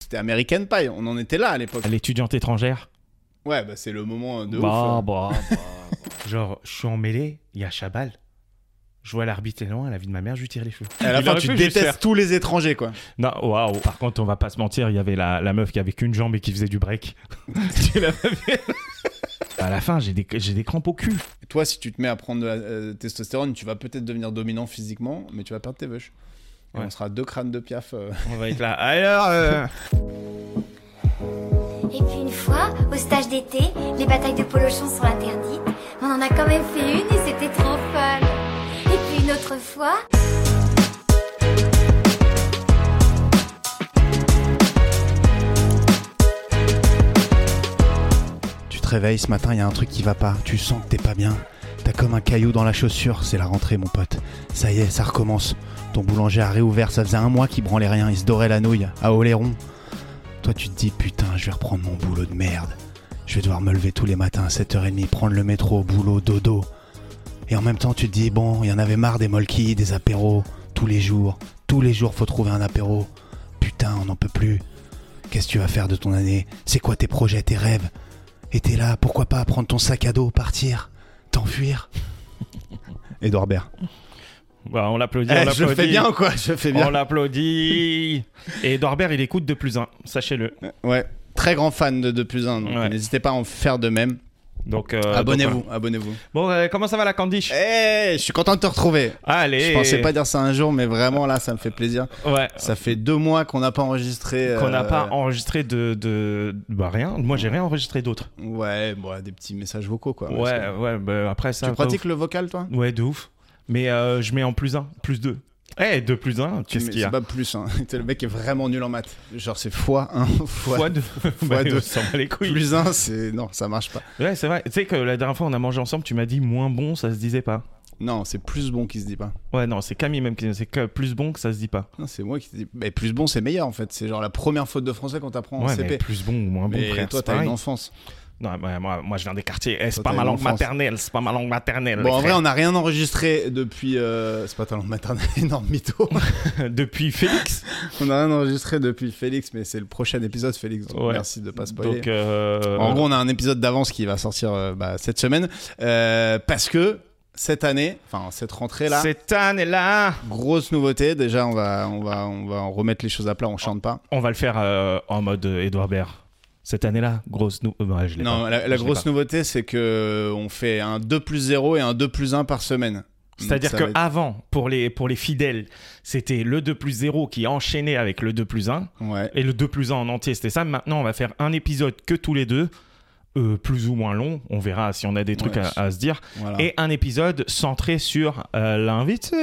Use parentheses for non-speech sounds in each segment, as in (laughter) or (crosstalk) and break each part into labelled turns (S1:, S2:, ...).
S1: c'était American Pie, on en était là à l'époque.
S2: L'étudiante étrangère.
S1: Ouais, bah c'est le moment de
S2: Bah,
S1: ouf. hein.
S2: bah, bah, bah. (laughs) Genre, je suis emmêlé, il y a Chabal. Je vois l'arbitre est loin, la vie de ma mère, je lui tire les cheveux.
S1: À la
S3: Il
S1: fin,
S3: aurait
S1: tu
S3: pu juste
S1: détestes
S3: faire-
S1: tous les étrangers, quoi.
S2: Non, waouh. Par contre, on va pas se mentir, il y avait la, la meuf qui avait qu'une jambe et qui faisait
S1: (laughs)
S2: du break. tu l'as pas vu À la fin, j'ai des, j'ai des crampes au cul.
S1: Et toi, si tu te mets à prendre de la euh, testostérone, tu vas peut-être devenir dominant physiquement, mais tu vas perdre tes veuches. Et
S2: Ouais.
S1: on sera deux crânes de piaf.
S2: (laughs)
S1: euh.
S2: On va être là. Alors. euh,
S4: Et puis une fois, au stage d'été, les batailles de polochons sont interdites. mais On en a quand même fait une et c'était trop folle. Et puis une autre fois,
S1: Tu te réveilles ce matin, il y a un truc qui va pas. Tu sens que t'es pas bien. T'as comme un caillou dans la chaussure. C'est la rentrée, mon pote. Ça y est, ça recommence. Ton boulanger a réouvert. Ça faisait un mois qu'il branlait rien. Il se dorait la nouille à Oléron. Toi, tu te dis putain, je vais reprendre mon boulot de merde. Je vais devoir me lever tous les matins à 7h30, prendre le métro, boulot, dodo. Et en même temps, tu te dis bon, il y en avait marre des molki, des apéros, tous les jours. Tous les jours, faut trouver un apéro. Putain, on n'en peut plus. Qu'est-ce que tu vas faire de ton année C'est quoi tes projets, tes rêves et t'es là, pourquoi pas prendre ton sac à dos, partir, t'enfuir Edouard Baird.
S2: bah, on l'applaudit. on
S1: (laughs) Eh, je fais
S2: l'applaudit.
S1: bien ou
S2: (laughs)
S1: quoi Je fais bien.
S2: On l'applaudit. Et Dorbert, il écoute de plus un, sachez-le.
S1: Oh, Ouais. Très grand fan de 2 plus 1, donc
S2: Ouais.
S1: n'hésitez pas à en faire de même.
S2: Donc euh,
S1: abonnez-vous,
S2: donc,
S1: abonnez-vous.
S2: voilà. Bon, euh, comment ça va la Candiche
S1: Eh, je suis content de te retrouver.
S2: Allez.
S1: Je pensais pas dire ça un jour, mais vraiment là, ça me fait plaisir.
S2: Ouais.
S1: Ça fait deux mois qu'on n'a pas enregistré.
S2: Qu'on
S1: euh,
S2: n'a pas enregistré de, de bah rien. Moi, j'ai rien enregistré d'autre.
S1: euh, Ouais, bon, des petits messages vocaux quoi.
S2: Ouais,
S1: Parce que-
S2: ouais. bah, après ça.
S1: Tu
S2: de
S1: pratiques le vocal toi
S2: ouf. Ouais, de ouf. Mais euh, je mets en plus un, plus deux. Eh, deux plus un. Qu'est-ce
S1: Mais
S2: qu'il y a
S1: C'est pas plus, hein. (laughs) le mec est vraiment nul en maths. Genre, c'est fois 1, (laughs) fois,
S2: Fois deux. Bah,
S1: deux.
S2: on s'en bat les couilles.
S1: plus 1, c'est. Non, ça marche pas.
S2: Ouais, c'est vrai. Tu sais que la dernière fois, on a mangé ensemble. Tu m'as dit moins bon, ça se disait pas.
S1: Non, c'est plus bon qui se dit pas.
S2: Ouais, non, c'est Camille même qui c'est que plus bon que ça se dit pas.
S1: Non, c'est moi qui te dis. Mais plus bon, c'est meilleur en fait. C'est genre la première faute de français qu'on t'apprend en
S2: Ouais, mais
S1: CP.
S2: plus bon ou moins bon,
S1: Mais
S2: frère.
S1: toi,
S2: c'est
S1: t'as
S2: pareil.
S1: une enfance.
S2: Non, moi, moi, moi, je viens des quartiers. Eh, c'est
S1: Toi,
S2: pas
S1: t'as
S2: ma
S1: une
S2: langue
S1: enfance.
S2: maternelle. C'est pas ma langue maternelle.
S1: Bon, en vrai,
S2: frère.
S1: on n'a rien enregistré depuis. euh, C'est pas ta langue maternelle, (laughs) énorme
S2: (laughs)
S1: mytho.
S2: Depuis Félix.
S1: on n'a rien enregistré depuis Félix, mais c'est le prochain épisode, Félix. Donc
S2: Ouais.
S1: merci de pas spoiler.
S2: Donc, euh,
S1: En gros, on a un épisode d'avance qui va sortir euh, bah, cette semaine. euh, parce que cette année, enfin, cette rentrée-là,
S2: cette année-là,
S1: grosse nouveauté. Déjà, on va, on, va, on va en remettre les choses à plat, on chante pas.
S2: on va le faire euh, en mode euh, Edouard Baird. Cette année-là, grosse nous. Ouais, je l'ai
S1: Non,
S2: pas.
S1: la, la
S2: Je l'ai
S1: grosse
S2: pas.
S1: nouveauté, c'est que euh, on fait un 2 plus 0 et un 2 plus 1 par semaine. Donc,
S2: C'est-à-dire
S1: ça
S2: que
S1: va être-
S2: avant, pour les, pour les fidèles, c'était le 2 plus 0 qui enchaînait avec le 2 plus 1.
S1: Ouais.
S2: Et le 2 plus 1 en entier, c'était ça. Maintenant, on va faire un épisode que tous les deux, euh, plus ou moins long. On verra si on a des trucs
S1: Ouais.
S2: à- à se dire.
S1: Voilà.
S2: Et un épisode centré sur euh, l'invité.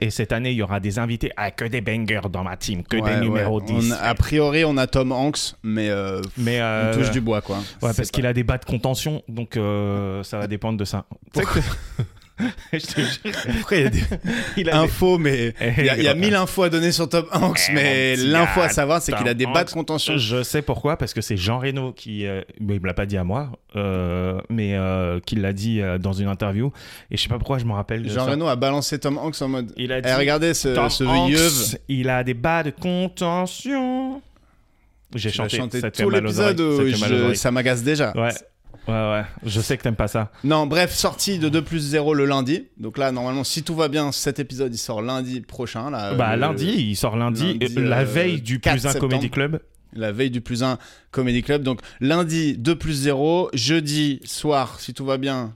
S2: Et cette année, il y aura des invités. Ah, que des bangers dans ma team, que
S1: Ouais,
S2: des
S1: ouais.
S2: numéros
S1: On-
S2: 10.
S1: a priori, on a Tom Hanks, mais euh,
S2: Mais euh,
S1: on touche du bois, quoi.
S2: ouais,
S1: C'est
S2: parce
S1: pas-
S2: qu'il a des bas de contention, donc euh, ça va dépendre de ça.
S1: Tu sais que-
S2: (laughs) Je te jure,
S1: Après, il y a des
S2: (laughs) il a des-
S1: infos, mais il y a, il y a mille infos à donner sur Tom Hanks,
S2: Eh,
S1: mais
S2: mon petit
S1: l'info à
S2: gars,
S1: savoir, c'est qu'il a
S2: Tom
S1: des bas de
S2: Hanks.
S1: contention.
S2: eh, Je sais pourquoi, parce que c'est Jean Reno qui. euh, mais il me l'a pas dit à moi, euh, mais euh, qui l'a dit euh, dans une interview. Et je sais pas pourquoi je me rappelle. de
S1: Jean
S2: ça.
S1: Reno a balancé Tom Hanks en mode.
S2: Il a dit.
S1: Eh, regardez ce,
S2: Tom
S1: ce
S2: Hanks,
S1: vieux.
S2: il a des bas de contention. J'ai
S1: J'ai
S2: chanté,
S1: chanté
S2: ça te fait
S1: tout
S2: mal aux
S1: l'épisode,
S2: oreilles,
S1: où
S2: ça te fait mal aux
S1: je-
S2: oreilles.
S1: ça m'agace déjà.
S2: Ouais. Ouais, ouais, je sais que t'aimes pas ça.
S1: Non, bref, sortie de 2 plus 0 le lundi. Donc là, normalement, si tout va bien, cet épisode, il sort lundi prochain. Là,
S2: bah,
S1: euh,
S2: lundi, il sort lundi,
S1: lundi,
S2: euh, la
S1: euh,
S2: veille du
S1: 4
S2: plus un
S1: septembre.
S2: Comedy Club.
S1: La veille du plus 1 Comedy Club. Donc lundi, 2 plus 0. Jeudi soir, si tout va bien,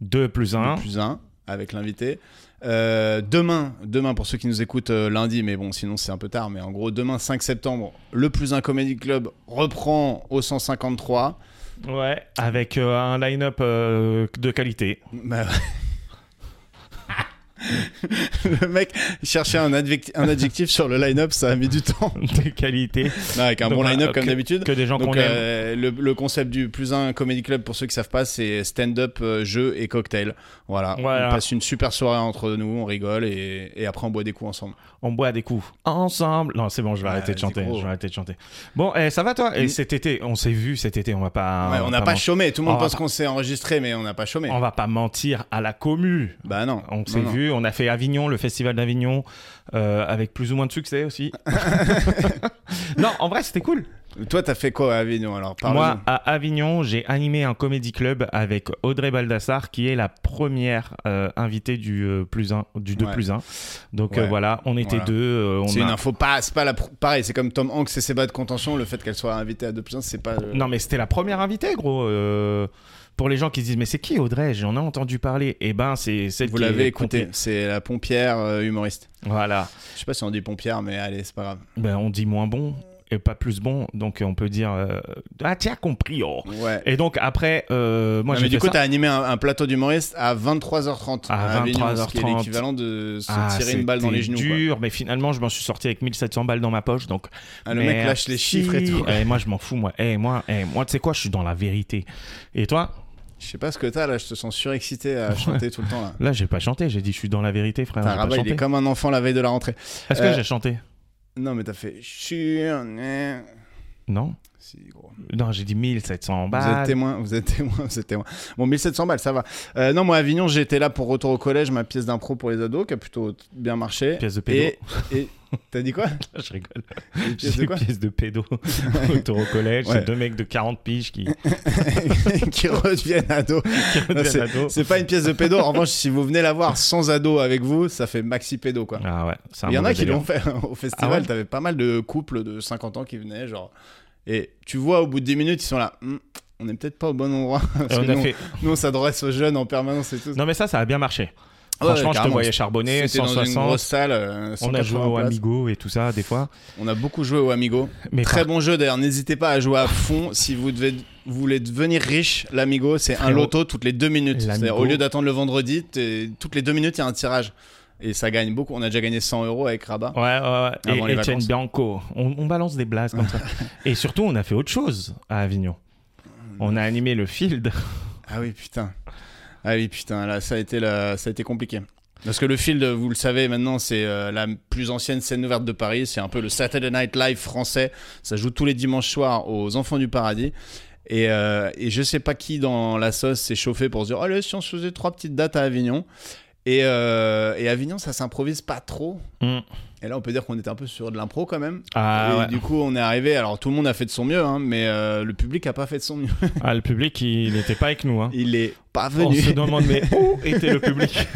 S2: 2 plus 1.
S1: 2 plus 1 avec l'invité. Euh, demain, demain pour ceux qui nous écoutent euh, lundi, mais bon, sinon c'est un peu tard. Mais en gros, demain 5 septembre, le plus 1 Comedy Club reprend au 153.
S2: Ouais. Avec euh, un line-up euh, de qualité. (laughs)
S1: Bah, (laughs) le mec cherchait un, advec- un adjectif sur le line-up, ça a mis du temps.
S2: de qualité.
S1: Non, avec un
S2: Donc,
S1: bon
S2: bah,
S1: line-up
S2: que-
S1: comme d'habitude.
S2: Que des gens qu'on
S1: Donc
S2: aime.
S1: euh, le, le concept du plus un comedy club pour ceux qui savent pas c'est stand-up, euh, jeu et cocktail. Voilà.
S2: Voilà.
S1: On passe une super soirée entre nous, on rigole et, et après on boit des coups ensemble.
S2: On boit des coups. Ensemble. Non, c'est bon, je vais
S1: Ouais,
S2: arrêter
S1: vas-y,
S2: de chanter.
S1: gros.
S2: Je vais arrêter de chanter. Bon, eh, ça va toi Et
S1: Mm.
S2: cet été, on s'est vu cet été, on va pas.
S1: Ouais, on n'a pas
S2: mentir.
S1: chômé. Tout le monde
S2: on va
S1: pense
S2: pas-
S1: qu'on s'est enregistré, mais on n'a pas chômé.
S2: On va pas mentir à la commu.
S1: Bah non.
S2: On
S1: Non,
S2: s'est
S1: non.
S2: vu, on a fait Avignon, le festival
S1: (laughs)
S2: d'Avignon, euh, avec plus ou moins de succès aussi. (laughs) non, en vrai, c'était cool.
S1: Toi, t'as fait quoi à Avignon alors
S2: Moi,
S1: Parle-nous.
S2: à Avignon, j'ai animé un comédie club avec Audrey Baldassar, qui est la première euh, invitée du euh, plus un, du 2
S1: Ouais.
S2: plus 1. Donc
S1: Ouais.
S2: euh, voilà, on était
S1: Voilà.
S2: deux. euh, on
S1: C'est
S2: a-
S1: une info pas, c'est pas la pr- pareil. C'est comme Tom Hanks et ses bas de contention. Le fait qu'elle soit invitée à deux plus un, c'est pas. euh,
S2: Non, mais c'était la première invitée, gros. euh, Pour les gens qui se disent, mais c'est qui Audrey J'en ai entendu parler. Eh ben, c'est celle
S1: Vous
S2: qui est
S1: l'avez écouté.
S2: pompier.
S1: C'est la pompière euh, humoriste.
S2: Voilà.
S1: Je sais pas si on dit pompière, mais allez, c'est pas grave.
S2: Ben, on dit moins bon et pas plus bon. Donc, on peut dire, euh, ah, tiens, compris, oh.
S1: Ouais.
S2: Et donc, après, euh, moi,
S1: Non,
S2: j'ai
S1: mais du
S2: fait
S1: coup,
S2: ça.
S1: t'as animé un, un plateau d'humoristes à 23h30
S2: À
S1: Avignon, ce qui est
S2: 23h30.
S1: l'équivalent de se
S2: Ah,
S1: tirer une balle dans les
S2: c'était
S1: genoux. quoi.
S2: dur, mais finalement, je m'en suis sorti avec 1700 balles dans ma poche. Donc,
S1: Ah, le mec
S2: Merci.
S1: lâche les chiffres et tout.
S2: Eh, moi, je m'en fous, moi. Eh, moi, eh, moi tu sais quoi, je suis dans la vérité. Et toi
S1: Je sais pas ce que t'as là. Je te sens surexcité à chanter tout le temps là.
S2: Là, j'ai pas chanté. J'ai dit, je suis dans la vérité, frère.
S1: Putain,
S2: Ah, j'ai pas
S1: Rabat, il
S2: chanté.
S1: est comme un enfant la veille de la rentrée.
S2: Est-ce
S1: Euh,
S2: que j'ai chanté
S1: Non, mais t'as fait. Sur-
S2: Non.
S1: Si, gros.
S2: Non, j'ai dit 1700
S1: Vous êtes
S2: balles.
S1: témoin, vous êtes témoin, vous êtes témoin. Bon, 1700 balles, ça va. Euh, non, moi, à Avignon, j'étais là pour retour au collège, ma pièce d'impro pour les ados, qui a plutôt t- bien marché.
S2: Pièce de pédo.
S1: et, et t'as dit quoi
S2: Je rigole. (laughs)
S1: Une
S2: J'ai
S1: pièce de quoi
S2: pièce
S1: (laughs)
S2: de pédo autour au collège.
S1: Ouais.
S2: C'est deux mecs de 40
S1: (laughs)
S2: piges qui, qui
S1: Qui redeviennent ados.
S2: deviennent
S1: c'est-
S2: ados.
S1: C'est pas une pièce de pédo. En revanche, si vous venez la voir sans ado avec vous, ça fait maxi pédo, quoi.
S2: Ah ouais, c'est un
S1: Il y en a
S2: mauvais
S1: qui
S2: délire.
S1: l'ont fait hein, au festival.
S2: Ah ouais
S1: T'avais pas mal de couples de 50 ans qui venaient, genre. Et tu vois, au bout de 10 minutes, ils sont là. Hmm, on est peut-être pas au bon endroit. (laughs) Parce
S2: Et
S1: que
S2: on a
S1: nous,
S2: fait-
S1: nous, on s'adresse aux jeunes en permanence et tout. Ah
S2: Non, mais ça, ça a bien marché.
S1: Ouais, ouais,
S2: Franchement, je te
S1: carrément.
S2: voyais charbonner,
S1: C'était dans une grosse
S2: 160.
S1: salle. euh,
S2: On
S1: 180
S2: a joué au
S1: places.
S2: Amigo et tout ça, des fois.
S1: On a beaucoup joué au Amigo.
S2: Mais
S1: Très
S2: par-
S1: bon jeu d'ailleurs. N'hésitez pas à jouer à fond si vous devez vous voulez devenir riche. L'Amigo, c'est un
S2: Frérot,
S1: loto toutes les deux minutes.
S2: l'Amigo-
S1: C'est-à-dire, au lieu d'attendre le vendredi, t'es- toutes les deux minutes il y a un tirage et ça gagne beaucoup. On a déjà gagné 100 euros avec Rabat.
S2: Ouais, ouais,
S1: Avant
S2: ouais.
S1: les
S2: Et Etienne
S1: vacances.
S2: Bianco. On, on balance des blases comme
S1: (laughs)
S2: ça. et surtout, on a fait autre chose à Avignon. On a animé le field.
S1: Ah oui putain. Ah oui putain. Là, ça a été la- ça a été compliqué. Parce que le Field, vous le savez maintenant, c'est euh, la plus ancienne scène ouverte de Paris. C'est un peu le Saturday Night Live français. Ça joue tous les dimanches soirs aux Enfants du Paradis. Et, euh, et je sais pas qui dans la sauce s'est chauffé pour se dire Allez, si on se faisait trois petites dates à Avignon. Et, euh, et Avignon, ça s'improvise pas trop.
S2: Mm.
S1: Et là, on peut dire qu'on était un peu sur de l'impro quand même.
S2: Ah,
S1: et
S2: ouais.
S1: du coup, on est arrivé. Alors, tout le monde a fait de son mieux, hein, mais euh, le public a pas fait de son mieux.
S2: Ah, le public, il n'était pas avec nous. Hein.
S1: Il est pas
S2: On
S1: venu.
S2: se demande, mais
S1: (laughs)
S2: où était le public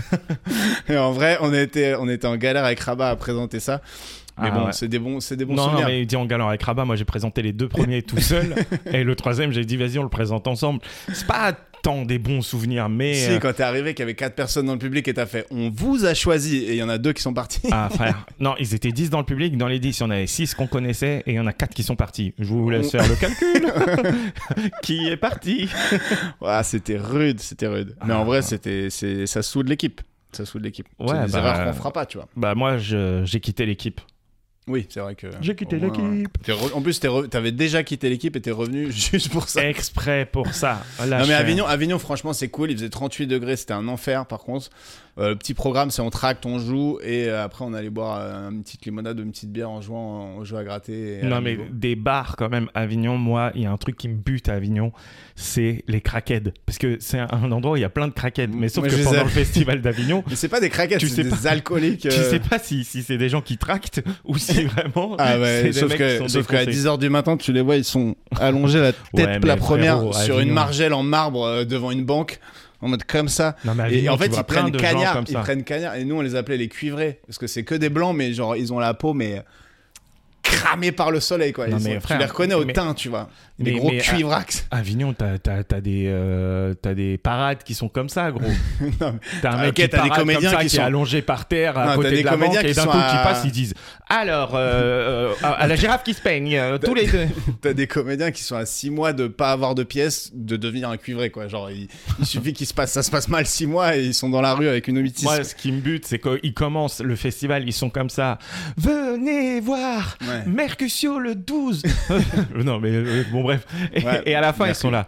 S1: Et en vrai, on était, on était en galère avec Rabat à présenter ça. Mais
S2: Ah,
S1: bon,
S2: ouais.
S1: c'est des bons, c'est des bons
S2: non, non,
S1: souvenirs.
S2: mais il dit en galant avec Rabat, moi j'ai présenté les deux premiers
S1: (laughs)
S2: tout seul, et le troisième j'ai dit vas-y on le présente ensemble. C'est pas tant des bons souvenirs, mais...
S1: Si,
S2: euh,
S1: quand t'es arrivé, qu'il y avait quatre personnes dans le public et t'as fait, on vous a choisi et il y en a deux qui sont partis. (laughs)
S2: Ah frère, non, ils étaient 10 dans le public, dans les 10, il y en avait 6 qu'on connaissait, et il y en a 4 qui sont partis. Je vous laisse
S1: On-
S2: faire le calcul.
S1: (laughs)
S2: (laughs) qui est parti
S1: Ouais, c'était rude, c'était rude. Mais en
S2: Ah.
S1: vrai, c'était, c'est, ça soude l'équipe. Ça soude l'équipe. c'est
S2: Ouais,
S1: des
S2: bah,
S1: erreurs qu'on fera pas, tu vois.
S2: Bah moi je- j'ai quitté l'équipe.
S1: Oui, c'est vrai que.
S2: J'ai quitté
S1: au moins, euh,
S2: l'équipe.
S1: t'es re- En plus, t'es re- t'avais déjà quitté l'équipe et t'es revenu (laughs) juste pour ça.
S2: Exprès
S1: (laughs)
S2: pour ça. Là,
S1: Non
S2: je
S1: mais
S2: fais-
S1: Avignon, Avignon franchement c'est cool, il faisait 38 degrés, c'était un enfer par contre. Euh, le petit programme c'est on tracte, on joue et euh, après on allait boire euh, une petite limonade ou une petite bière en jouant au jeu à gratter. et à
S2: Non
S1: la
S2: mais
S1: Amigo.
S2: des bars quand même, Avignon, moi, il y a un truc qui me bute à Avignon, c'est les craquettes. Parce que c'est un endroit où il y a plein de craquettes, mais sauf
S1: Moi, je
S2: que
S1: les
S2: pendant
S1: aime.
S2: le
S1: (laughs)
S2: festival d'Avignon,
S1: Mais c'est pas des craquettes,
S2: Tu
S1: c'est
S2: sais
S1: des
S2: pas-
S1: alcooliques.
S2: Tu
S1: euh.
S2: sais pas si, si c'est des gens qui tractent
S1: (laughs)
S2: ou si vraiment.
S1: Ah ouais,
S2: c'est des
S1: sauf
S2: mecs qui
S1: que
S2: sont
S1: sauf qu'à
S2: défoncés.
S1: 10h du matin, tu les vois, ils sont allongés la tête
S2: Ouais,
S1: la
S2: mais
S1: première
S2: frérot,
S1: sur une
S2: Avignon.
S1: margelle en marbre euh, devant une banque en mode comme ça.
S2: Non, mais à
S1: Et
S2: Avignon,
S1: en
S2: tu
S1: fait,
S2: vois
S1: ils
S2: plein
S1: prennent
S2: de gens
S1: cagnard,
S2: comme
S1: ils
S2: ça.
S1: prennent cagnard et nous on les appelait les cuivrés parce que c'est que des blancs mais genre ils ont la peau mais cramée par le soleil quoi.
S2: Non,
S1: Ils
S2: mais
S1: sont-
S2: frère,
S1: tu les reconnais au
S2: mais-
S1: teint, tu vois. Des
S2: mais-
S1: gros
S2: mais, ah, (laughs)
S1: cuivrax.
S2: Avignon, t'as as, des, euh, t'as des parades qui sont comme ça, gros.
S1: (laughs) Non, mais-
S2: T'as un
S1: Ah,
S2: mec
S1: ok,
S2: qui
S1: t'as des
S2: parade comme
S1: comédiens
S2: ça,
S1: qui
S2: qui,
S1: sont-
S2: est allongé par terre
S1: Non,
S2: à
S1: t'as des
S2: côté de la
S1: comédiens
S2: banque,
S1: qui
S2: et d'un
S1: sont
S2: coup
S1: à-
S2: qui passe, ils disent Alors, euh, euh,
S1: (laughs)
S2: à, à la girafe qui se peigne, euh, tous les deux.
S1: T'as des comédiens qui sont à 6 mois de pas avoir de pièces, de devenir un cuivré quoi. Genre il, il suffit qu'il se passe, ça se passe mal 6 mois et ils sont dans la rue avec une (laughs) omitis.
S2: Moi, ce qui me bute, c'est qu'ils commencent le festival, ils sont comme ça. Venez voir
S1: Ouais. (laughs)
S2: Mercutio le 12 (laughs) Non, mais euh, bon, bref. Et,
S1: Ouais,
S2: et à la fin,
S1: Mercu-
S2: ils sont là.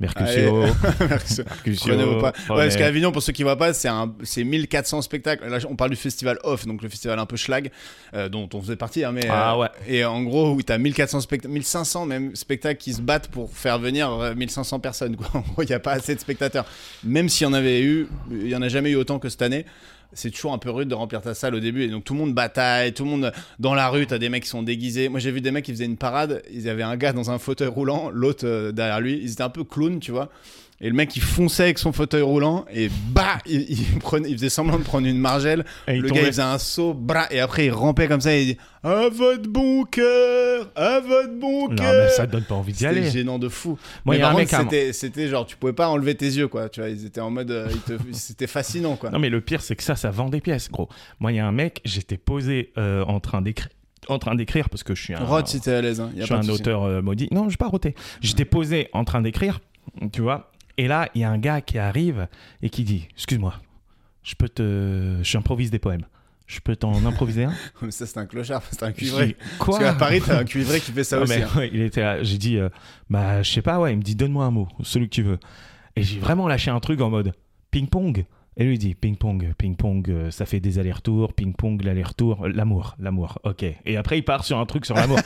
S2: Mercutio, Mercutio.
S1: Prenez vos pas. Ouais, parce
S2: prenez-
S1: qu'Avignon, pour ceux qui voient pas, c'est un, c'est 1400 spectacles. Là, on parle du festival off, donc le festival un peu schlag, euh, dont on faisait partie. hein, mais,
S2: Ah ouais.
S1: Et en gros, où t'as 1400 spectacles, 1500 même spectacles qui se battent pour faire venir euh, 1500 (laughs) personnes. Quoi. En gros, il n'y a pas assez de spectateurs. Même s'il y en avait eu, il y en a jamais eu autant que cette année. c'est toujours un peu rude de remplir ta salle au début. Et donc tout le monde bataille, tout le monde dans la rue, t'as des mecs qui sont déguisés. Moi j'ai vu des mecs qui faisaient une parade, ils avaient un gars dans un fauteuil roulant, l'autre euh, derrière lui, ils étaient un peu clowns, tu vois. Et le mec il fonçait avec son fauteuil roulant et bah, il, il prenait, il faisait semblant de prendre une margelle.
S2: Et il
S1: le
S2: tombait.
S1: gars il faisait un saut, bra, et après il rampait comme ça et il dit À votre bon cœur, à votre bon
S2: Non,
S1: cœur.
S2: mais ça te donne pas envie d'y
S1: oh, C'était
S2: aller.
S1: gênant de fou. mais
S2: Moi, il y
S1: par
S2: a un
S1: contre,
S2: mec à-
S1: c'était, c'était genre, tu pouvais pas enlever tes yeux, quoi. Tu vois, ils étaient en mode, euh, ils te- (laughs) c'était fascinant, quoi.
S2: Ah Non, mais le pire, c'est que ça, ça vend des pièces, gros. Moi, il y a un mec, j'étais posé euh, en train d'écrire en train d'écrire parce que je suis un,
S1: Rod, si t'es à l'aise, hein. Y a
S2: euh, je suis
S1: pas de
S2: un
S1: souci.
S2: auteur euh, maudit. Non, je vais pas roté. J'étais posé en train d'écrire, tu vois. Et là, il y a un gars qui arrive et qui dit "Excuse-moi, je peux te, j'improvise des poèmes. Je peux t'en
S1: (laughs)
S2: improviser un."
S1: Mais ça, c'est un clochard, c'est un
S2: Je dis,
S1: cuivré.
S2: Quoi
S1: Parce qu'à Paris, t'as
S2: (laughs)
S1: un cuivré qui fait ça
S2: Non,
S1: aussi.
S2: Ah, mais,
S1: hein.
S2: ouais, il était là. J'ai dit, euh, bah, je sais pas, ouais. Il me dit, donne-moi un mot, celui que tu veux. Et j'ai vraiment lâché un truc en mode ping-pong. Et lui, il dit ping-pong, ping-pong, euh, ça fait des allers-retours, ping-pong, l'aller-retour, euh, l'amour, l'amour, ok. Et après, il part sur un truc
S1: (laughs)
S2: sur l'amour.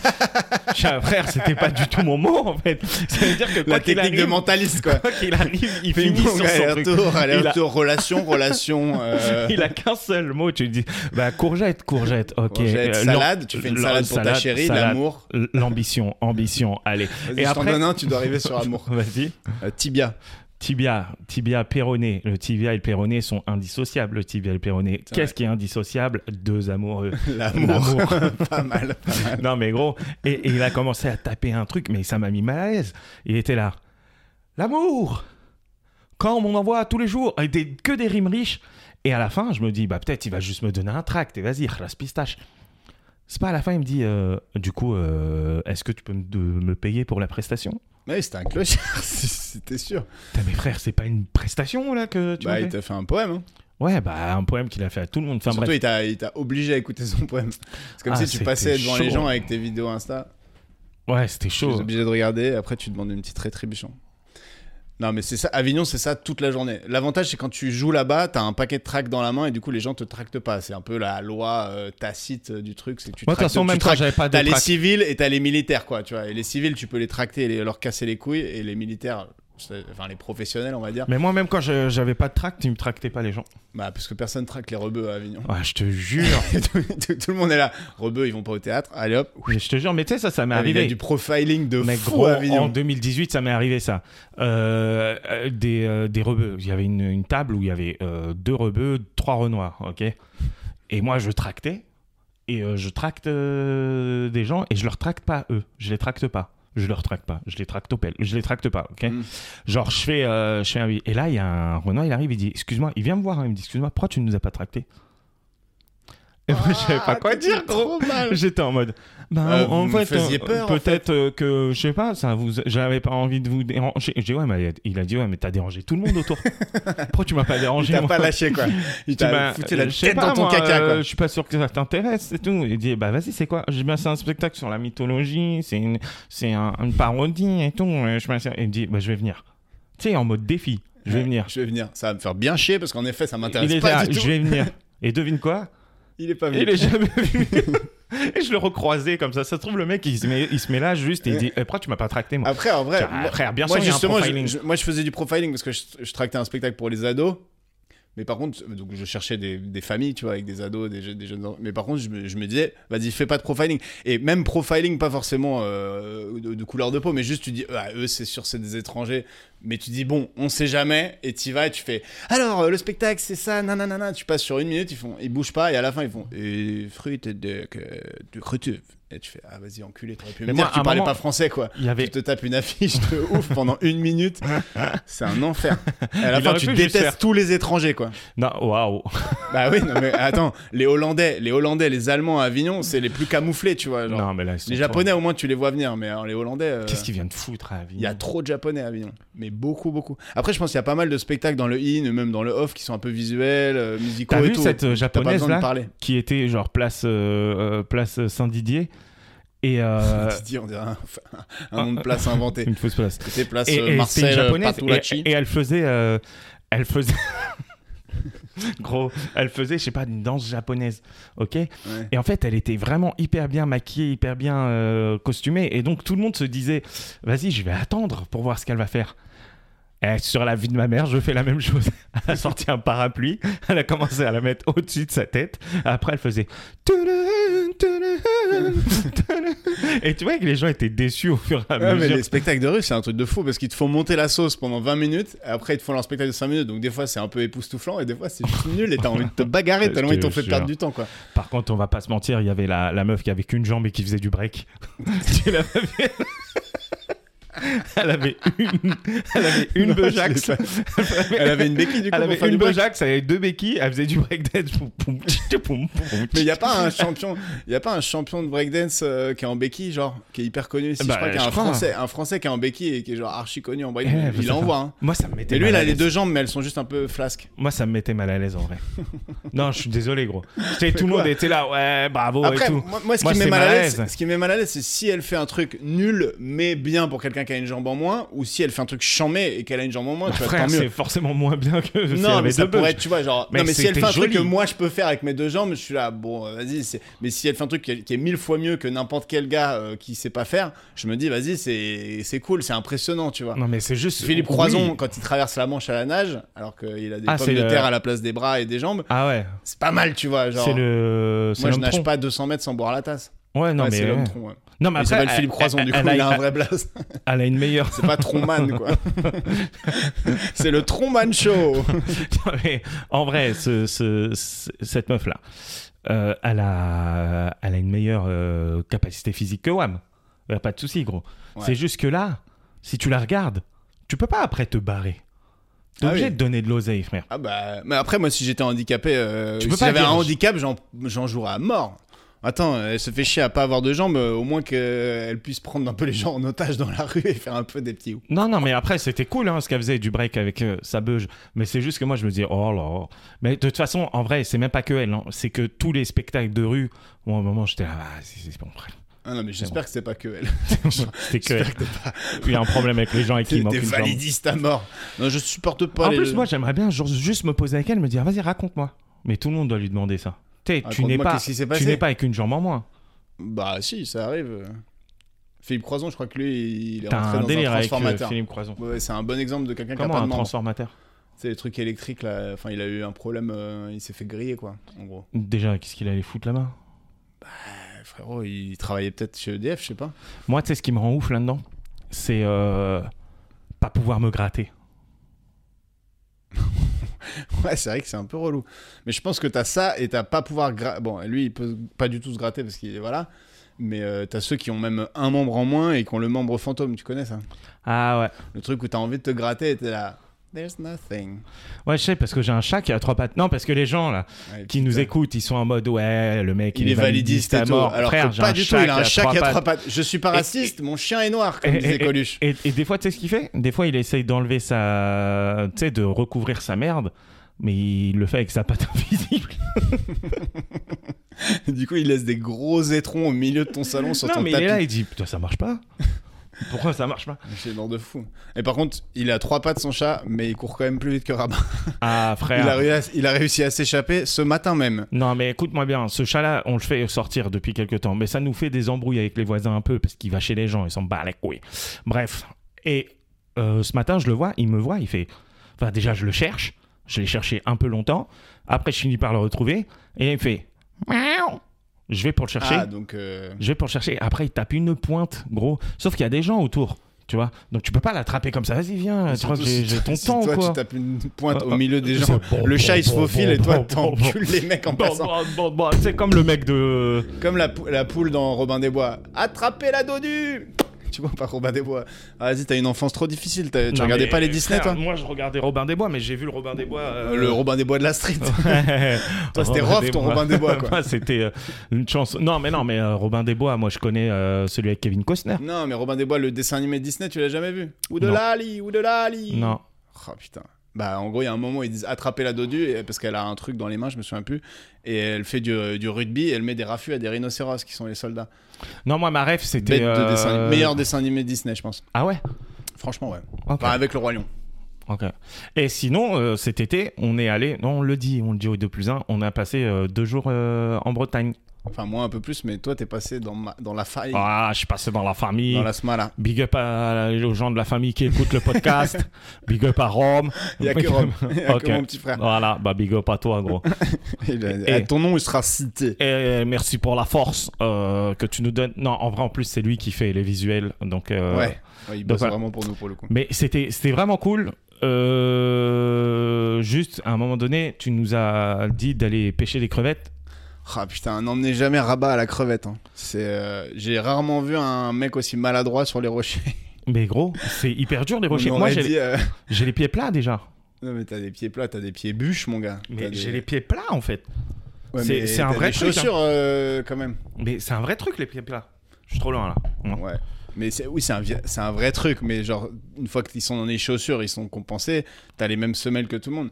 S2: J'ai un frère, c'était pas du tout mon mot, en fait. Ça veut dire que quoi
S1: La
S2: qu'il
S1: technique
S2: arrive,
S1: de mentaliste, quoi.
S2: quoi qu'il arrive, il finit
S1: Ping-pong,
S2: sur son truc.
S1: aller-retour,
S2: Il a-
S1: aller-retour, relation,
S2: (laughs)
S1: relation. euh,
S2: Il a qu'un seul mot, tu lui dis, bah, courgette, courgette, ok.
S1: courgette,
S2: Euh, l'am-
S1: salade, tu fais une
S2: l'am-
S1: salade pour ta
S2: salade,
S1: chérie,
S2: salade,
S1: l'amour.
S2: L'ambition, ambition, allez.
S1: Vas-y,
S2: Et
S1: je t'en
S2: après-
S1: donne un, tu dois arriver sur amour.
S2: (laughs) Vas-y.
S1: Euh, tibia.
S2: (laughs) Tibia, tibia, péroné. Le tibia et le péroné sont indissociables. Le tibia et le péroné.
S1: C'est
S2: Qu'est-ce qui est indissociable
S1: (laughs)
S2: Deux amoureux.
S1: L'amour. (laughs) pas mal, pas mal.
S2: non mais gros. Et, et il a commencé à taper un truc, mais ça m'a mis mal à l'aise. Il était là. L'amour Quand on en voit tous les jours et des- que des rimes riches. Et à la fin, je me dis, bah peut-être il va juste me donner un tract. Et vas-y, la pistache. C'est pas à la fin, il me dit, euh, du coup, euh, est-ce que tu peux me, de- me payer pour la prestation
S1: Mais c'était un clochard, (laughs) c'était sûr.
S2: Putain, mais frère, c'est pas une prestation là que tu
S1: bah,
S2: me
S1: il
S2: fais
S1: t'a fait un poème, hein.
S2: Ouais, bah un poème qu'il a fait à tout le monde. Enfin
S1: Surtout,
S2: bref,
S1: il t'a- il t'a obligé à écouter son poème. C'est comme
S2: Ah,
S1: si tu
S2: c'était
S1: passais devant les
S2: chaud.
S1: gens avec tes vidéos Insta.
S2: ouais, c'était
S1: Tu es
S2: chaud.
S1: obligé de regarder, après tu demandes une petite rétribution. Non, mais c'est ça, Avignon, c'est ça toute la journée. L'avantage, c'est quand tu joues là-bas, t'as un paquet de tracts dans la main et du coup, les gens te tractent pas. C'est un peu la loi euh, tacite euh, du truc. C'est que tu
S2: Moi, de toute
S1: tractes-
S2: façon,
S1: tu
S2: même quand
S1: tractes-
S2: j'avais pas de
S1: T'as les
S2: tract-
S1: civils et t'as les militaires, quoi, tu vois. Et les civils, tu peux les tracter et les- leur casser les couilles. Et les militaires, c'est- enfin, les professionnels, on va dire.
S2: Mais moi, même quand je- j'avais pas de tract, ils me tractaient pas les gens.
S1: Bah, parce que personne tracte les rebeux à Avignon.
S2: Ouais, je
S1: (laughs)
S2: te jure.
S1: tout, tout- tout le monde est là. Rebeux, ils vont pas au théâtre. Allez hop.
S2: Mais je te jure, mais tu sais, ça, ça
S1: Il
S2: m'est
S1: y a
S2: arrivé.
S1: Ah, du profiling de
S2: Mais
S1: fou
S2: gros,
S1: à Avignon.
S2: en 2018, ça m'est arrivé ça. Euh, euh, des, euh, des rebeux. Il y avait une, une table où il y avait euh, deux rebeux, trois renois, ok Et moi, je tractais. Et euh, je tracte euh, des gens et je leur tracte pas eux. Je les tracte pas. Je leur tracte pas. Je les tracte au pelle. Je les tracte pas, ok
S1: Mm.
S2: Genre, je fais, euh, je fais un... Et là, il y a un renois, il arrive, il dit Excuse-moi, il vient me voir, hein, il me dit Excuse-moi, pourquoi tu ne nous as pas tracté Et (laughs) moi, je savais pas quoi dire, gros.
S1: Ah, Trop mal.
S2: (laughs) J'étais en mode. Ben,
S1: Euh,
S2: en
S1: vous me
S2: fait,
S1: faisiez
S2: euh,
S1: peur, en
S2: peut-être euh, que je sais pas, ça vous, j'avais pas envie de vous déranger. J'ai dit, ouais, mais il a dit ouais, mais t'as dérangé tout le
S1: (laughs)
S2: monde autour. Pourquoi tu m'as pas
S1: Il
S2: dérangé
S1: t'a
S2: moi
S1: pas lâché
S2: (laughs)
S1: quoi. Il
S2: Tu
S1: t'a
S2: m'as-
S1: foutu la
S2: je sais
S1: tête
S2: pas,
S1: dans ton
S2: moi,
S1: caca
S2: euh,
S1: quoi.
S2: Je suis pas sûr que ça t'intéresse et tout. Il dit bah vas-y c'est quoi Je dis bah, c'est un spectacle sur la mythologie, c'est une, c'est un- une parodie et tout. Et je m'assieds- il me dit bah je vais venir. Tu sais en mode défi, je vais venir.
S1: Je vais venir. Ça va me faire bien chier parce qu'en effet ça
S2: Il
S1: m'intéresse
S2: est
S1: pas
S2: là,
S1: du tout.
S2: je
S1: (laughs)
S2: vais venir. Et devine quoi
S1: Il est pas
S2: Il
S1: venu.
S2: est jamais venu. (laughs) et je le recroisais comme ça. Ça se trouve, le mec, il se met, il se met là juste et il dit Eh, Pourquoi tu m'as pas tracté, moi
S1: Après en vrai,
S2: Tiens,
S1: Ah moi-
S2: Frère, bien
S1: moi
S2: sûr, il y a un
S1: justement, je,
S2: profiling.
S1: je- moi je faisais du profiling parce que je, je tractais un spectacle pour les ados. Mais par contre, donc je cherchais des, des familles, tu vois, avec des ados, des, je- des jeunes enfants. Mais par contre, je me, je me disais, vas-y, fais pas de profiling. Et même profiling, pas forcément euh, de, de couleur de peau, mais juste tu dis, ah, eux, c'est sûr, c'est des étrangers. Mais tu dis, bon, on sait jamais. Et tu vas et tu fais, alors, euh, le spectacle, c'est ça, nanana. Tu passes sur une minute, ils, font, ils bougent pas. Et à la fin, ils font, et fruit de, que- de fruit. Et tu fais, ah, vas-y, enculé, t'aurais pu me
S2: Mais
S1: dire
S2: moi,
S1: que
S2: à
S1: tu
S2: un
S1: parlais
S2: moment-
S1: pas français, quoi.
S2: Il y avait.
S1: Tu te tapes une affiche de (laughs) ouf pendant une minute. C'est un enfer. Et à la
S2: Il
S1: fin,
S2: aurait
S1: tu
S2: pu juste
S1: détestes
S2: faire.
S1: tous les étrangers, quoi.
S2: Non, waouh.
S1: Bah oui, non, mais attends, les Hollandais, les Hollandais, les Allemands à Avignon, c'est les plus camouflés, tu vois. genre.
S2: Non, mais là, ils sont
S1: les
S2: trop-
S1: Japonais, au moins, tu les vois venir, mais alors, les Hollandais. euh,
S2: Qu'est-ce qu'ils viennent de foutre à Avignon
S1: Il y a trop de japonais à Avignon, mais beaucoup, beaucoup. Après, je pense qu'il y a pas mal de spectacles dans le in, même dans le off, qui sont un peu visuels, euh, musicaux
S2: T'as
S1: et
S2: vu
S1: tout.
S2: cette euh,
S1: T'as pas
S2: japonaise
S1: besoin de
S2: là
S1: parler.
S2: qui était genre place, euh, euh, place euh, Saint-Didier
S1: (laughs)
S2: et euh,
S1: Didier, on dirait un, un nom de place inventé.
S2: une fausse place.
S1: C'était place
S2: Et,
S1: euh,
S2: et c'était une
S1: Marcel euh,
S2: japonaise
S1: Patulacci.
S2: et, et elle faisait, euh, elle faisait, (laughs) gros, elle faisait, je sais pas, une danse japonaise, ok.
S1: Ouais.
S2: Et en fait, elle était vraiment hyper bien maquillée, hyper bien euh, costumée. Et donc, tout le monde se disait, vas-y, je vais attendre pour voir ce qu'elle va faire. Eh, sur la vie de ma mère, je fais la même chose. (laughs) Elle a sorti un parapluie, elle a commencé à la mettre au-dessus de sa tête. Après, elle faisait. Tudun, tudun, tudun. Et tu vois que les gens étaient déçus au fur et à
S1: Ouais, mais
S2: mesure.
S1: les spectacles de rue, c'est un truc de fou parce qu'ils te font monter la sauce pendant 20 minutes, et après ils te font leur spectacle de 5 minutes, donc des fois c'est un peu époustouflant et des fois c'est juste nul et t'as envie
S2: (laughs)
S1: de te bagarrer
S2: Je
S1: tellement ils
S2: te
S1: t'ont fait
S2: jure.
S1: perdre du temps quoi.
S2: Par contre, on va pas se mentir, il y avait la, la meuf qui avait qu'une jambe et qui faisait
S1: (laughs)
S2: du break. tu l'avais vu Elle avait une, elle avait une
S1: Non, je l'ai
S2: Bejax.
S1: pas. Elle avait une béquille
S2: (laughs)
S1: du coup.
S2: Elle
S1: pour
S2: avait
S1: faire du
S2: une
S1: break.
S2: Bejax, elle avait deux béquilles, elle faisait du breakdance. Poum, poum, tchit, tchit, poum, poum,
S1: Mais il
S2: tchit.
S1: y a
S2: (laughs)
S1: pas un champion, il y a pas un champion de breakdance euh, qui est en béquille genre qui est hyper connu ici.
S2: Bah,
S1: je crois qu'il y a
S2: je
S1: un
S2: crois.
S1: français, un français qui est en béquille et qui est genre archi connu en breakdance.
S2: Eh, je
S1: il
S2: sais
S1: envoie. Hein.
S2: Moi, ça me mettait
S1: Mais lui il
S2: mal
S1: a
S2: à
S1: les
S2: l'aise.
S1: deux jambes mais elles sont juste un peu flasques.
S2: Moi, ça me mettait mal à l'aise en vrai. non, je suis désolé, gros. Tu sais, tout le
S1: quoi
S2: monde était là, ouais, bravo et
S1: Après, euh,
S2: tout.
S1: moi, moi, ce
S2: Moi,
S1: qui me
S2: c'est
S1: met mal à
S2: mal à
S1: l'aise,
S2: l'aise.
S1: ce qui me met mal à l'aise, c'est si elle fait un truc nul mais bien pour quelqu'un qui a une jambe en moins, ou si elle fait un truc chamé et qu'elle a une jambe en moins, tu vois,
S2: Bah, Frère,
S1: tant mieux.
S2: c'est forcément moins bien que si elle
S1: Non,
S2: avait
S1: mais ça
S2: deux bœufs.
S1: pourrait être, tu vois, genre,
S2: Mais
S1: non, mais si elle fait
S2: c'était
S1: un truc que
S2: joli.
S1: moi je peux faire avec mes deux jambes, je suis là, bon, euh, vas-y, c'est- mais si elle fait un truc qui est, qui est mille fois mieux que n'importe quel gars euh, qui sait pas faire, je me dis, vas-y, c'est c'est cool, c'est impressionnant, tu vois.
S2: Non, mais Mm, c'est juste.
S1: Philippe
S2: Oui.
S1: Croison, quand il traverse la Manche à la nage, alors qu'il a des
S2: Ah,
S1: pommes
S2: c'est
S1: de
S2: le-
S1: terre à la place des bras et des jambes,
S2: Ah ouais,
S1: c'est pas mal, tu vois, genre.
S2: c'est le. c'est
S1: Moi, je
S2: l'homme
S1: nage
S2: tronc.
S1: pas 200 mètres sans boire la tasse.
S2: Ouais, non,
S1: Ouais,
S2: mais.
S1: c'est l'homme
S2: ouais.
S1: tronc, ouais.
S2: Non, mais
S1: Il
S2: après,
S1: s'appelle Philippe Croison, du coup,
S2: elle,
S1: il a un
S2: elle-
S1: vrai blaze.
S2: elle a une meilleure. (laughs)
S1: C'est pas Tronman, quoi. c'est le Tronman Show.
S2: Non, mais en vrai, ce- ce- ce- cette meuf-là, euh, elle, a, elle a une meilleure euh, capacité physique que Wam. Y a pas de souci, gros.
S1: Ouais.
S2: C'est juste que là, si tu la regardes, tu peux pas après te barrer. T'es
S1: Ah
S2: obligé
S1: oui.
S2: de donner de l'oseille, frère.
S1: Ah bah, mais après, moi, si j'étais handicapé, euh,
S2: Tu peux
S1: si
S2: pas
S1: j'avais
S2: dire-
S1: un handicap, j'en- j'en jouerais à mort. Attends, euh, elle se fait chier à pas avoir de jambes, euh, au moins qu'elle puisse prendre un peu les gens en otage dans la rue et faire un peu des petits.
S2: Non, non, mais après, c'était cool hein, ce qu'elle faisait du break avec euh, sa beuge. Mais c'est juste que moi, je me dis, oh là. Mais de toute façon, en vrai, c'est même pas que elle. hein. C'est que tous les spectacles de rue, moi, à un moment, j'étais là, ah, c'est c'est bon, frère.
S1: Ah non, mais j'espère que c'est pas que
S2: (laughs)
S1: elle.
S2: C'était que. Il y a un problème avec les gens avec qui
S1: T'es
S2: il manque
S1: t'es
S2: une jambe.
S1: validiste à mort. Non, je supporte pas
S2: En
S1: les.
S2: plus, moi, j'aimerais bien genre, juste me poser avec elle, me dire, vas-y, raconte-moi. Mais tout le monde doit lui demander ça. T'sais, tu
S1: Raconte-moi
S2: n'es pas,
S1: qu'est-ce qui s'est
S2: tu
S1: passé.
S2: n'es pas avec une jambe en moins.
S1: Bah, si, ça arrive. Philippe Croison, je crois que lui, il est
S2: T'as
S1: rentré
S2: un
S1: dans un
S2: délire avec euh,
S1: transformateur.
S2: Philippe Croison.
S1: Ouais, c'est un bon exemple de quelqu'un qui a
S2: Comment
S1: pas de
S2: un
S1: membre.
S2: transformateur
S1: C'est les trucs électriques là. Enfin, il a eu un problème, euh, il s'est fait griller quoi, en gros.
S2: Déjà, qu'est-ce qu'il allait foutre là-bas
S1: Eh, frérot, il travaillait peut-être chez EDF, je sais pas. (laughs)
S2: Moi, tu sais, ce qui me rend ouf là-dedans, c'est euh, pas pouvoir me gratter.
S1: Ouais, c'est vrai que c'est un peu relou. Mais je pense que t'as ça et t'as pas pouvoir. gra- Bon, lui, il peut pas du tout se gratter parce qu'il est voilà. Mais euh, t'as ceux qui ont même un membre en moins et qui ont le membre fantôme, tu connais ça
S2: Ah ouais.
S1: Le truc où t'as envie de te gratter et t'es là. There's nothing.
S2: Ouais, je sais, parce que j'ai un chat qui a trois pattes. Non, parce que les gens, là,
S1: Ouais,
S2: qui
S1: putain.
S2: nous écoutent, ils sont en mode, ouais, le mec,
S1: Il est validiste et
S2: à
S1: tout.
S2: mort.
S1: Alors
S2: Frère,
S1: que
S2: j'ai
S1: pas
S2: un
S1: du tout,
S2: chat
S1: il a un chat qui a trois
S2: pattes.
S1: pattes. Je suis pas
S2: Et-
S1: raciste, mon chien est noir, comme
S2: Et-
S1: disait Coluche.
S2: Et, et des fois, tu sais ce qu'il fait Des fois, il essaye d'enlever sa. Tu sais, de recouvrir sa merde, mais il le fait avec sa patte (laughs) invisible.
S1: (laughs) Du coup, il laisse des gros étrons au milieu de ton salon sur
S2: non,
S1: ton
S2: mais il
S1: tapis.
S2: est là, il dit Putain, ça marche
S1: (laughs)
S2: pas. Pourquoi ça marche pas
S1: C'est une bande de fou. Et par contre, il a trois pattes son chat, mais il court quand même plus vite que Rabat.
S2: Ah, frère.
S1: Il a, réu- il a réussi à s'échapper ce matin même.
S2: Non, mais écoute-moi bien, ce chat-là, on le fait sortir depuis quelques temps, mais ça nous fait des embrouilles avec les voisins un peu, parce qu'il va chez les gens, il s'en bat les couilles. Bref. Et euh, ce matin, je le vois, il me voit, il fait. Enfin, déjà, je le cherche, je l'ai cherché un peu longtemps, après, je finis par le retrouver, et il me fait. Miaou Je vais pour le chercher.
S1: Ah, donc. euh,
S2: Je vais pour le chercher. Après, il tape une pointe, gros. Sauf qu'il y a des gens autour, tu vois. Donc, tu peux pas l'attraper comme ça. Vas-y, viens. Ah, Tu crois que
S1: surtout
S2: j'ai
S1: si
S2: j'ai
S1: toi- (laughs)
S2: ton
S1: si
S2: temps,
S1: toi,
S2: quoi.
S1: tu tapes une pointe
S2: Ah,
S1: au milieu des
S2: c'est
S1: gens.
S2: bon,
S1: Le chat, il se
S2: bon,
S1: faufile
S2: bon,
S1: et toi,
S2: bon,
S1: t'encules les mecs en
S2: Bon,
S1: passant.
S2: bon, bon, bon. C'est comme le mec de.
S1: Comme la, pou- la poule dans Robin des Bois. Attrapez la dodue Tu vois, pas Robin des Bois. Ah, vas-y, t'as une enfance trop difficile. t'as- Tu
S2: Non,
S1: regardais
S2: mais,
S1: pas les Disney,
S2: frère,
S1: toi
S2: Moi, je regardais Robin des Bois, mais j'ai vu le Robin des Bois. euh,
S1: Le
S2: (laughs)
S1: Robin des Bois de la street.
S2: Oh. Ouais.
S1: Toi, c'était Rof, ton Robin des Bois, quoi.
S2: (laughs) Moi, c'était euh, une chance. Non, mais non, mais euh, Robin des Bois, moi, je connais euh, celui avec Kevin Costner.
S1: Non, mais Robin des Bois, le dessin animé Disney, tu l'as jamais vu Ou de
S2: Non.
S1: Lali, ou de Lali
S2: Non.
S1: Oh putain. Bah en gros, il y a un moment où ils disent attraper la dodue et- parce qu'elle a un truc dans les mains, je me souviens plus, et elle fait du, du rugby, et elle met des rafus à des rhinocéros qui sont les soldats.
S2: Non, moi, ma
S1: Bête
S2: ref, c'était.
S1: de
S2: euh,
S1: dessin, animé- meilleur dessin animé Disney, je pense.
S2: Ah ouais
S1: Franchement, ouais.
S2: Ok.
S1: Enfin, avec le roi lion.
S2: Ok. Et sinon, euh, cet été, on est allé, non, on le dit, on le dit au 2 plus 1, on a passé euh, deux jours euh, en Bretagne.
S1: Enfin, moi un peu plus, mais toi, t'es passé dans, ma- dans la faille,
S2: Ah, je suis passé dans la famille.
S1: dans la
S2: (laughs)
S1: smala.
S2: Big up à- aux gens de la famille qui écoutent le podcast.
S1: (laughs)
S2: big up à Rome.
S1: Il y a que Rome. Il y a
S2: Ok.
S1: que mon petit frère.
S2: (laughs) Voilà, bah big up à toi, gros.
S1: Il a-
S2: Et-
S1: à ton nom, il sera cité.
S2: Et merci pour la force euh, que tu nous donnes. Non, en vrai, en plus, c'est lui qui fait les visuels. Donc, euh,
S1: ouais. Ouais, il
S2: donc
S1: bosse
S2: voilà.
S1: vraiment pour nous, pour le coup.
S2: Mais c'était c'était vraiment cool. Euh, juste, à un moment donné, tu nous as dit d'aller pêcher des crevettes.
S1: Ah putain, n'emmenez jamais Rabat à la crevette. hein. C'est, euh, J'ai rarement vu un mec aussi maladroit sur les rochers.
S2: Mais gros, c'est hyper dur les
S1: (laughs)
S2: rochers.
S1: On
S2: Moi,
S1: aurait
S2: j'ai
S1: dit, euh,
S2: j'ai les pieds plats déjà.
S1: Non, mais t'as des pieds plats, t'as des pieds bûches, mon gars. T'as
S2: Mais
S1: des-
S2: j'ai les pieds plats en fait.
S1: Ouais,
S2: c'est-
S1: mais
S2: c'est un
S1: t'as
S2: vrai
S1: des
S2: truc, hein.
S1: chaussures, euh, quand même.
S2: Mais c'est un vrai truc, les pieds plats. Je suis trop loin là. Non.
S1: Ouais. Mais c'est- oui, c'est un, vi- c'est un vrai truc. Mais genre, une fois qu'ils sont dans les chaussures, ils sont compensés. T'as les mêmes semelles que tout le monde.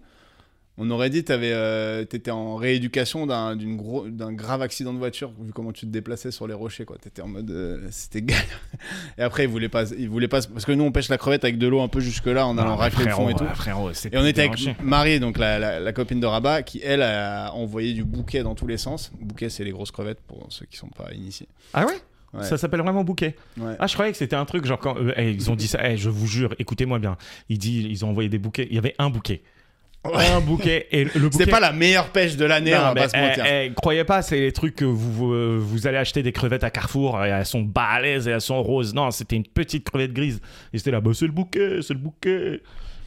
S1: On aurait dit, t'avais, euh, t'étais en rééducation d'un, d'une gros, d'un grave accident de voiture, vu comment tu te déplaçais sur les rochers, quoi. T'étais en mode, euh, c'était galère. (laughs) Et après, ils voulaient pas, ils voulaient pas, parce que nous, on pêche la crevette avec de l'eau un peu jusque là, en allant
S2: Ah,
S1: racler le fond
S2: frérot,
S1: et tout.
S2: ah, frérot, c'était
S1: Et on était
S2: dérangé.
S1: avec Marie, donc la, la- la copine de Rabat, qui elle a envoyé du bouquet dans tous les sens. Bouquet, c'est les grosses crevettes pour ceux qui sont pas initiés.
S2: Ah ouais,
S1: Ouais.
S2: Ça s'appelle vraiment bouquet.
S1: Ouais.
S2: Ah, je croyais que c'était un truc genre quand euh, eh, ils ont dit ça. eh, je vous jure, écoutez-moi bien. Ils disent, ils ont envoyé des bouquets. Il y avait un bouquet.
S1: Ouais.
S2: Un bouquet et le
S1: (laughs)
S2: bouquet.
S1: C'était pas la meilleure pêche de l'année,
S2: Non,
S1: on va
S2: mais,
S1: pas se
S2: eh,
S1: mentir.
S2: eh, croyez pas, c'est les trucs que vous, vous, vous allez acheter des crevettes à Carrefour, et elles sont balèzes et elles sont roses. Non, c'était une petite crevette grise. Et c'était là, bah, c'est le bouquet, c'est le bouquet.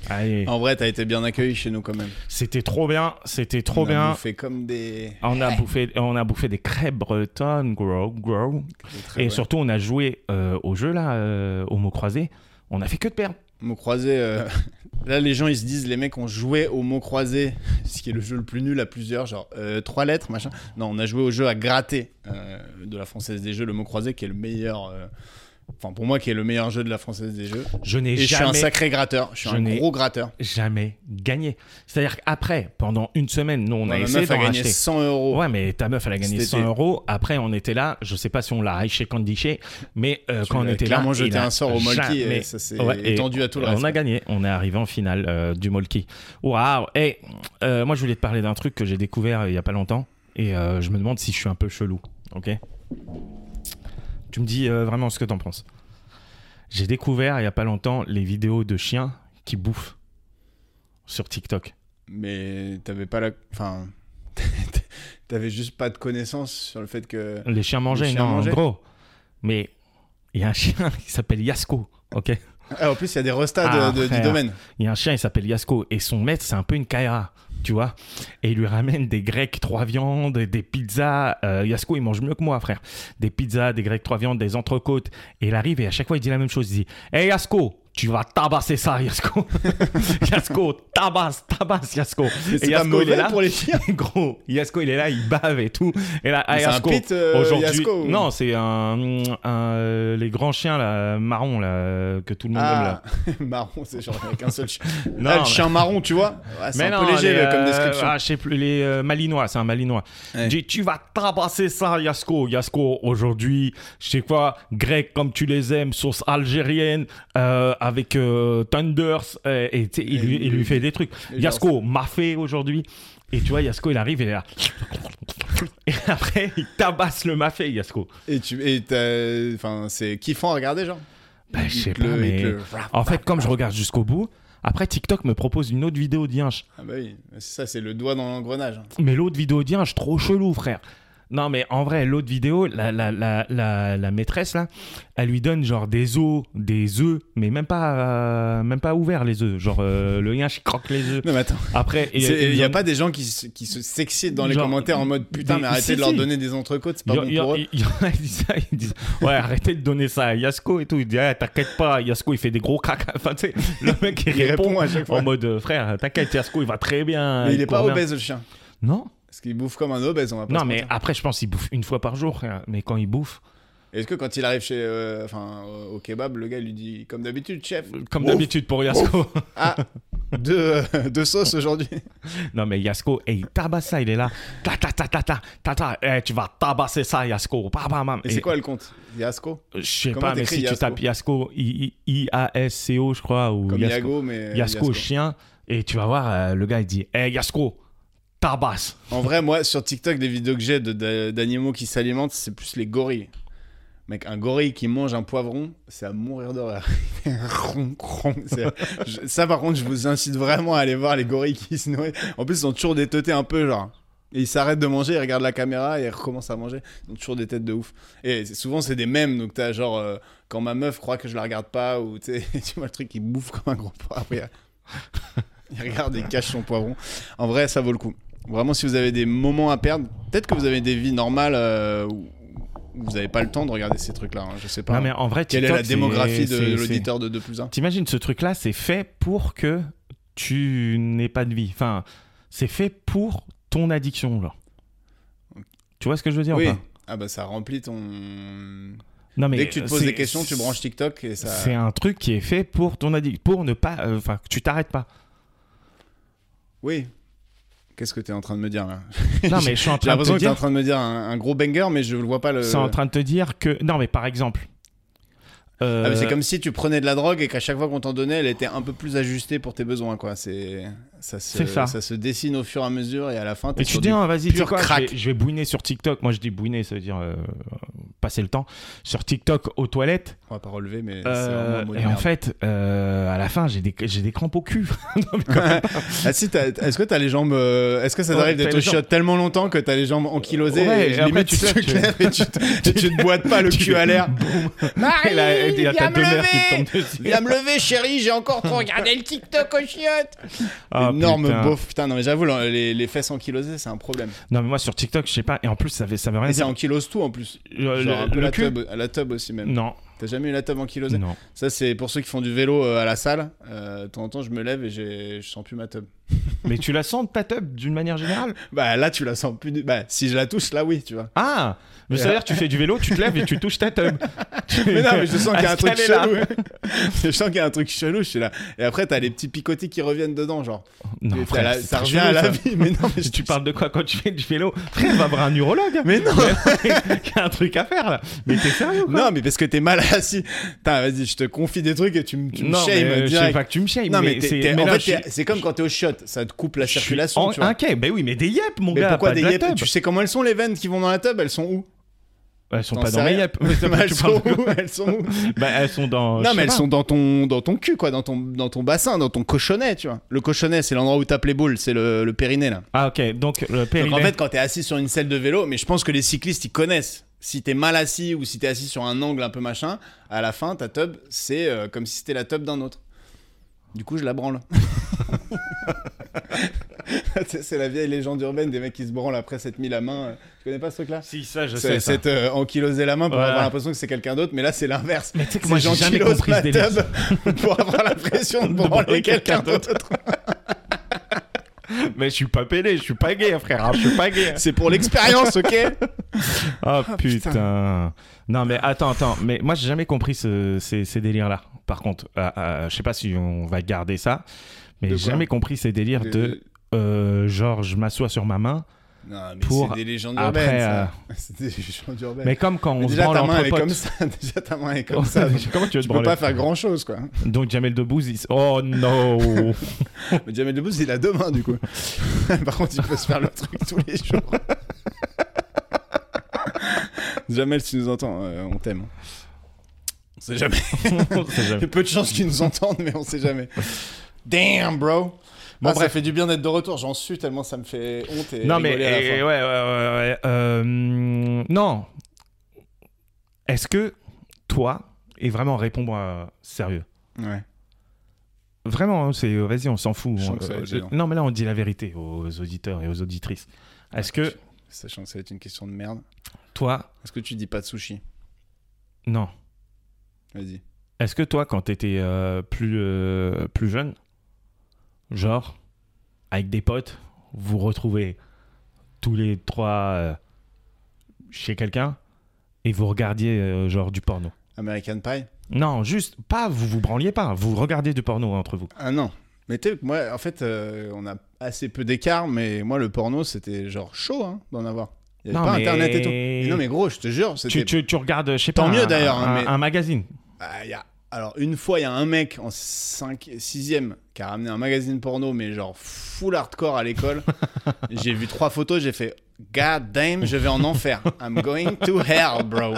S2: Allez,
S1: En vrai, t'as été bien accueilli chez nous quand même.
S2: c'était trop bien, c'était trop
S1: on
S2: bien.
S1: On fait comme des.
S2: On a, bouffé, on a bouffé des crêpes bretonnes, gros, gros.
S1: des très-
S2: Et
S1: ouais.
S2: surtout, on a joué euh, au jeu, là, euh, au mot croisé. On a fait que de perdre.
S1: Mots croisés. euh, (laughs) Là, les gens, ils se disent, les mecs ont joué au mot croisé, (laughs) ce qui est le jeu le plus nul à plusieurs, genre euh, trois lettres, machin. Non, on a joué au jeu à gratter euh, de la française des jeux, le mot croisé, qui est le meilleur. euh, Enfin, pour moi, qui est le meilleur jeu de la française des jeux.
S2: Je n'ai
S1: Et, je suis un
S2: jamais,
S1: sacré gratteur. Je suis
S2: Je
S1: un
S2: n'ai-
S1: gros gratteur.
S2: jamais gagné. C'est-à-dire qu'après, pendant une semaine, nous, on
S1: Non,
S2: a
S1: ma
S2: essayé
S1: meuf a
S2: d'en
S1: gagné
S2: racheter.
S1: 100 euros.
S2: Ouais, mais ta meuf, elle a gagné
S1: Oh. C'était-
S2: 100 euros. Après, on était là. Je sais pas si on l'a chez Candy Shea, mais euh,
S1: Tu
S2: quand on
S1: lui as
S2: était là.
S1: clairement jeté
S2: il a
S1: un sort au Molki et
S2: jamais-
S1: ça s'est
S2: Ouais, et
S1: étendu à tout le
S2: on
S1: reste.
S2: a gagné. On est arrivé en finale euh, du Molki. Waouh! Et moi, je voulais te parler d'un truc que j'ai découvert euh, il y a pas longtemps. Et euh, je me demande si je suis un peu chelou. Ok? Tu me dis euh, vraiment ce que t'en penses. J'ai découvert il y a pas longtemps les vidéos de chiens qui bouffent sur TikTok.
S1: Mais t'avais pas la. Enfin. (laughs) T'avais juste pas de connaissance sur le fait que.
S2: Les chiens mangeaient,
S1: Les chiens
S2: non,
S1: mangeaient.
S2: gros. Mais il y a un chien (laughs) qui s'appelle Yasko, ok
S1: Ah, en plus, il y a des restats de-
S2: Ah,
S1: de- du
S2: frère.
S1: domaine.
S2: Il y a un chien, il s'appelle Yasko, et son maître, c'est un peu une caïra, tu vois Et il lui ramène des grecs, trois viandes, des pizzas. Euh, Yasko, il mange mieux que moi, frère. Des pizzas, des grecs, trois viandes, des entrecôtes. Et il arrive, et à chaque fois, il dit la même chose. Il dit « Hey, Yasko, tu vas tabasser ça, (laughs) Yasko !» Yasko, tabasse, tabasse, Yasko
S1: Mais
S2: Et
S1: C'est pas
S2: Yasko, il est
S1: mauvais
S2: là.
S1: pour les chiens.
S2: (laughs) Gros, Yasko, il est là, il bave et tout. Et là,
S1: Mais
S2: hey,
S1: c'est un
S2: Yasko,
S1: pit, euh,
S2: Ah, aujourd'hui,
S1: Yasko, ou-
S2: non, c'est un, un- les grands chiens là, marrons là, que tout le monde aime là.
S1: Ah, (laughs) marron, c'est genre avec un seul chien.
S2: (laughs) Non,
S1: Ah, le
S2: mais-
S1: chien marron, tu
S2: (laughs)
S1: vois. Ouais, Ah, c'est
S2: Mais
S1: un
S2: non,
S1: peu léger
S2: les,
S1: là, comme
S2: euh,
S1: description.
S2: ah, je sais plus, les euh, malinois, c'est un malinois.
S1: Ouais.
S2: Il dit, tu vas tabasser ça, Yasko. Yasko, aujourd'hui, je sais quoi, grec comme tu les aimes, sauce algérienne, euh, avec euh, Thunders, euh, et tu sais, il,
S1: Et
S2: lui-
S1: il-
S2: il lui fait des trucs.
S1: Et genre,
S2: Yasko, m'a fait aujourd'hui. Et tu vois, Yasko, il arrive, il est là. (laughs) Et après, il tabasse le mafé, Yasko.
S1: Et tu. Et t'as- Enfin, c'est kiffant à regarder, genre.
S2: Bah, je
S1: Il
S2: sais
S1: te le-
S2: pas,
S1: il
S2: mais.
S1: te le-
S2: En fait, comme je regarde jusqu'au bout, après, TikTok me propose une autre vidéo d'Yinche.
S1: Ah, bah oui. Ça, c'est le doigt dans l'engrenage. hein.
S2: Mais l'autre vidéo d'Yinche, trop chelou, frère. Non, mais en vrai, l'autre vidéo, la, la, la, la, la maîtresse, là, elle lui donne genre des os, des œufs, mais même pas, euh, même pas ouvert les œufs. Genre, euh, le Yinche, il croque les œufs.
S1: Non, mais attends.
S2: Après,
S1: Il
S2: ils
S1: n'y a
S2: ont-
S1: pas des gens qui, se- qui se s'excitent dans les
S2: Genre,
S1: commentaires en mode putain,
S2: des-
S1: mais arrêtez
S2: si,
S1: de leur
S2: si.
S1: donner des entrecôtes, c'est pas
S2: ils-
S1: bon
S2: ils-
S1: pour eux.
S2: ils- (laughs) ils disent ça, ils disent, ouais, arrêtez de donner ça à Yasko et tout. Il dit, ah, t'inquiète pas, Yasko, il fait des gros caca. Enfin, tu sais, le mec, il,
S1: Il répond à chaque fois.
S2: en mode, euh, frère, t'inquiète, Yasko, il va très bien.
S1: Mais il est pas
S2: court bien.
S1: obèse le chien.
S2: Non,
S1: Parce qu'il bouffe comme un obèse, on va pas
S2: non,
S1: se
S2: mais
S1: mentir.
S2: après, je pense qu'il bouffe une fois par jour, frère. mais quand il bouffe,
S1: Est-ce que quand il arrive chez, euh, enfin, au- au kebab, le gars lui dit comme d'habitude, chef,
S2: comme
S1: Ouf.
S2: d'habitude pour Yasko.
S1: ah, deux, euh, deux sauces aujourd'hui.
S2: (laughs) Non, mais Yasko, hey, il tabasse ça, il est là. Ta ta ta ta ta ta ta. Eh, tu vas tabasser ça, Yasko. Bam, bam, bam.
S1: Et c'est quoi le compte Yasco
S2: Je sais
S1: Comment
S2: pas, mais si
S1: t'écris
S2: tu tapes Yasko, I- I- I-A-S-C-O, je crois, ou
S1: Comme eh,
S2: Yasko,
S1: Yago, mais.
S2: euh, Eh, Yasko chien, et tu vas voir, euh, le gars, il dit, hey, Yasko, Starbass.
S1: En vrai, moi, sur TikTok, des vidéos que j'ai de- de- d'animaux qui s'alimentent, c'est plus les gorilles. Mec, un gorille qui mange un poivron, c'est à mourir de rire. Ron, ron, c'est- je- Ça, par contre, je vous incite vraiment à aller voir les gorilles qui se nourrissent. En plus, ils ont toujours des teutés un peu, genre. Et ils s'arrêtent de manger, ils regardent la caméra et ils recommencent à manger. Ils ont toujours des têtes de ouf. Et c'est- souvent, c'est des mêmes. Donc, t'as genre, euh, quand ma meuf croit que je la regarde pas, ou tu sais, (laughs) tu vois le truc, il bouffe comme un gros poivre. il- Il regarde et il cache son poivron. En vrai, ça vaut le coup. Vraiment, si vous avez des moments à perdre, peut-être que vous avez des vies normales euh, où où vous n'avez pas le temps de regarder ces trucs-là. hein, Je sais pas.
S2: Non, mais en vrai,
S1: Quelle est
S2: TikTok,
S1: la démographie
S2: c'est-
S1: de
S2: c'est-
S1: l'auditeur de 2 plus 1
S2: c'est- T'imagines, ce truc-là, c'est fait pour que tu n'aies pas de vie. Enfin, c'est fait pour ton addiction, genre. Tu vois ce que je veux dire ou
S1: Oui.
S2: pas
S1: Ah bah ça remplit ton...
S2: Non, mais euh,
S1: Dès que tu te poses
S2: c'est-
S1: des questions, tu branches TikTok et ça...
S2: C'est un truc qui est fait pour ton addiction, pour ne pas, euh, enfin, que tu t'arrêtes
S1: (laughs)
S2: pas.
S1: Oui. Qu'est-ce que tu es en train de me dire là
S2: Non, mais je suis en
S1: J'ai
S2: train de
S1: l'impression
S2: te
S1: que tu es en
S2: dire,
S1: train de me dire un, un gros banger, mais je le vois pas le...
S2: c'est en train de te dire que, non, mais par exemple, euh,
S1: Ah, mais c'est comme si tu prenais de la drogue et qu'à chaque fois qu'on t'en donnait, elle était un peu plus ajustée pour tes besoins. quoi. C'est ça, se...
S2: C'est ça.
S1: se dessine au fur et à mesure et à la fin, t'es
S2: Et tu
S1: sur
S2: dis,
S1: du-
S2: ah, vas-y, tu sais
S1: pur
S2: quoi, je
S1: crack.
S2: vais, je vais bouiner sur TikTok. Moi, je dis bouiner, ça veut dire euh, passer le temps. Sur TikTok aux toilettes.
S1: On va pas relever, mais c'est vraiment
S2: Euh,
S1: un mot de
S2: et en
S1: merde.
S2: fait, euh, à la fin, j'ai des, j'ai des crampes au cul.
S1: Ah si, t'as- est-ce que t'as les jambes... euh, Est-ce que ça
S2: Ouais,
S1: t'arrive
S2: t'as
S1: d'être
S2: les
S1: au shot
S2: jambes-
S1: tellement longtemps que t'as les jambes ankylosées et,
S2: Ouais, et après,
S1: limite,
S2: tu
S1: tu
S2: te
S1: te
S2: lèves,
S1: lèves et tu te, et (laughs) tu te boites
S2: (laughs)
S1: pas le cul à l'air.
S2: Et là, il y a
S1: viens
S2: ta
S1: me
S2: demeure
S1: lever
S2: qui te tombe dessus.
S1: Viens me lever, chérie, j'ai encore trop regardé le TikTok au chiottes.
S2: Ah,
S1: Énorme
S2: putain.
S1: beauf. Putain, non, mais j'avoue, les, les fesses ankylosées, c'est un problème.
S2: Non, mais moi, sur TikTok, je sais pas. Et en plus, ça veut, ça veut rien
S1: Et ça
S2: dire. Euh,
S1: ankylose tout en plus.
S2: Le,
S1: Genre
S2: le-
S1: un peu
S2: le
S1: la
S2: cul Mm.
S1: tub, la tub aussi même.
S2: Non,
S1: T'as jamais eu la tub ankylosée
S2: non.
S1: Ça, c'est pour ceux qui font du vélo euh, à la salle. Euh, de temps en temps, je me lève et j'ai- je sens plus ma tub.
S2: mais tu la sens, ta teub, d'une manière générale
S1: Bah là, tu la sens plus. du- Bah, si je la touche, là, oui, tu vois.
S2: Ah Mais ça veut dire que tu fais du vélo, tu te lèves et tu touches ta teub.
S1: (laughs) Mais non, mais je
S2: (laughs)
S1: sens qu'il y a un
S2: Est-ce
S1: truc
S2: qu'elle est là
S1: chelou. (laughs) je sens qu'il y a un truc chelou, je suis là. Et après, t'as les petits picotis qui reviennent dedans, genre.
S2: Non,
S1: Et
S2: frère,
S1: t'as la-
S2: c'est
S1: ça
S2: très
S1: revient à
S2: chelou,
S1: la
S2: ça.
S1: vie. Mais non, mais
S2: Si
S1: je-
S2: (laughs) tu parles de quoi quand tu fais du vélo Frère, va voir un urologue.
S1: Mais non.
S2: (laughs) Il y a un truc à faire là. Mais t'es sérieux quoi
S1: (laughs) Non, mais parce que t'es mal assis. Putain, vas-y, je te confie des trucs et tu me tu me
S2: Non, mais,
S1: shames
S2: euh, je sais
S1: direct.
S2: pas que tu me shames.
S1: Non, mais, t'es-
S2: c'est
S1: t'es-
S2: mais
S1: en
S2: là,
S1: fait,
S2: je suis-
S1: t'es- c'est comme quand t'es au shot, ça te coupe la
S2: je suis
S1: circulation,
S2: en-
S1: tu vois.
S2: Ok, ben oui, mais des yep, mon
S1: Mais
S2: gars.
S1: pourquoi
S2: pas
S1: des
S2: de la
S1: yep
S2: teub.
S1: Tu sais comment elles sont les veines qui vont dans la tub Elles sont où
S2: Elles sont
S1: T'en
S2: pas
S1: sais
S2: dans mes
S1: rien.
S2: yep. (laughs) Mais c'est pas-
S1: Elles
S2: (laughs) tu
S1: sont
S2: parles de
S1: où
S2: quoi
S1: Elles sont où
S2: (laughs) Bah, elles sont dans. je
S1: Non,
S2: sais
S1: mais elles
S2: pas.
S1: sont dans ton, dans ton cul, quoi, dans ton, dans ton bassin, dans ton cochonnet, tu vois. Le cochonnet, c'est l'endroit où tapes les boules, c'est le, le périnée, là.
S2: Ah, ok, donc le
S1: Donc
S2: périnée.
S1: en fait, quand t'es assis sur une selle de vélo, mais je pense que les cyclistes, ils connaissent. Si t'es mal assis ou si t'es assis sur un angle un peu machin, à la fin, ta tub, c'est euh, comme si c'était la tub d'un autre. Du coup, je la
S2: (laughs)
S1: branle. c'est c'est la vieille légende urbaine des mecs qui se branlent après s'être mis la main. euh. Tu connais pas ce truc-là
S2: Si, ça, je
S1: C'est
S2: sais. ça.
S1: s'être euh, ankylosé la main pour
S2: Ouais.
S1: avoir l'impression que c'est quelqu'un d'autre, mais là, c'est l'inverse.
S2: Mais tu sais que
S1: C'est
S2: moi, j'ai
S1: Jean
S2: jamais
S1: qui lose
S2: compris ce
S1: la
S2: délire.
S1: tub (laughs) pour avoir l'impression de branler quelqu'un d'autre.
S2: Mais je suis pas pédé, je suis pas gay, frère. hein, Je suis
S1: (laughs)
S2: pas gay.
S1: C'est pour l'expérience, ok
S2: Oh
S1: Ah, putain.
S2: putain. Non mais attends, attends. Mais moi j'ai jamais compris ce- ces, ces délires-là. Par contre, euh, euh, je sais pas si on va garder ça, mais
S1: De
S2: j'ai
S1: quoi
S2: jamais compris ces délires de euh, genre je m'assois sur ma main.
S1: Non, mais
S2: Pour
S1: c'est des légendes
S2: après,
S1: urbaines, ça. (laughs) C'est des légendes urbaines.
S2: Mais comme quand
S1: Mais
S2: on se
S1: déjà,
S2: branle
S1: ta main, elle
S2: entre
S1: est
S2: potes.
S1: comme ça. (laughs) Déjà, ta main est comme ça.
S2: (laughs)
S1: donc
S2: Comment tu veux
S1: Tu
S2: te
S1: peux
S2: branler
S1: pas faire grand-chose, quoi.
S2: (laughs) Donc Jamel Debbouze, il... se- oh
S1: (laughs)
S2: no.
S1: Mais Jamel Debbouze, il a deux mains, du coup. (laughs) Par contre, il peut se faire le truc tous les jours. (laughs) Jamel, si tu nous entends, euh, on t'aime. On sait jamais.
S2: On sait
S1: Il y a
S2: jamais.
S1: peu de chances qu'ils nous entendent, mais on sait jamais. Damn, bro.
S2: Bon,
S1: Bon, Ça
S2: bref.
S1: fait du bien d'être de retour. J'en suis tellement ça me fait honte. Et
S2: Ah, non mais
S1: rigoler à la
S2: eh,
S1: fois.
S2: ouais ouais ouais. ouais, euh, hum, non. Est-ce que toi et vraiment répondre à... sérieux.
S1: Ouais.
S2: Vraiment, hein, c'est euh, vas-y, on s'en fout.
S1: Je sens
S2: On-
S1: que ça va
S2: euh,
S1: être gênant.
S2: non, mais là, on dit la vérité aux auditeurs et aux auditrices. Est-ce que
S1: Sachant que ça va être une question de merde.
S2: toi,
S1: Est-ce que tu dis pas de sushi
S2: non,
S1: Vas-y.
S2: est-ce que toi, quand t'étais euh, plus euh, plus jeune, genre avec des potes, vous retrouvez tous les trois euh, chez quelqu'un et vous regardiez euh, genre du porno.
S1: American Pie
S2: Non, juste pas, vous vous branliez pas, vous regardiez du porno entre vous.
S1: Ah non. Mais tu sais, moi, en fait, euh, on a assez peu d'écart, mais moi, le porno, c'était genre chaud hein, d'en avoir. Il y avait
S2: Non,
S1: pas
S2: mais-
S1: Internet et tout. Mais non, mais gros, je te jure,
S2: Tu,
S1: c'était.
S2: tu- tu regardes, je sais pas,
S1: Tant mieux
S2: un-
S1: d'ailleurs, hein,
S2: un-
S1: mais-
S2: un magazine.
S1: Ah, Il y a Alors, une fois, il y a un mec en 5 6e qui a ramené un magazine porno, mais genre full hardcore à l'école. j'ai vu trois photos, j'ai fait God damn, je vais en enfer. I'm going to hell, bro.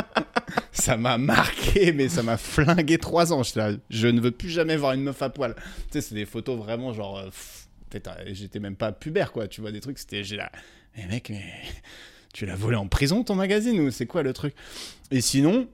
S1: ça m'a marqué, mais ça m'a flingué trois ans. J'étais là, je ne veux plus jamais voir une meuf à poil. Tu sais, c'est des photos vraiment genre. euh, pff, peut-être, euh, J'étais même pas pubère, quoi. Tu vois des trucs, c'était. J'ai là. Mais mec, mais. Tu l'as volé en prison ton magazine ou c'est quoi le truc Et sinon,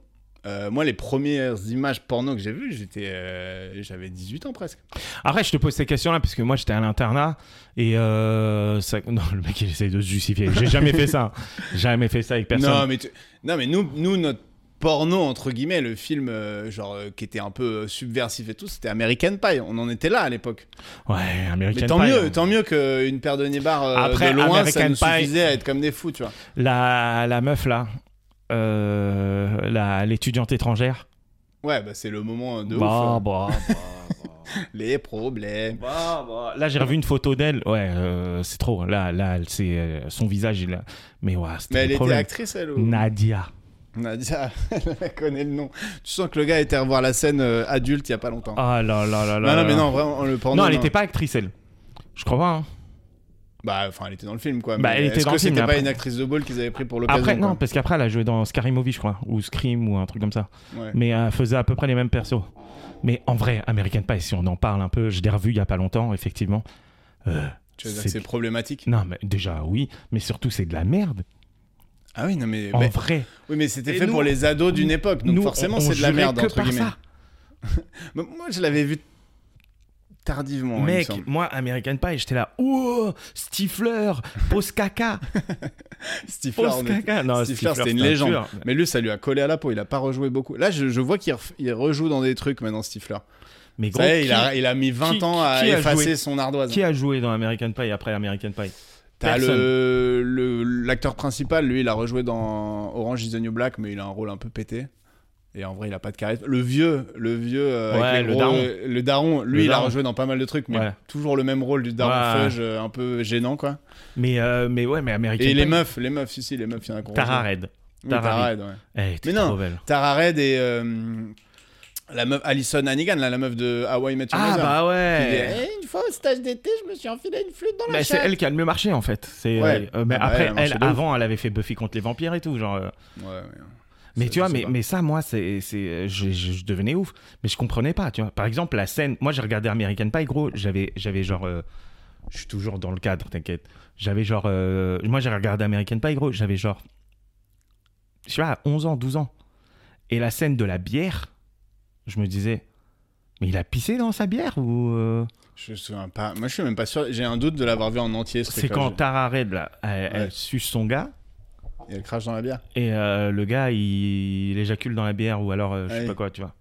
S1: euh, moi, les premières images porno que j'ai vues, j'étais, euh, j'avais 18 ans presque.
S2: Après, je te pose ces questions-là parce que moi, j'étais à l'internat et euh, ça- (laughs) non, le mec il essaye de se justifier. J'ai jamais fait ça, hein. jamais fait ça avec personne.
S1: Non, mais, tu- non, mais nous, nous, notre porno, entre guillemets, le film euh, genre, euh, qui était un peu euh, subversif et tout, c'était American Pie. On en était là à l'époque.
S2: Ouais, American
S1: mais tant
S2: Pie,
S1: mieux,
S2: hein.
S1: tant mieux qu'une paire de nébards euh,
S2: Après,
S1: de loin, ça
S2: American
S1: nous
S2: Pie-
S1: suffisait à être comme des fous, tu vois.
S2: La, la meuf là, euh, la- l'étudiante étrangère.
S1: Ouais, bah, c'est le moment de
S2: Bah,
S1: ouf.
S2: bah,
S1: (laughs) hein. Les problèmes.
S2: bah, bah. Là, j'ai revu une photo d'elle. Ouais, euh, c'est trop. Là, là, elle- c'est euh, son visage. Il... a- Mais ouais, c'était
S1: Mais
S2: le
S1: elle était
S2: problème.
S1: actrice, elle ou...
S2: Nadia.
S1: Nadia, (laughs) elle connaît le nom. Tu sens que le gars était revoir la scène euh, adulte il y a pas longtemps.
S2: Ah là là là là.
S1: non,
S2: là
S1: non, mais
S2: là.
S1: non, vraiment, le porno.
S2: Non, elle n'était pas actrice, elle. Je crois pas. hein.
S1: Bah, enfin, elle était dans le film, quoi.
S2: Bah,
S1: mais
S2: elle était
S1: est-ce
S2: dans
S1: que
S2: le film,
S1: C'était
S2: mais
S1: pas
S2: après-
S1: une actrice de ball qu'ils avaient pris pour l'occasion.
S2: Après,
S1: quoi.
S2: non, parce qu'après, elle a joué dans Scary Movie, je crois, ou Scream, ou un truc comme ça.
S1: Ouais.
S2: Mais elle faisait à peu près les mêmes persos. Mais en vrai, American Pie, si on en parle un peu, je l'ai revu il y a pas longtemps, effectivement. Euh,
S1: Tu veux dire
S2: c'est-
S1: que c'est problématique
S2: non, mais déjà, oui, mais surtout, c'est de la merde.
S1: Ah oui, non, mais.
S2: En
S1: mais-
S2: vrai,
S1: oui, mais c'était
S2: Et
S1: fait
S2: nous-
S1: pour les ados d'une époque, donc
S2: nous,
S1: forcément,
S2: on- on
S1: c'est de la
S2: jurait
S1: merde,
S2: que
S1: entre
S2: par
S1: guillemets.
S2: ça.
S1: Mais moi, je l'avais vu tardivement. il me
S2: Mec,
S1: semble.
S2: moi, American Pie, j'étais là, oh, Stifler,
S1: (laughs)
S2: pose caca,
S1: Stifler,
S2: pose
S1: on était-
S2: caca. Non,
S1: Stifler, c'était une
S2: un
S1: légende.
S2: tueur.
S1: Mais lui, ça lui a collé à la peau, il a pas rejoué beaucoup. Là, je, je vois qu'il ref- il rejoue dans des trucs maintenant, Stifler.
S2: Mais
S1: Ça
S2: gros,
S1: y est,
S2: qui,
S1: il, a, il a mis 20
S2: qui-
S1: ans à
S2: qui a
S1: effacer
S2: joué
S1: son ardoise.
S2: qui a joué dans American Pie après American Pie
S1: T'as
S2: Personne.
S1: le, le- l'acteur principal, lui, il a rejoué dans Orange is the New Black, mais il a un rôle un peu pété. Et en vrai, il a pas de charisme. Le vieux, le vieux, euh,
S2: Ouais,
S1: avec les
S2: le
S1: gros-
S2: daron.
S1: euh, le daron, lui,
S2: Le
S1: il
S2: daron.
S1: a rejoué dans pas mal de trucs, mais
S2: Ouais.
S1: toujours le même rôle du daron
S2: Ouais.
S1: feuge, euh, un peu gênant, quoi.
S2: Mais, euh, mais ouais, mais American
S1: Et
S2: Pie.
S1: les meufs, les meufs, si, si, les meufs, il y en a qu'on
S2: Tara
S1: rejoue.
S2: Red.
S1: Oui,
S2: Tara
S1: Tara
S2: Reid.
S1: Reid, ouais.
S2: Eh, t'es
S1: Mais non.
S2: trop belle.
S1: Tara Reid et euh, la meuf Alison Hannigan, là, la meuf de Hawaii Met Your
S2: Ah
S1: Mother.
S2: bah
S1: Qui
S2: ouais.
S1: dit, Eh, une fois au stage d'été, je me suis enfilé une flûte dans la
S2: Mais c'est
S1: chatte.
S2: elle qui a le mieux marché en fait. C'est
S1: Ouais.
S2: euh, mais
S1: Ah bah,
S2: après
S1: elle a marché
S2: elle,
S1: de ouf.
S2: avant elle avait fait Buffy contre les vampires et tout genre. euh.
S1: Ouais, ouais.
S2: Mais
S1: Ça,
S2: tu
S1: je
S2: vois
S1: sais
S2: mais,
S1: pas.
S2: mais ça moi c'est c'est je, je- je devenais ouf mais je comprenais pas tu vois. Par exemple la scène moi j'ai regardé American Pie gros j'avais j'avais genre euh, je suis toujours dans le cadre t'inquiète j'avais genre euh, moi j'ai regardé American Pie gros j'avais genre je sais pas 11 ans 12 ans et la scène de la bière je me disais mais il a pissé dans sa bière ou euh,
S1: Je me souviens pas. Moi, je suis même pas sûr. J'ai un doute de l'avoir vu en entier. ce
S2: C'est
S1: truc-là.
S2: quand Tara Red, là, elle,
S1: Ouais.
S2: elle suce son gars
S1: Et elle crache dans la bière.
S2: et euh, le gars il, il éjacule dans la bière ou alors euh, je sais
S1: Ouais.
S2: pas quoi, tu vois.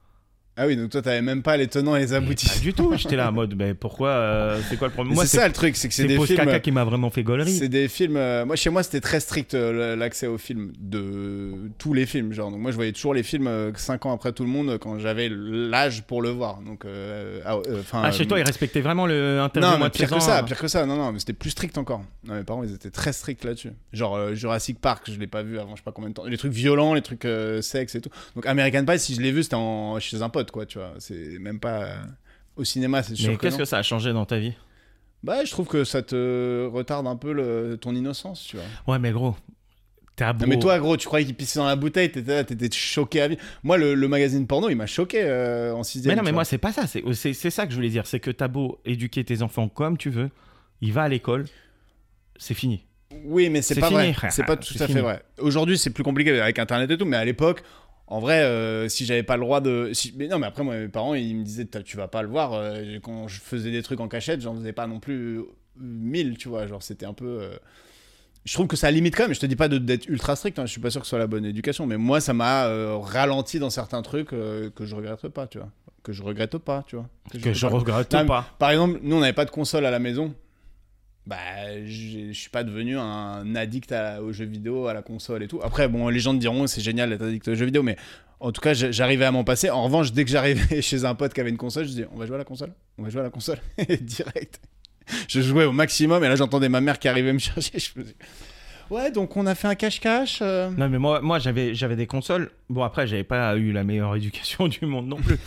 S1: Ah oui, donc toi, t'avais même pas les tenants et les
S2: Mais Pas
S1: aboutissants.
S2: du tout, j'étais là en mode, mais pourquoi, euh, c'est quoi le
S1: Mais
S2: problème Moi,
S1: c'est ça le truc, c'est que c'est
S2: c'est
S1: des
S2: Pose Caca
S1: films.
S2: qui m'a vraiment fait
S1: C'est
S2: gaulerie.
S1: des films. euh, moi, chez moi, c'était très strict euh, l'accès aux films de tous les films. Genre, donc moi, je voyais toujours les films 5 ans après tout le monde quand j'avais l'âge pour le voir. Donc, euh, ah, euh, enfin,
S2: Ah, chez
S1: euh,
S2: toi, il respectait vraiment le interdit
S1: Non,
S2: au moins
S1: mais
S2: de
S1: pire
S2: 16
S1: que
S2: ans,
S1: ça,
S2: hein.
S1: pire que ça. Non, non, mais c'était plus strict encore. Non, mes parents, ils étaient très stricts là-dessus. Genre euh, Jurassic Park, je l'ai pas vu avant, je sais pas combien de temps. Les trucs violents, les trucs euh, sexe et tout. Donc American Pie, si je l'ai vu, c'était en... chez un pote, quoi, tu vois. C'est même pas euh, au cinéma, c'est sûr
S2: Mais
S1: que,
S2: qu'est-ce
S1: non.
S2: que ça a changé dans ta vie
S1: Bah, je trouve que ça te retarde un peu le... ton innocence, tu vois.
S2: Ouais, mais gros, t'es à
S1: Non,
S2: bout.
S1: mais toi, gros, tu croyais qu'il pissait dans la bouteille, t'étais là, t'étais choqué à vie. Moi, le, le magazine porno, il m'a choqué euh, en 6
S2: Mais non, mais moi, c'est pas ça. C'est c'est- c'est ça que je voulais dire. C'est que t'as beau éduquer tes enfants comme tu veux, il va à l'école, c'est fini.
S1: Oui, mais c'est
S2: C'est
S1: pas
S2: fini,
S1: vrai.
S2: frère. Ah,
S1: C'est pas tout
S2: C'est
S1: à
S2: fini.
S1: fait vrai. Aujourd'hui, c'est plus compliqué avec Internet et tout, mais à l'époque, en vrai, euh, si j'avais pas le droit de. si- Mais non, mais après, moi, mes parents, ils me disaient, T'as- tu vas pas le voir. euh, Quand je faisais des trucs en cachette, j'en faisais pas non plus euh, mille, tu vois. Genre, c'était un peu. euh, Je trouve que ça limite quand même. Je te dis pas de- d'être ultra strict. hein, Je suis pas sûr que ce soit la bonne éducation, mais moi, ça m'a euh, ralenti dans certains trucs euh, que je regrette pas, tu vois. Que je regrette pas, tu vois.
S2: Que je regrette
S1: Non, mais-
S2: pas.
S1: Par exemple, nous, on n'avait pas de console à la maison. Bah, j'ai- je suis pas devenu un addict à- aux jeux vidéo, à la console et tout. Après, bon, les gens te diront, c'est génial d'être addict aux jeux vidéo, mais en tout cas, j'a- j'arrivais à m'en passer. En revanche, dès que j'arrivais (laughs) chez un pote qui avait une console, je disais, on va jouer à la console On va jouer à la console (laughs) Et Direct. Je jouais au maximum, et là, j'entendais ma mère qui arrivait me (laughs) chercher. Je me dis, ouais, donc on a fait un cache-cache. euh.
S2: (laughs)
S1: (laughs)
S2: Non, mais moi, moi j'avais, j'avais des consoles. Bon, après, j'avais pas eu la meilleure éducation du monde non plus.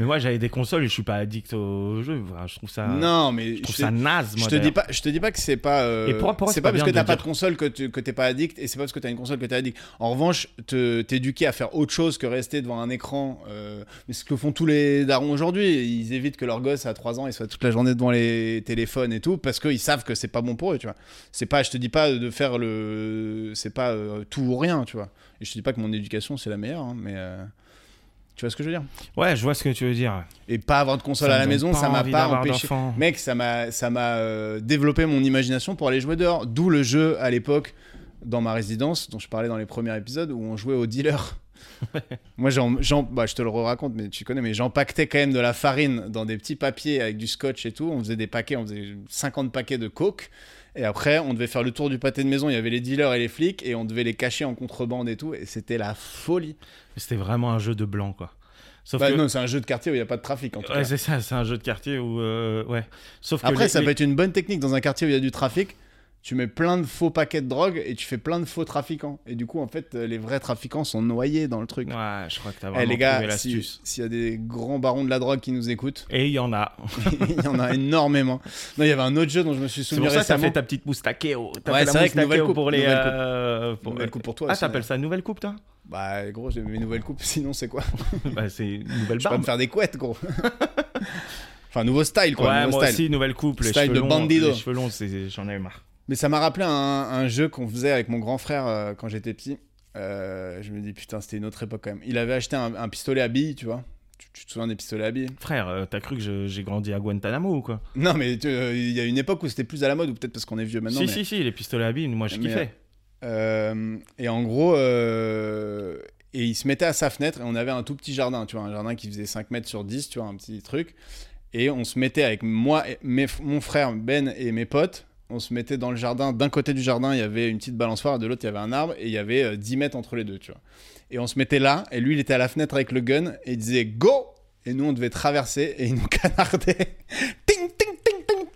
S2: Mais moi, j'avais des consoles et je suis pas addict aux jeux. Enfin, je trouve ça.
S1: non, mais
S2: Ah, Je trouve
S1: je
S2: ça
S1: te,
S2: naze,
S1: je
S2: moi.
S1: te dis
S2: d'ailleurs.
S1: pas, je te dis pas que c'est pas. euh,
S2: Et pour- pour moi, c'est
S1: c'est
S2: pas
S1: pas, parce
S2: bien
S1: que
S2: de
S1: t'as
S2: le
S1: pas
S2: dire.
S1: de console que tu que t'es pas addict, et c'est pas parce que t'as une console que t'es addict. En revanche, te t'éduquer à faire autre chose que rester devant un écran, euh, mais ce que font tous les darons aujourd'hui, ils évitent que leur gosse à 3 ans, il soit toute la journée devant les téléphones et tout, parce qu'ils savent que c'est pas bon pour eux, tu vois. C'est pas, je te dis pas de faire le, c'est pas euh, tout ou rien, tu vois. Et je te dis pas que mon éducation c'est la meilleure, hein, mais euh, tu vois ce que je veux dire.
S2: Ouais, je vois ce que tu veux dire.
S1: Et pas avoir de console
S2: Ça
S1: à
S2: me
S1: la
S2: donne
S1: maison, ça m'a
S2: envie
S1: pas
S2: d'avoir
S1: empêché.
S2: d'enfant.
S1: Mec, ça m'a, ça m'a euh, développé mon imagination pour aller jouer dehors. D'où le jeu à l'époque dans ma résidence dont je parlais dans les premiers épisodes où on jouait au
S2: (laughs)
S1: dealer. Moi, j'en, j'en- bah, je te le raconte, mais tu connais, mais j'empaquetais quand même de la farine dans des petits papiers avec du scotch et tout. On faisait des paquets, on faisait 50 paquets de coke. Et après, on devait faire le tour du pâté de maison. Il y avait les dealers et les flics et on devait les cacher en contrebande et tout. Et c'était la folie.
S2: C'était vraiment un jeu de blanc, quoi. Sauf
S1: Bah,
S2: que.
S1: Non, c'est un jeu de quartier où il n'y a pas de trafic en tout cas.
S2: Ouais, c'est ça, c'est un jeu de quartier où. euh, Ouais. Sauf que.
S1: Après,
S2: les-
S1: ça
S2: les-
S1: peut être une bonne technique dans un quartier où il y a du trafic. Tu mets plein de faux paquets de drogue et tu fais plein de faux trafiquants. Et du coup, en fait, euh, les vrais trafiquants sont noyés dans le truc.
S2: Ouais, je crois que t'as
S1: Eh,
S2: vraiment
S1: les gars,
S2: trouvé
S1: si- s'il
S2: l'astuce.
S1: y a des grands barons de la drogue qui nous écoutent, (laughs)
S2: Et il y en a.
S1: il y en a énormément. Non, il y avait un autre jeu dont je me suis
S2: C'est
S1: souvenu
S2: pour ça que t'as
S1: récemment.
S2: fait ta petite moustakeo. T'as
S1: Ouais,
S2: fait la
S1: c'est vrai que nouvelle
S2: moustakeo
S1: coupe,
S2: pour les.
S1: nouvelle coupe.
S2: euh, pour-
S1: Nouvelle coupe pour toi.
S2: Ah,
S1: aussi,
S2: t'appelles
S1: ouais.
S2: ça nouvelle
S1: (laughs)
S2: coupe, toi
S1: Bah, gros, j'ai mes nouvelles coupes. (laughs) Sinon, c'est quoi
S2: Bah, c'est une nouvelle
S1: Je vais pas
S2: barbe.
S1: me faire des couettes, gros. (laughs) enfin, nouveau style, quoi.
S2: Ouais,
S1: nouveau
S2: moi
S1: style.
S2: aussi, nouvelle coupe. Les
S1: Style
S2: cheveux
S1: de
S2: longs,
S1: bandido.
S2: Les cheveux longs, c'est- j'en ai marre.
S1: Mais ça m'a rappelé un, un jeu qu'on faisait avec mon grand frère euh, quand j'étais petit. Euh, je me dis, putain, c'était une autre époque quand même. Il avait acheté un, un pistolet à billes, tu vois. Tu, tu te souviens des pistolets à billes
S2: Frère, euh, t'as cru que je- j'ai grandi à Guantanamo ou quoi
S1: Non, mais tu- euh, il y a une époque où c'était plus à la mode, ou peut-être parce qu'on est vieux maintenant.
S2: Si,
S1: Bah mais-
S2: si, si, les pistolets à billes, moi je
S1: Mais,
S2: kiffais.
S1: Euh, et en gros, euh, et il se mettait à sa fenêtre et on avait un tout petit jardin, tu vois, un jardin qui faisait 5 mètres sur 10, tu vois, un petit truc. Et on se mettait avec moi, et mes, mon frère Ben et mes potes, on se mettait dans le jardin. D'un côté du jardin, il y avait une petite balançoire, de l'autre, il y avait un arbre et il y avait euh, 10 mètres entre les deux, tu vois. Et on se mettait là et lui, il était à la fenêtre avec le gun et il disait go Et nous, on devait traverser et il nous canardait. (laughs) ting, ting, ting, ting,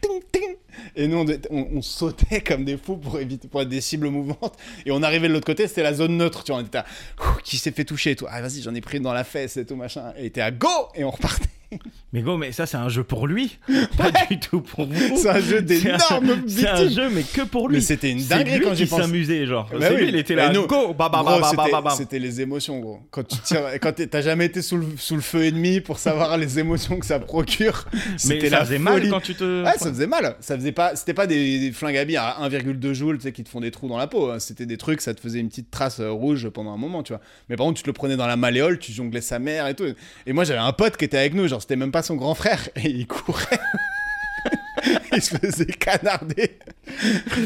S1: ting, ting. Et nous, on, on- on sautait (laughs) comme des fous pour éviter pour être des cibles mouvantes. Et on arrivait de l'autre côté, c'était la zone neutre. Tu vois, on était à Ouh, qui s'est fait toucher et tout. Ah, vas-y, j'en ai pris une dans la fesse et tout machin. Et était à go et on repartait.
S2: Mais go, mais ça c'est un jeu
S1: (laughs)
S2: pour lui, pas du tout pour vous.
S1: C'est un jeu
S2: C'est un-
S1: d'énormes
S2: (laughs) C'est un
S1: victimes.
S2: jeu, mais que pour
S1: Mais
S2: Oh, lui.
S1: c'était une
S2: C'est
S1: dinguerie
S2: lui
S1: quand
S2: qui
S1: j'y pense.
S2: s'amusait, genre.
S1: Bah
S2: c'est
S1: oui.
S2: lui, il était là.
S1: Mais nous-
S2: Go, bah, bah,
S1: Gros,
S2: bah, bah,
S1: c'était-
S2: bah, bah.
S1: C'était les émotions, gros. Quand tu tires, quand t'es- t'as jamais été sous le, sous le feu ennemi pour savoir les émotions que ça procure.
S2: Mais
S1: C'était
S2: ça
S1: la
S2: faisait
S1: folie.
S2: mal quand tu te.
S1: Ouais, ça faisait mal. Ça faisait pas, c'était pas des, des flingues à billes à 1,2 joules, tu sais, qui te font des trous dans la peau. hein. C'était des trucs, ça te faisait une petite trace euh, rouge pendant un moment, tu vois. Mais par contre, tu te le prenais dans la malléole, tu jonglais sa mère et tout. Et moi, j'avais un pote qui était avec nous, genre, c'était même pas son grand frère, (laughs) et il courait. il se faisait canarder.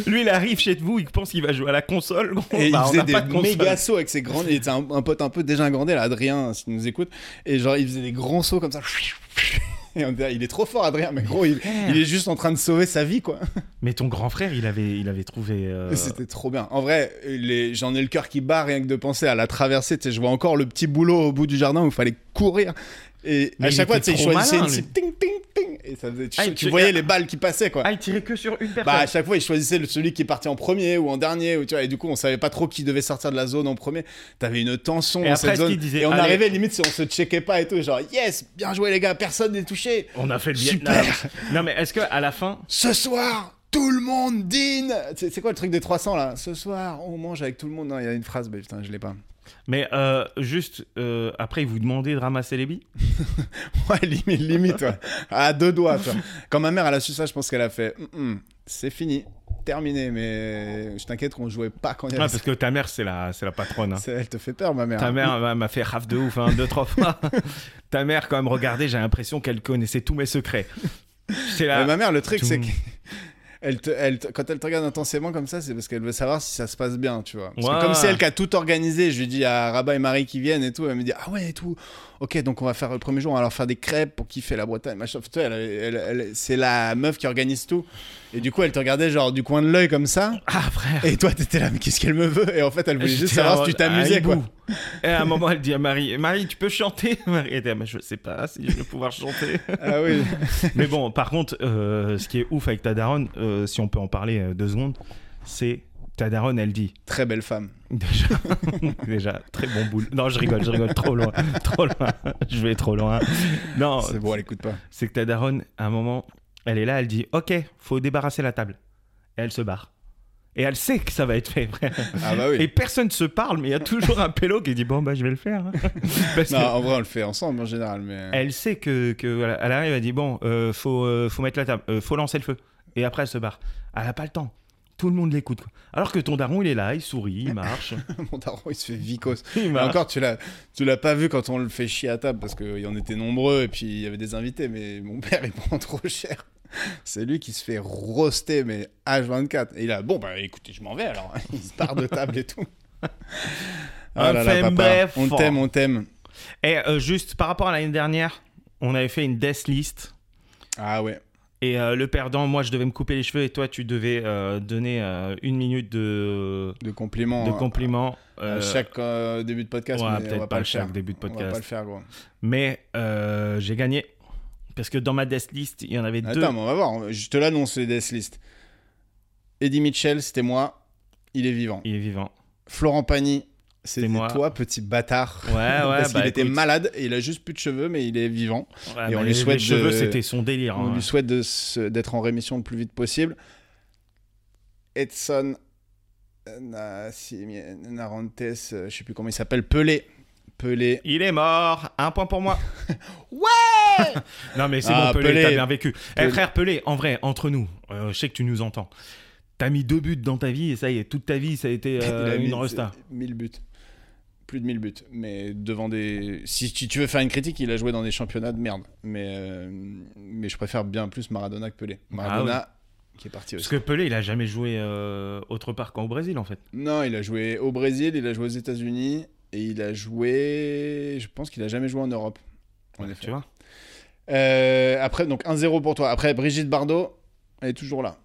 S2: Lui, il arrive chez vous, il pense qu'il va jouer à la console. gros.
S1: Et il
S2: Bah, on
S1: faisait
S2: n'a pas
S1: des
S2: de console.
S1: méga sauts avec ses grands. Il était un, un pote un peu dégingrandé, là, Adrien, s'il nous écoute. Et genre, il faisait des grands sauts comme ça. (laughs) Et on disait, il est trop fort, Adrien, mais gros, il, il est juste en train de sauver sa vie, quoi.
S2: Mais ton grand frère, il avait, il avait trouvé. euh,
S1: C'était trop bien. En vrai, les- j'en ai le cœur qui bat rien que de penser à la traversée. Tu sais, je vois encore le petit boulot au bout du jardin où il fallait courir. Et
S2: Mais
S1: à
S2: il
S1: chaque fois, tu
S2: était
S1: sais, il
S2: trop
S1: choisissait
S2: malin,
S1: une
S2: lui.
S1: cible. Ting, ting, ting. Et ça faisait, tu,
S2: Ah, il
S1: tu
S2: te-
S1: voyais les balles qui passaient, quoi.
S2: Ah, il tirait que sur une personne.
S1: bah, à chaque fois, il choisissait le- celui qui partait en premier ou en dernier. Ou, tu vois, et du coup, on savait pas trop qui devait sortir de la zone en premier. T'avais une tension
S2: Et
S1: dans
S2: après,
S1: cette
S2: est-ce qu'il
S1: zone.
S2: disait,
S1: et on
S2: allez.
S1: arrivait limite si on se checkait pas et tout. Genre, yes, bien joué, les gars, personne n'est touché.
S2: on a fait le
S1: Super.
S2: Vietnam. Non, mais est-ce que à la fin,
S1: Ce soir, tout le monde dîne. C'est c'est quoi le truc des 300 là Ce soir, on mange avec tout le monde. Non, il y a une phrase, mais putain, je l'ai pas. (laughs)
S2: mais euh, juste euh, après, il vous demandait de ramasser les billes
S1: Ouais, limite, limite, ouais. À deux doigts, toi. Quand ma mère, elle a su ça, je pense qu'elle a fait Hum, hum, c'est fini, terminé, mais je t'inquiète qu'on jouait pas quand il y
S2: Ouais,
S1: avait
S2: Ah, parce que ta mère, c'est la, c'est la patronne. hein.
S1: ça. Elle te fait peur, ma mère.
S2: Ta mère elle m'a fait raf de ouf, hein, deux,
S1: (laughs)
S2: trois fois. Ta mère, quand même, regardez, j'ai l'impression qu'elle connaissait tous mes secrets. C'est
S1: Mais
S2: la...
S1: ma mère, le truc,
S2: Bah, tout-
S1: c'est qu'elle te, (laughs) elle te- quand elle te regarde intensément comme ça, c'est parce qu'elle veut savoir si ça se passe bien, tu vois. Parce que
S2: Ouais.
S1: comme c'est elle qui a tout organisé, je lui dis à Rabat et Marie qui viennent et tout, elle me dit Ah ouais, et tout. Ok, donc on va faire le premier jour, on va leur faire des crêpes pour kiffer la Bretagne. machin. Tu vois, elle- elle- elle- c'est la meuf qui organise tout. Et du coup, elle te regardait genre du coin de l'œil comme ça.
S2: Ah, frère.
S1: Et toi, t'étais là, mais qu'est-ce qu'elle me veut Et en fait, elle voulait
S2: J'étais
S1: juste savoir
S2: en-
S1: si tu t'amusais,
S2: à
S1: quoi.
S2: hibou. Et à un moment, elle dit à Marie Marie, tu peux chanter Marie elle dit, Ah, mais je sais pas si je vais
S1: (laughs)
S2: pouvoir chanter.
S1: Ah oui.
S2: mais bon, par contre, euh, ce qui est ouf avec ta daronne, euh, si on peut en parler euh, deux secondes, c'est Ta daronne, elle dit
S1: Très belle femme.
S2: Déjà, (laughs) déjà, très bon boule. Non, je rigole, je rigole trop loin, trop loin. Je vais trop loin. Non,
S1: C'est bon, elle écoute pas.
S2: c'est que ta daronne, à un moment, elle est là, elle dit Ok, faut débarrasser la table. Et elle se barre. Et elle sait que ça va être fait, frère.
S1: Ah bah
S2: Et
S1: oui.
S2: personne ne se parle, mais il y a toujours un pélo qui dit Bon, bah, je vais le faire. Parce
S1: Non,
S2: que-
S1: en vrai, on le fait ensemble en général, mais.
S2: elle sait que, que voilà, elle arrive, elle dit bon, euh, faut, euh, faut mettre la table, euh, faut lancer le feu. Et après, elle se barre. Elle n'a pas le temps. Tout le monde l'écoute. quoi. Alors que ton daron, il est là, il sourit, il marche.
S1: (laughs) Mon daron, il se fait vicos.
S2: il
S1: Mais
S2: marche.
S1: encore, tu l'as, tu l'as pas vu quand on le fait chier à table parce qu'on était nombreux et puis il y avait des invités, mais mon père il (laughs) prend trop cher. C'est lui qui se fait roaster, mais H24. Et il a, bon, bah écoutez, je m'en vais alors. (laughs) Il se part de table et
S2: (laughs)
S1: tout. Ah là là,
S2: Enfin,
S1: papa.
S2: bref.
S1: On t'aime, on t'aime.
S2: Et euh, juste par rapport à l'année dernière, on avait fait une death list.
S1: Ah ouais.
S2: Et euh, le perdant, moi, je devais me couper les cheveux et toi, tu devais euh, donner euh, une minute de,
S1: De compliments.
S2: de
S1: hein.
S2: compliments.
S1: À
S2: euh,
S1: chaque euh, début de podcast,
S2: ouais,
S1: mais on
S2: peut-être
S1: va
S2: pas
S1: pas
S2: le
S1: le
S2: chaque
S1: faire.
S2: début de
S1: On va
S2: podcast.
S1: pas le faire, gros.
S2: Mais euh, j'ai gagné. Parce que dans ma death list, il y en avait deux.
S1: Attends, mais on va voir. Je te l'annonce, les Death List. Eddie Mitchell, c'était moi. Il est vivant.
S2: Il est vivant.
S1: Florent Pagny, c'était
S2: moi.
S1: toi, petit bâtard.
S2: Ouais,
S1: (laughs)
S2: ouais,
S1: Parce
S2: bah,
S1: qu'il était
S2: écoute.
S1: malade et il a juste plus de cheveux, mais il est vivant.
S2: Ouais,
S1: Et on
S2: bah,
S1: lui
S2: les-
S1: souhaite
S2: les cheveux,
S1: de-
S2: c'était son délire.
S1: On
S2: hein.
S1: lui souhaite de se- d'être en rémission le plus vite possible. Edson Nassim- Narantes, euh, je sais plus comment il s'appelle, Pelé. Pelé.
S2: Il est mort. Un point
S1: (laughs)
S2: pour moi. ouais. (laughs) non mais c'est
S1: Ah,
S2: bon, Pelé,
S1: Pelé.
S2: t'as bien vécu. Eh
S1: Pelé.
S2: frère Pelé, en vrai, entre nous, euh, je sais que tu nous entends. T'as mis deux buts dans ta vie et ça y est, toute ta vie, ça a été
S1: (laughs)
S2: euh,
S1: il a mis
S2: une resta.
S1: 1000 buts. Plus de 1000 buts. Mais devant des. Si tu tu veux faire une critique, il a joué dans des championnats de merde. Mais, euh, mais je préfère bien plus Maradona que Pelé. Maradona, qui est parti aussi.
S2: Ah Parce que Pelé, il a jamais joué euh, autre part qu'au Brésil en fait.
S1: Non, il a joué au Brésil, il a joué aux États-Unis et il a joué. Je pense qu'il a jamais joué en Europe. En effet.
S2: Tu vois
S1: Euh, après, donc 1-0 pour toi. Après, Brigitte Bardot, elle est toujours là.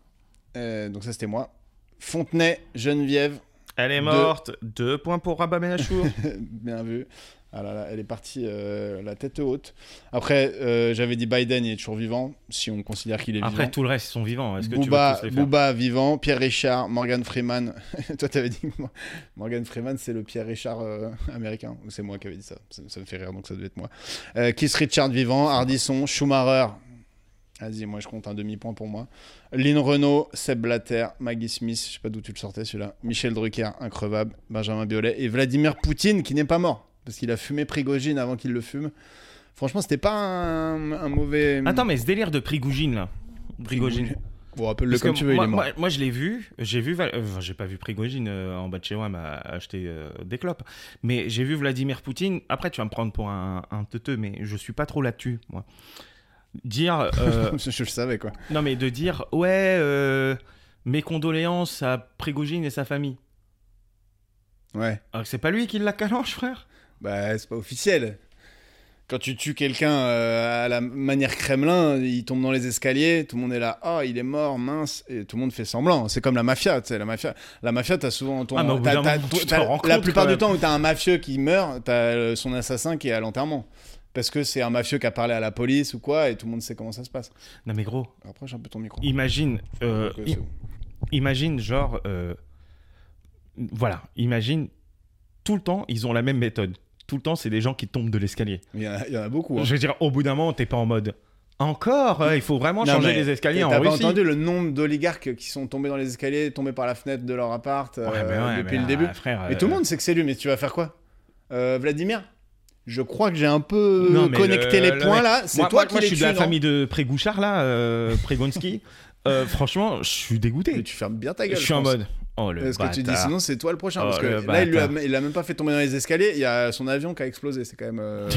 S1: Euh, donc, ça, c'était moi. Fontenay, Geneviève, (laughs)
S2: Elle est
S1: Deux.
S2: morte. Deux points pour Rabat Benachour.
S1: bien vu. Ah là là, elle est partie euh, la tête haute. Après, euh, j'avais dit Biden, il est toujours vivant, si on considère qu'il est
S2: (laughs) Après,
S1: vivant.
S2: tout le reste, ils sont vivants. Est-ce que
S1: Booba,
S2: tu veux tous les faire
S1: Booba vivant, Pierre Richard, Morgan Freeman. (laughs) Toi, t'avais dit que Mo- Morgan Freeman, c'est le Pierre Richard euh, américain. Ou c'est moi qui avais dit ça. ça. ça me fait rire, donc ça devait être moi. Euh, Keith Richard vivant, Hardisson, Schumacher. Vas-y, moi je compte un demi-point pour moi. Lynn Renault, Seb Blatter, Maggie Smith, je sais pas d'où tu le sortais celui-là. Michel Drucker, increvable. Benjamin Biolay et Vladimir Poutine qui n'est pas mort. Parce qu'il a fumé Prigogine avant qu'il le fume. Franchement, c'était pas un, un mauvais.
S2: Attends, mais ce délire de Prigogine là. Prigogine.
S1: Bon, rappelle-le
S2: Parce
S1: comme
S2: que
S1: tu veux,
S2: moi,
S1: il est mort.
S2: moi- moi, je l'ai vu, j'ai vu, Val- euh, j'ai pas vu Prigogine euh, en bas de chez moi m'a acheté euh, des clopes, mais j'ai vu Vladimir Poutine. Après, tu vas me prendre pour un, un teuteux, mais je suis pas trop là-dessus, moi. Dire,
S1: (laughs)
S2: euh,
S1: Je- je le savais quoi.
S2: non mais de dire, ouais, euh, mes condoléances à Prigogine et sa famille.
S1: Ouais,
S2: Alors que Ah, c'est pas lui qui l'a calanche, frère.
S1: bah c'est pas officiel. Quand tu tues quelqu'un euh, à la manière Kremlin, il tombe dans les escaliers, tout le monde est là, ah il est mort, mince, et tout le monde fait semblant. C'est comme la mafia, tu sais, la mafia. La mafia, t'as souvent ton.
S2: Ah, mais au bout
S1: t'as-
S2: d'un
S1: t'as-
S2: moment, tu te
S1: t'as-
S2: rends
S1: la
S2: compte,
S1: plupart
S2: quand
S1: du
S2: même.
S1: temps où t'as un mafieux qui meurt, t'as euh, son assassin qui est à l'enterrement. Parce que c'est un mafieux qui a parlé à la police ou quoi, et tout le monde sait comment ça se passe.
S2: Non mais gros,
S1: Rapproche un peu ton micro.
S2: imagine, euh,
S1: Donc, euh,
S2: i-
S1: c'est bon.
S2: imagine genre, euh, voilà, imagine tout le temps, ils ont la même méthode. Tout le temps, c'est des gens qui tombent de l'escalier.
S1: il, y en a, il y en a beaucoup. hein.
S2: Je veux dire, au bout d'un moment, t'es pas en mode. Encore euh, Il faut vraiment
S1: Non,
S2: changer
S1: mais
S2: les escaliers
S1: T'as
S2: en
S1: pas
S2: Russie.
S1: entendu le nombre d'oligarques qui sont tombés dans les escaliers, tombés par la fenêtre de leur appart euh,
S2: Ouais, mais ouais,
S1: depuis
S2: mais,
S1: le début.
S2: euh, frère,
S1: Mais
S2: euh,
S1: tout le monde sait que c'est lui, mais tu vas faire quoi Euh, Vladimir Je crois que j'ai un peu
S2: Non, mais
S1: connecté
S2: le-
S1: les
S2: le
S1: points
S2: mec-
S1: là. C'est
S2: moi,
S1: toi
S2: moi,
S1: qui
S2: moi, je
S1: les
S2: suis de la famille de Prégouchard là, euh,
S1: (laughs)
S2: Prégonski. Euh, franchement, je suis
S1: Mais
S2: dégoûté.
S1: tu fermes bien ta
S2: Je
S1: gueule.
S2: suis en
S1: pense.
S2: mode. Oh le
S1: Parce que tu dis
S2: bâtard.
S1: sinon c'est toi le prochain.
S2: Oh,
S1: parce que
S2: le
S1: là il, lui a,
S2: bâtard.
S1: il a même pas fait tomber dans les escaliers. Il y a son avion qui a explosé. C'est quand même
S2: (laughs)
S1: euh,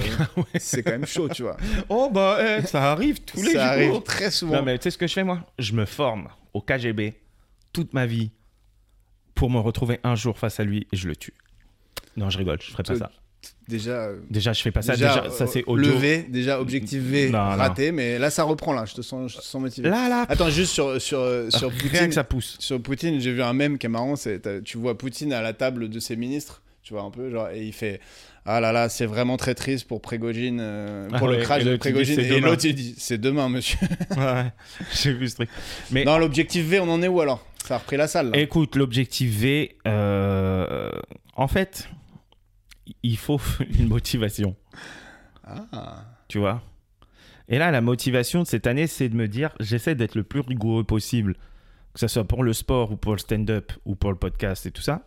S1: c'est quand même chaud, tu vois.
S2: Oh bah eh, ça arrive tous les
S1: Ça arrive
S2: jours.
S1: très souvent.
S2: Non mais tu sais ce que je fais moi Je me forme au KGB toute ma vie pour me retrouver un jour face à lui et je le tue. Non, je rigole, je ferai pas
S1: Te-
S2: ça.
S1: Déjà. euh,
S2: Déjà, je fais pas ça.
S1: déjà,
S2: Déjà, ça
S1: euh,
S2: c'est
S1: le
S2: audio.
S1: V, déjà objectif V
S2: Non, non.
S1: raté, mais là ça reprend là, je te sens, je te sens motivé.
S2: Là, là,
S1: Attends, juste sur, sur, euh, sur
S2: rien
S1: Poutine.
S2: que
S1: (laughs)
S2: ça pousse.
S1: Sur Poutine, j'ai vu un mème qui est marrant. C'est, t'as- tu vois Poutine à la table de ses ministres, tu vois un peu, genre, et il fait Ah là là, c'est vraiment très triste pour Prégogine, euh,
S2: Ah
S1: pour le
S2: ouais,
S1: crash
S2: et
S1: de
S2: l'autre, il dit,
S1: Prégogine.
S2: C'est
S1: Et
S2: demain.
S1: l'autre, il dit C'est demain, monsieur.
S2: Ouais, j'ai vu ce truc. Et-
S1: Non, l'objectif V, on en est où alors Ça a repris la salle. là.
S2: Écoute, l'objectif V, euh, en fait, il faut (laughs) une motivation,
S1: Ah.
S2: tu vois. Et là, la motivation de cette année, c'est de me dire, j'essaie d'être le plus rigoureux possible, que ce soit pour le sport ou pour le stand-up ou pour le podcast et tout ça.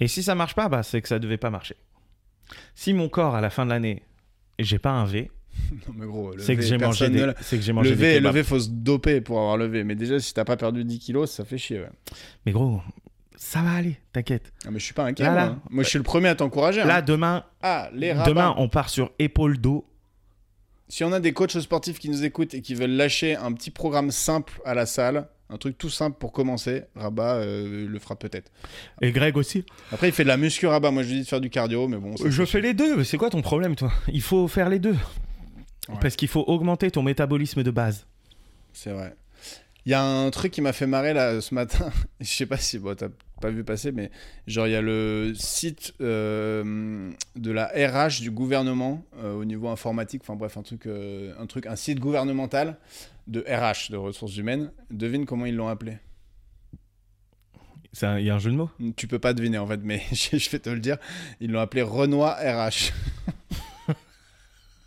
S2: Et si ça marche pas, bah, c'est que ça devait pas marcher. Si mon corps, à la fin de l'année, j'ai pas un V,
S1: Non, mais gros, le
S2: c'est que
S1: V,
S2: j'ai mangé
S1: personne ne
S2: des,
S1: l'a-
S2: c'est que j'ai mangé
S1: Le
S2: des
S1: V, le
S2: kebabs.
S1: V, faut se doper pour avoir le V. Mais déjà, si t'as pas perdu 10 kilos, ça fait chier. ouais.
S2: Mais gros, ça va aller, t'inquiète.
S1: Ah, mais je suis pas inquiet.
S2: Là,
S1: moi.
S2: là.
S1: Moi, je suis le premier à t'encourager. hein.
S2: Là, demain,
S1: ah, les rabats.
S2: demain, on part sur épaule dos.
S1: Si on a des coachs sportifs qui nous écoutent et qui veulent lâcher un petit programme simple à la salle, un truc tout simple pour commencer, Rabat euh, le fera peut-être.
S2: Et Greg aussi.
S1: Après, il fait de la muscu Rabat. Moi, je lui dis de faire du cardio, mais bon. ça,
S2: Je
S1: c'est
S2: fais les deux, mais c'est quoi ton problème, toi Il faut faire les deux.
S1: Ouais.
S2: Parce qu'il faut augmenter ton métabolisme de base.
S1: C'est vrai. Il y a un truc qui m'a fait marrer là ce matin. (laughs) Je sais pas si bon, t'as pas vu passer, mais genre il y a le site euh, de la RH du gouvernement euh, au niveau informatique. Enfin bref, un truc, euh, un truc, un site gouvernemental de RH, de ressources humaines. Devine comment ils l'ont appelé.
S2: C'est un- Il y a un jeu de mots
S1: Tu peux pas deviner en fait, mais (laughs) je je vais te le dire. Ils l'ont appelé Renoir RH. (laughs)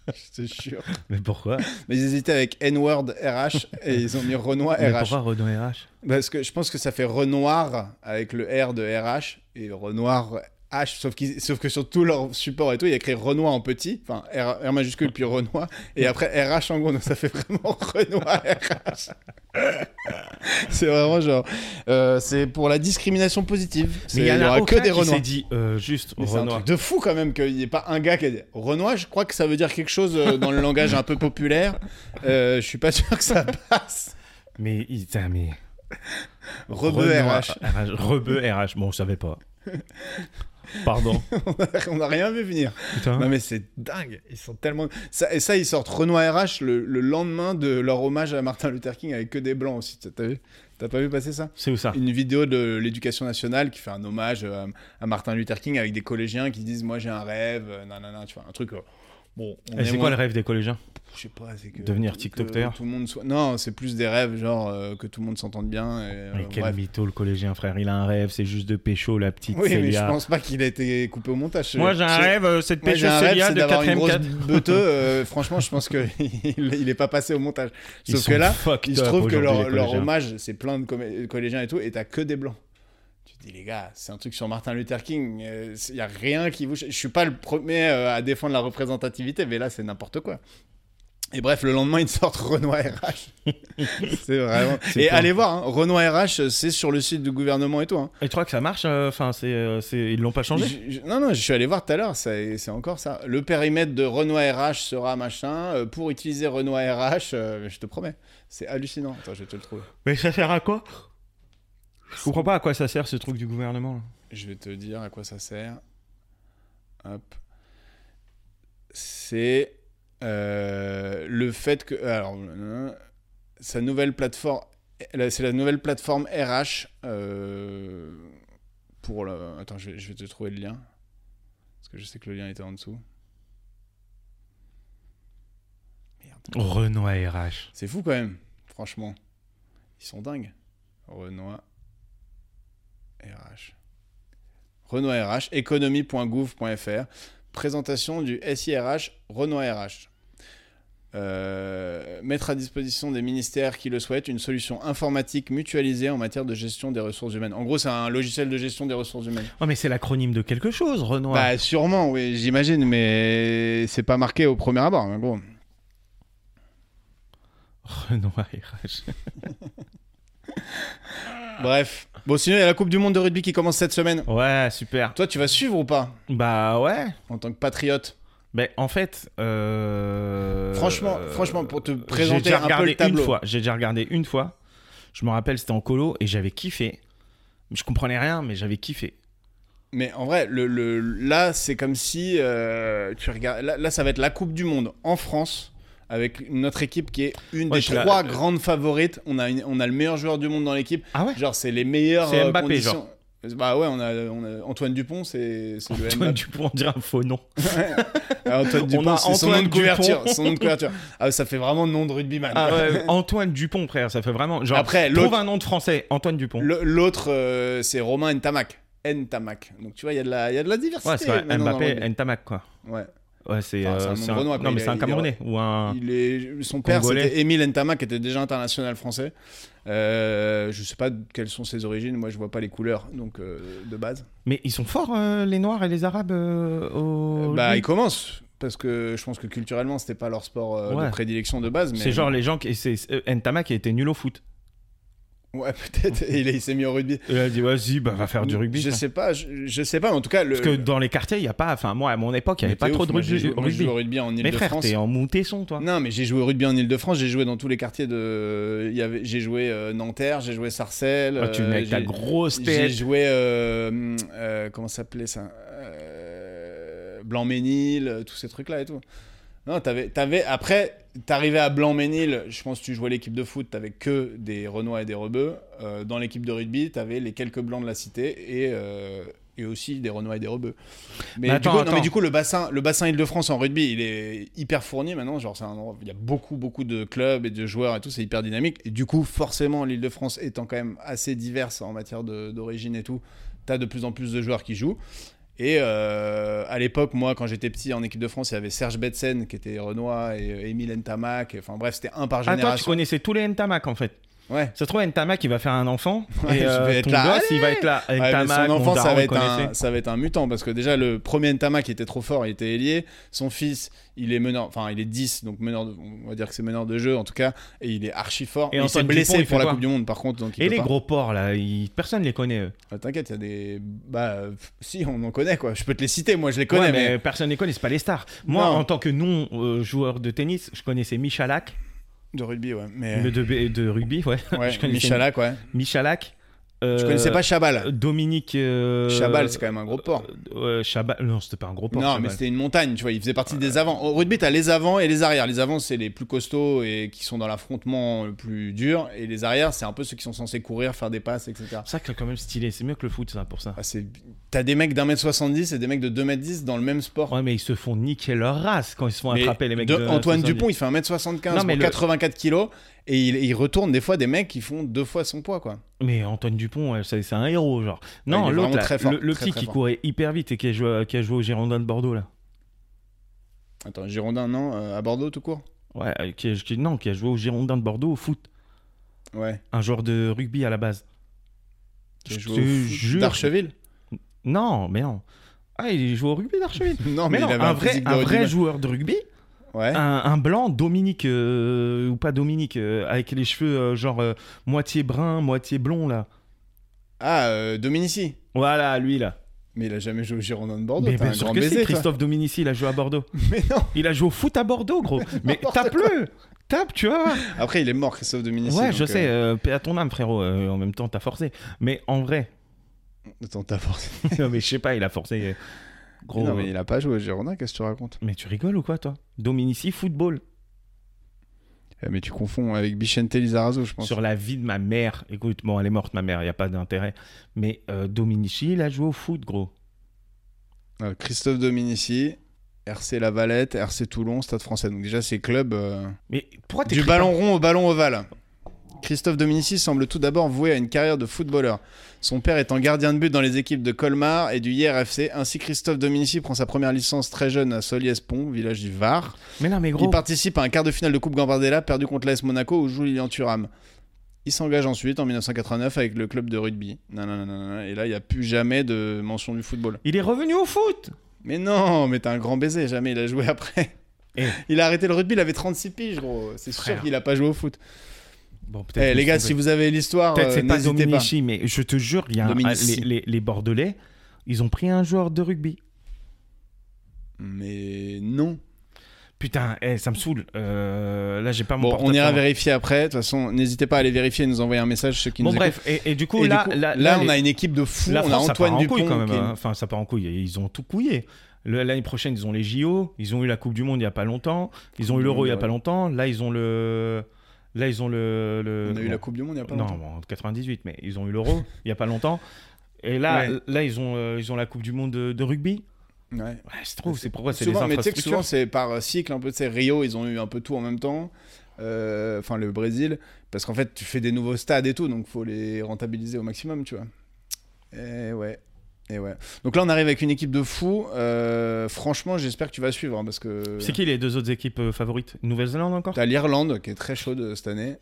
S1: Je te jure.
S2: Mais pourquoi
S1: Mais ils hésitaient avec N-Word RH et ils ont mis Renoir RH.
S2: Mais pourquoi Renaud RH
S1: Parce que je pense que ça fait Renoir avec le R de RH et Renoir H, sauf, qu'ils- sauf que sur tout leur support et tout, il y a écrit Renoir en petit, enfin R, R majuscule puis Renoir, et après RH en gros, donc ça fait vraiment (laughs) Renoir RH. (laughs) c'est vraiment genre, euh, c'est pour la discrimination positive. C'est-
S2: Mais il y, en
S1: aura
S2: a aucun
S1: que des
S2: qui
S1: Renoirs.
S2: s'est dit euh, juste
S1: Mais C'est un
S2: Renoir.
S1: truc de fou quand même qu'il n'y ait pas un gars qui a dit Renoir, je crois que ça veut dire quelque chose euh, dans le langage un peu populaire. Euh, je suis pas sûr que ça passe.
S2: Mais il putain, mais
S1: Rebeu
S2: Renoir
S1: RH.
S2: RH. Rebeu RH. Bon, on
S1: (laughs)
S2: savait pas. Pardon. Bah,
S1: On n'a rien vu venir.
S2: Putain.
S1: Non mais c'est dingue, ils sont tellement... Ça, et ça, ils sortent Renoir RH le, le lendemain de leur hommage à Martin Luther King avec que des blancs aussi, t'as t'as vu T'as pas vu passer ça
S2: C'est où ça
S1: Une vidéo de l'éducation nationale qui fait un hommage euh, à Martin Luther King avec des collégiens qui disent moi j'ai un rêve, euh, nanana, tu vois, un truc... euh, Bon, on
S2: Et
S1: est
S2: Eh, C'est quoi
S1: moins-
S2: le rêve des collégiens
S1: Je sais pas, c'est que...
S2: Devenir
S1: que
S2: TikToker
S1: tout le monde soit... Non, c'est plus des rêves genre euh, que tout le monde s'entende bien. Et, euh,
S2: Mais quel
S1: bref.
S2: mytho le collégien, frère. Il a un rêve, c'est juste de pécho la petite
S1: Oui, mais je
S2: Célia.
S1: pense pas qu'il a été coupé au montage.
S2: Moi j'ai un
S1: C'est-
S2: rêve, euh, c'est de
S1: Moi,
S2: pécho
S1: j'ai un rêve,
S2: Célia
S1: c'est
S2: de
S1: d'avoir
S2: 4
S1: une
S2: ème
S1: grosse
S2: 4
S1: (laughs) beuteux.
S2: (laughs)
S1: euh, franchement, je pense qu'il il est pas passé au montage.
S2: Ils
S1: Sauf
S2: sont
S1: que là,
S2: fucked
S1: il se
S2: up
S1: trouve que
S2: aujourd'hui,
S1: leur,
S2: les
S1: leur
S2: collégiens.
S1: hommage, c'est plein de comé- collégiens et tout, et t'as que des blancs. Tu te dis, les gars, c'est un truc sur Martin Luther King. Il y a rien qui vous. Je suis pas le premier euh, à défendre la représentativité, mais là, c'est n'importe quoi. Et bref, le lendemain, ils sortent Renoir RH. (laughs) c'est vraiment.
S2: C'est
S1: Et
S2: pas-
S1: allez voir, hein, Renoir RH, c'est sur le site du gouvernement et tout. hein.
S2: Et tu crois que ça marche Enfin, c'est, euh, c'est- ils l'ont pas changé
S1: Je- je- non, non, je suis allé voir tout à l'heure, c'est c'est encore ça. Le périmètre de Renault RH sera machin. euh, pour utiliser Renault RH, euh, je te promets, c'est hallucinant. Attends, je vais te le trouver.
S2: Mais ça sert à quoi Je comprends pas à quoi ça sert ce truc du gouvernement. Là.
S1: Je vais te dire à quoi ça sert. Hop. C'est euh, le fait que. Alors, euh, sa nouvelle plateforme. là, C'est la nouvelle plateforme RH euh, pour le. Attends, je vais, je vais te trouver le lien. Parce que je sais que le lien était en dessous.
S2: Renault RH.
S1: C'est fou quand même, franchement. Ils sont dingues. Renoir RH. Renoir RH, économie.gouv.fr. Présentation du SIRH Renoir RH. Euh, mettre à disposition des ministères qui le souhaitent une solution informatique mutualisée en matière de gestion des ressources humaines. En gros, c'est un logiciel de gestion des ressources humaines.
S2: Oh, mais c'est l'acronyme de quelque chose, Renault.
S1: Bah, sûrement, oui, j'imagine, mais c'est pas marqué au premier abord. En gros.
S2: Renault RH.
S1: Bref. Bon, sinon, il y a la Coupe du Monde de rugby qui commence cette semaine.
S2: Ouais, super.
S1: Toi, tu vas suivre ou pas
S2: Bah ouais.
S1: en tant que patriote
S2: Mais en fait, euh,
S1: Franchement-
S2: euh,
S1: franchement, pour te
S2: j'ai
S1: présenter
S2: déjà
S1: un peu
S2: regardé
S1: le tableau.
S2: Une fois, j'ai déjà regardé une fois. Je me rappelle, c'était en colo et j'avais kiffé. Je comprenais rien, mais j'avais kiffé.
S1: Mais en vrai, le, le- là, c'est comme si euh, tu regardes. Là, là, ça va être la Coupe du Monde en France avec notre équipe qui est une
S2: Ouais,
S1: des
S2: je la-
S1: trois grandes favorites. On a, une- on a le meilleur joueur du monde dans l'équipe.
S2: Ah ouais
S1: Genre, c'est les meilleurs.
S2: C'est
S1: euh,
S2: Mbappé,
S1: conditions.
S2: genre.
S1: Bah ouais, on a, on a Antoine Dupont, c'est c'est le
S2: Antoine
S1: Mbappé.
S2: Dupont, on dirait un faux nom.
S1: Ah, Antoine Dupont,
S2: On a
S1: c'est son nom
S2: Antoine
S1: de couverture.
S2: Dupont.
S1: Son nom de couverture. Ah, ça fait vraiment nom de rugbyman.
S2: Ah ouais, (laughs) Antoine Dupont, frère, ça fait vraiment. Genre,
S1: Après,
S2: trouve
S1: l'autre-
S2: un nom de français, Antoine Dupont.
S1: Le- L'autre, euh, c'est Romain Ntamak. Ntamak. Donc tu vois, il y, a de la- il y a de la diversité.
S2: Ouais, c'est pas
S1: maintenant dans le
S2: Mbappé,
S1: rugby.
S2: Ntamak, quoi.
S1: Ouais.
S2: Ouais, c'est.
S1: Enfin, c'est
S2: euh,
S1: un
S2: c'est
S1: nom
S2: un-
S1: renois, quoi.
S2: Non, mais
S1: Il
S2: c'est un
S1: est-
S2: Camerounais ou un.
S1: Il est- Son père,
S2: Ah. Congolais.
S1: c'était Émile Ntamak, qui était déjà international français. Euh, je sais pas quelles sont ses origines. Moi, je vois pas les couleurs, donc euh, de base.
S2: Mais ils sont forts, euh, les Noirs et les Arabes, euh, au.
S1: bah,
S2: rugby
S1: ils commencent parce que je pense que culturellement, c'était pas leur sport euh,
S2: Ouais.
S1: de prédilection de base. mais-
S2: C'est genre les gens qui. c'est- euh, Ntamak, il était nul au foot.
S1: (laughs) Ouais, peut-être. Et Il, est- il s'est mis au rugby.
S2: Et il a dit, vas-y, bah, va faire du rugby.
S1: Je
S2: frère.
S1: sais pas. Je, je sais pas. Mais en tout cas, le.
S2: Parce que dans les quartiers, il n'y a pas. Enfin, moi, à mon époque, il n'y
S1: mais
S2: avait pas
S1: t'es
S2: trop
S1: ouf,
S2: de
S1: moi, j'ai
S2: rugby.
S1: joué- moi, j'ai joué au rugby en
S2: Mais frère,
S1: Ile-de-France.
S2: t'es en Montesson, toi.
S1: Non, mais j'ai joué au rugby en Ile-de-France, j'ai joué dans tous les quartiers de. il y avait... J'ai joué euh, Nanterre, j'ai joué Sarcelles.
S2: Ah, tu
S1: euh,
S2: venais avec ta
S1: j'ai-
S2: grosse
S1: J'ai
S2: tête.
S1: joué. euh, hum, euh, comment ça s'appelait ça Euh, Blanc-Ménil, euh, tous ces trucs-là et tout. Non, t'avais, t'avais, après, t'arrivais à Blanc-Ménil, je pense que tu jouais l'équipe de foot, t'avais que des Renois et des Rebeux. Euh, dans l'équipe de rugby, t'avais les quelques Blancs de la cité et, euh, et aussi des Renois et des Rebeux. Mais,
S2: Mais
S1: du,
S2: attends,
S1: coup, non,
S2: attends.
S1: mais du coup, le bassin, le bassin Île-de-France en rugby, il est hyper fourni maintenant. Genre, c'est un endroit- il y a beaucoup, beaucoup de clubs et de joueurs et tout, c'est hyper dynamique. Et du coup, forcément, l'Île-de-France étant quand même assez diverse en matière de- d'origine et tout, t'as de plus en plus de joueurs qui jouent. Et euh, à l'époque, moi, quand j'étais petit en équipe de France, il y avait Serge Betsen qui était Renoir et euh, Émile Ntamak. et Enfin bref, c'était un par
S2: Ah, toi, tu
S1: génération.
S2: connaissais tous les Ntamak, en fait.
S1: ouais.
S2: Ça se trouve, Ntamak, il va faire un enfant.
S1: (laughs) Ouais,
S2: et
S1: je
S2: euh,
S1: vais être
S2: ton
S1: là.
S2: gosse, il va être là.
S1: Ouais, mais
S2: Ntamak,
S1: son
S2: mon
S1: enfant, ça
S2: daron
S1: va, être
S2: connaissait.
S1: un, ça va être un mutant parce que déjà le premier Ntamak qui était trop fort, il était ailier. Son fils, il est meneur, enfin il est 10, donc meneur, de- on va dire que c'est meneur de jeu en tout cas, et il est archi fort.
S2: Et
S1: Mais il s'est
S2: Antoine
S1: blessé
S2: Dupont, il
S1: pour
S2: fait
S1: la
S2: quoi
S1: Coupe du Monde par contre, donc il
S2: Et
S1: peut
S2: les
S1: pas.
S2: gros porcs, là, ils- personne ne les connaît, eux.
S1: Ah, T'inquiète, il y a des, bah euh, pff, si on en connaît quoi. Je peux te les citer, moi je les connais,
S2: Ouais,
S1: mais,
S2: mais personne ne les connaît, c'est pas les stars. Moi,
S1: Non.
S2: en tant que non-joueur de tennis, je connaissais Michalak,
S1: de rugby ouais. Mais
S2: le de, de rugby, ouais. (laughs)
S1: ouais,
S2: je connaissais-
S1: Michalak ouais.
S2: Michalak.
S1: Je connaissais pas Chabal.
S2: euh, Dominique. euh,
S1: Chabal, c'est quand même un gros port.
S2: euh, Chabal. Non, c'était pas un gros port.
S1: non, mais
S2: Chabal.
S1: c'était une montagne, tu vois. Il faisait partie des avants. Au rugby, t'as les avants et les arrières. Les avants, c'est les plus costauds et qui sont dans l'affrontement le plus dur. Et les arrières, c'est un peu ceux qui sont censés courir, faire des passes, etc.
S2: C'est ça qui est quand même stylé. C'est mieux que le foot, ça, pour ça.
S1: Ah, c'est- t'as des mecs d'un mètre 70 et des mecs de 2 mètres 10 dans le même sport.
S2: Ouais, mais ils se font niquer leur race quand ils se font
S1: Mais
S2: attraper, les mecs.
S1: de-
S2: de
S1: Antoine
S2: 70.
S1: Dupont, il fait 1m75
S2: Non,
S1: pour
S2: mais le-
S1: 84 kilos et il, il retourne des fois des mecs qui font deux fois son poids, quoi.
S2: Mais Antoine Dupont, ouais, c'est c'est un héros, genre. Non,
S1: il est
S2: l'autre,
S1: vraiment
S2: là,
S1: très fort,
S2: le, le
S1: très,
S2: petit
S1: très
S2: qui
S1: fort.
S2: courait hyper vite et qui a joué, qui a joué au Girondin de Bordeaux, là.
S1: Attends, Girondin, non euh, À Bordeaux, tout court
S2: Ouais, euh, qui, a- qui- non, qui a joué au Girondin de Bordeaux au foot.
S1: Ouais.
S2: Un joueur de rugby à la base.
S1: Qui
S2: Je
S1: joue au
S2: te
S1: foot
S2: jure.
S1: D'Archeville
S2: Non, mais non. Ah, il joue au rugby d'Archeville.
S1: Non,
S2: mais
S1: mais,
S2: non,
S1: il avait
S2: un,
S1: un,
S2: vrai,
S1: physique de
S2: un
S1: rugby.
S2: vrai joueur de rugby,
S1: Ouais.
S2: un, un blanc, Dominique, euh, ou pas Dominique, euh, avec les cheveux euh, genre euh, moitié brun, moitié blond, là.
S1: Ah, euh, Dominici.
S2: Voilà, lui, là.
S1: Mais il a jamais joué au Girondin de Bordeaux.
S2: mais
S1: Oh, T'as
S2: bien
S1: un
S2: sûr
S1: grand
S2: que
S1: baiser,
S2: c'est,
S1: toi.
S2: Christophe Dominici, il a joué à Bordeaux.
S1: Mais non.
S2: Il a joué au foot à
S1: (laughs)
S2: Bordeaux, gros. Mais
S1: N'importe
S2: tape-le Tape, tu vois
S1: (laughs) Après, il est mort, Christophe Dominici.
S2: Ouais,
S1: donc,
S2: je
S1: euh,
S2: sais, euh, paix à ton âme, frérot. euh, en même temps, t'as forcé. Mais en vrai, (laughs)
S1: Attends, t'as forcé.
S2: non, mais je sais pas, il a forcé. euh, Gros.
S1: Non,
S2: euh,
S1: mais
S2: mais...
S1: il a pas joué au Girondin, qu'est-ce que tu racontes
S2: tu rigoles ou quoi, toi Dominici, football.
S1: Eh, Mais tu confonds avec Bichente Lizarazu, je pense.
S2: Sur la vie de ma mère. Écoute, bon, elle est morte, ma mère, il a pas d'intérêt. Mais euh, Dominici, il a joué au foot, gros.
S1: Euh, Christophe Dominici, RC La Valette, RC Toulon, Stade français. Donc, déjà, ces clubs. euh,
S2: Mais pourquoi Ah, t'es.
S1: Du ballon rond au ballon ovale. Christophe Dominici semble tout d'abord voué à une carrière de footballeur. Son père étant gardien de but dans les équipes de Colmar et du IRFC. Ainsi, Christophe Dominici prend sa première licence très jeune à Solies-Pont, village du Var.
S2: Mais non, mais gros.
S1: Il participe à un quart de finale de Coupe Gambardella perdu contre l'AS Monaco où joue Lilian Thuram. Il s'engage ensuite en 1989 avec le club de rugby. Nanana, nanana. Et là, il n'y a plus jamais de mention du football.
S2: Il est revenu au foot
S1: Mais non, mais t'as un grand baiser, jamais il a joué après.
S2: Eh.
S1: (laughs) Il a arrêté le rugby, il avait 36 piges, gros. C'est sûr
S2: Frère.
S1: qu'il a pas joué au foot.
S2: Bon, peut-être.
S1: Eh,
S2: je me
S1: les
S2: suis
S1: gars,
S2: trompé.
S1: si vous avez l'histoire,
S2: Peut-être
S1: euh,
S2: c'est pas
S1: n'hésitez pas.
S2: Dominici, mais je te jure, il y a un- ah,
S1: Dominici.
S2: les, les- les Bordelais, ils ont pris un joueur de rugby.
S1: Mais non.
S2: Putain, eh, ça me saoule. Euh, là, j'ai pas mon
S1: Bon, on
S2: portable.
S1: ira vérifier après. De toute façon, n'hésitez pas à aller vérifier et nous envoyer un message ceux qui
S2: Bon,
S1: nous
S2: bref, et, et du
S1: écoutent.
S2: coup,
S1: Et du
S2: là,
S1: coup, là,
S2: là, là,
S1: on a
S2: les-
S1: une équipe de fous. on
S2: la
S1: a
S2: France, ça
S1: Antoine
S2: part en
S1: Dupont.
S2: couille quand même.
S1: qui est-
S2: hein. Enfin, ça part en couille. Ils ont tout couillé. Le- L'année prochaine, ils ont les JO. Ils ont eu la Coupe du Monde il y a pas longtemps. Ils ont eu l'Euro il y a
S1: Ouais.
S2: pas longtemps. Là, ils ont le. Là, ils ont le. le-
S1: On a eu
S2: Euh, bon,
S1: la Coupe du Monde il y a pas
S2: Non,
S1: longtemps.
S2: bon, en 98, mais ils ont eu l'Euro il y a pas longtemps. Et là,
S1: Ouais.
S2: là ils, ont, euh, ils ont la Coupe du Monde de, de rugby.
S1: Ouais.
S2: Ouais, c'est trop, c'est pourquoi c'est les
S1: Souvent, mais tu sais que
S2: infrastructures.
S1: souvent, c'est par euh, cycle un peu. Tu sais, Rio, ils ont eu un peu tout en même temps. Euh, Enfin, le Brésil. Parce qu'en fait, tu fais des nouveaux stades et tout. Donc, faut les rentabiliser au maximum, tu vois. Et ouais. Et ouais. Donc là, on arrive avec une équipe de fous. Euh, franchement, j'espère que tu vas suivre. hein, parce que.
S2: C'est qui les deux autres équipes euh, favorites Nouvelle-Zélande encore
S1: T'as l'Irlande qui est très chaude euh, cette année.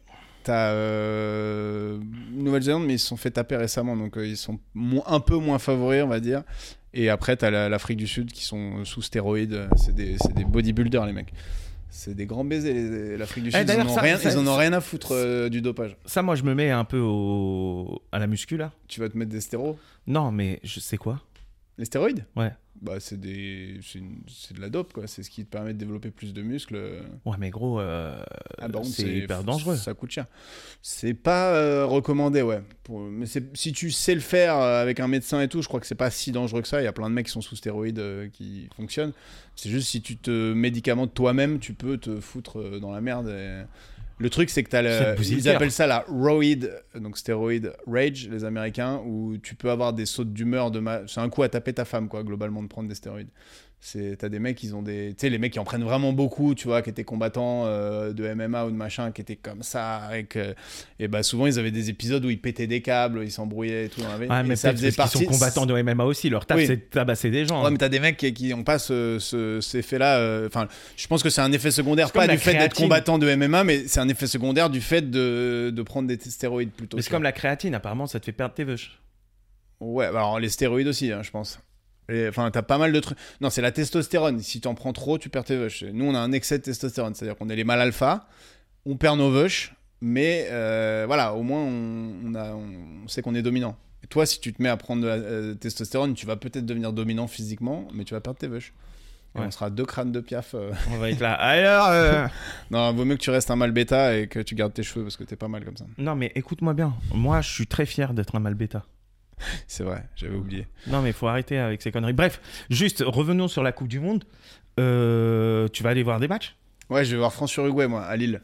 S1: T'as euh, Nouvelle-Zélande, mais ils se sont fait taper récemment, donc euh, ils sont mo- un peu moins favoris, on va dire. Et après, t'as la- l'Afrique du Sud qui sont euh, sous stéroïdes. euh, C'est des, c'est des bodybuilders, les mecs. C'est des grands baisers, les- l'Afrique du
S2: Eh,
S1: Sud. ils, en
S2: d'ailleurs,
S1: ont
S2: ça-
S1: rien,
S2: ça-
S1: ils en ont rien à foutre euh, du dopage.
S2: Ça, moi, je me mets un peu au... à la muscu, là.
S1: Tu vas te mettre des stéros
S2: Non, mais je sais quoi
S1: Les stéroïdes
S2: Ouais.
S1: Bah, c'est des- c'est une- c'est de la dope, quoi. C'est ce qui te permet de développer plus de muscles.
S2: Ouais, mais gros, euh,
S1: Ah bah,
S2: c'est
S1: c'est-
S2: hyper dangereux.
S1: Ça coûte cher. C'est pas euh, recommandé, ouais. Pour- mais c'est- si tu sais le faire euh, avec un médecin et tout, je crois que c'est pas si dangereux que ça. Il y a plein de mecs qui sont sous stéroïdes euh, qui fonctionnent. C'est juste si tu te médicamentes toi-même, tu peux te foutre euh, dans la merde. et- Le truc, c'est que t'as
S2: C'est le
S1: le, ils
S2: bousillère.
S1: appellent ça la roid, donc stéroïde rage, les Américains, où tu peux avoir des sautes d'humeur. De ma... C'est un coup à taper ta femme, quoi, globalement, de prendre des stéroïdes. C'est, t'as des mecs, ils ont des. Tu sais, les mecs qui en prennent vraiment beaucoup, tu vois, qui étaient combattants euh, de MMA ou de machin, qui étaient comme ça. Avec, euh, et bah souvent, ils avaient des épisodes où ils pétaient des câbles, ils s'embrouillaient et tout. hein,
S2: Ouais,
S1: et
S2: mais
S1: ça
S2: peut-être
S1: faisait
S2: parce qu'ils
S1: partie.
S2: sont combattants de MMA aussi. Leur taf,
S1: Oui.
S2: c'est de tabasser des gens. hein.
S1: Ouais, mais t'as des mecs qui- qui n'ont pas ce, ce- cet effet-là. euh, Enfin, je pense que c'est un effet secondaire,
S2: C'est comme
S1: pas
S2: la
S1: du fait d'être
S2: créatine.
S1: combattant de MMA, mais c'est un effet secondaire du fait de, de prendre des stéroïdes plutôt.
S2: Mais c'est
S1: tu vois.
S2: comme la créatine, apparemment, ça te fait perdre tes veuches.
S1: Ouais, bah alors les stéroïdes aussi, hein, je pense. Et, Enfin, t'as pas mal de trucs. Non, c'est la testostérone. Si t'en prends trop, tu perds tes veuches. Nous, on a un excès de testostérone, c'est-à-dire qu'on est les mâles alpha, on perd nos veuches, mais euh, voilà, au moins on, on a- on- on sait qu'on est dominant. Et toi, si tu te mets à prendre de la euh, testostérone, tu vas peut-être devenir dominant physiquement, mais tu vas perdre tes veuches. Et
S2: Ouais.
S1: on sera deux crânes de piaf. euh. (laughs)
S2: On va être là. Alors. euh,
S1: Non, vaut mieux que tu restes un mâle bêta et que tu gardes tes cheveux parce que t'es pas mal comme ça.
S2: Non, mais écoute-moi bien. Moi, je suis très fier d'être un mâle bêta.
S1: C'est vrai, j'avais oublié.
S2: Non, mais faut arrêter avec ces conneries. Bref, juste revenons sur la Coupe du Monde. Euh, tu vas aller voir des matchs
S1: Ouais, je vais voir France-Uruguay, moi, à Lille.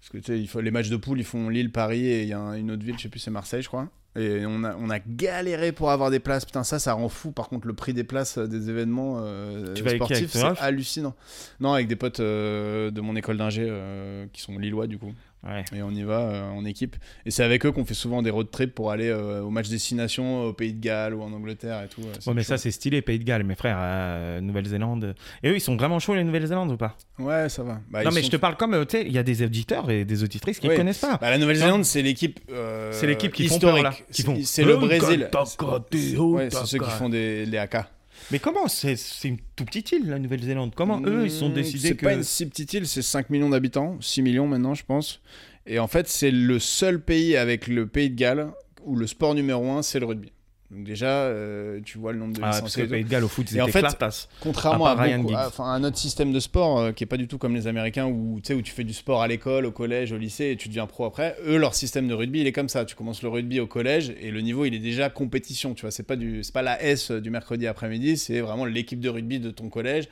S1: Parce que tu sais, il faut, les matchs de poule, ils font Lille, Paris et il y a un- une autre ville, je sais plus, c'est Marseille, je crois. Et on a, on a galéré pour avoir des places. Putain, ça, ça rend fou. Par contre, le prix des places euh, des événements euh,
S2: Tu vas avec qui, avec
S1: sportifs, c'est
S2: Raph
S1: hallucinant. Non, avec des potes euh, de mon école d'ingé euh, qui sont lillois, du coup.
S2: Ouais.
S1: Et on y va euh, en équipe. Et c'est avec eux qu'on fait souvent des road trips pour aller euh, aux matchs destination au Pays de Galles ou en Angleterre et tout. euh, c'est
S2: Ouais, mais
S1: chaud.
S2: ça, c'est stylé, Pays de Galles, mes frères, euh, Nouvelle-Zélande. Et eux, ils sont vraiment chauds, les Nouvelle-Zélande ou pas
S1: Ouais, ça va. Bah,
S2: Non,
S1: ils
S2: mais
S1: sont-
S2: je te parle comme, euh, tu sais, il y a des auditeurs et des auditrices qui ne
S1: Oui.
S2: connaissent pas.
S1: Bah, la Nouvelle-Zélande, c'est l'équipe. euh,
S2: Hein c'est l'équipe qui font
S1: historique.
S2: peur, là.
S1: C'est-
S2: Qui font-
S1: C'est le
S2: Oh,
S1: Brésil.
S2: Kotaka,
S1: C'est-
S2: oh,
S1: ouais, c'est ceux qui
S2: Kotaka.
S1: font des, les AK.
S2: Mais comment C'est c'est une toute petite île, la Nouvelle-Zélande. Comment eux, ils sont
S1: Hmm,
S2: décidés
S1: C'est
S2: que.
S1: pas une si petite île, c'est 5 millions d'habitants, 6 millions maintenant, je pense. Et en fait, c'est le seul pays avec le pays de Galles où le sport numéro 1, c'est le rugby. Donc déjà, euh, tu vois le nombre de
S2: Ah, parce
S1: licenciés et
S2: que
S1: tout.
S2: Pays de Galles au foot,
S1: Et en
S2: c'était
S1: fait,
S2: clatasse.
S1: Contrairement
S2: À
S1: à,
S2: part Ryan
S1: beaucoup-
S2: Giggs.
S1: à- enfin, à notre système de sport euh, qui est pas du tout comme les Américains où tu sais où tu fais du sport à l'école, au collège, au lycée et tu deviens pro après. Eux leur système de rugby il est comme ça. Tu commences le rugby au collège et le niveau il est déjà compétition. Tu vois c'est pas du c'est pas la S euh, du mercredi après-midi. C'est vraiment l'équipe de rugby de ton collège,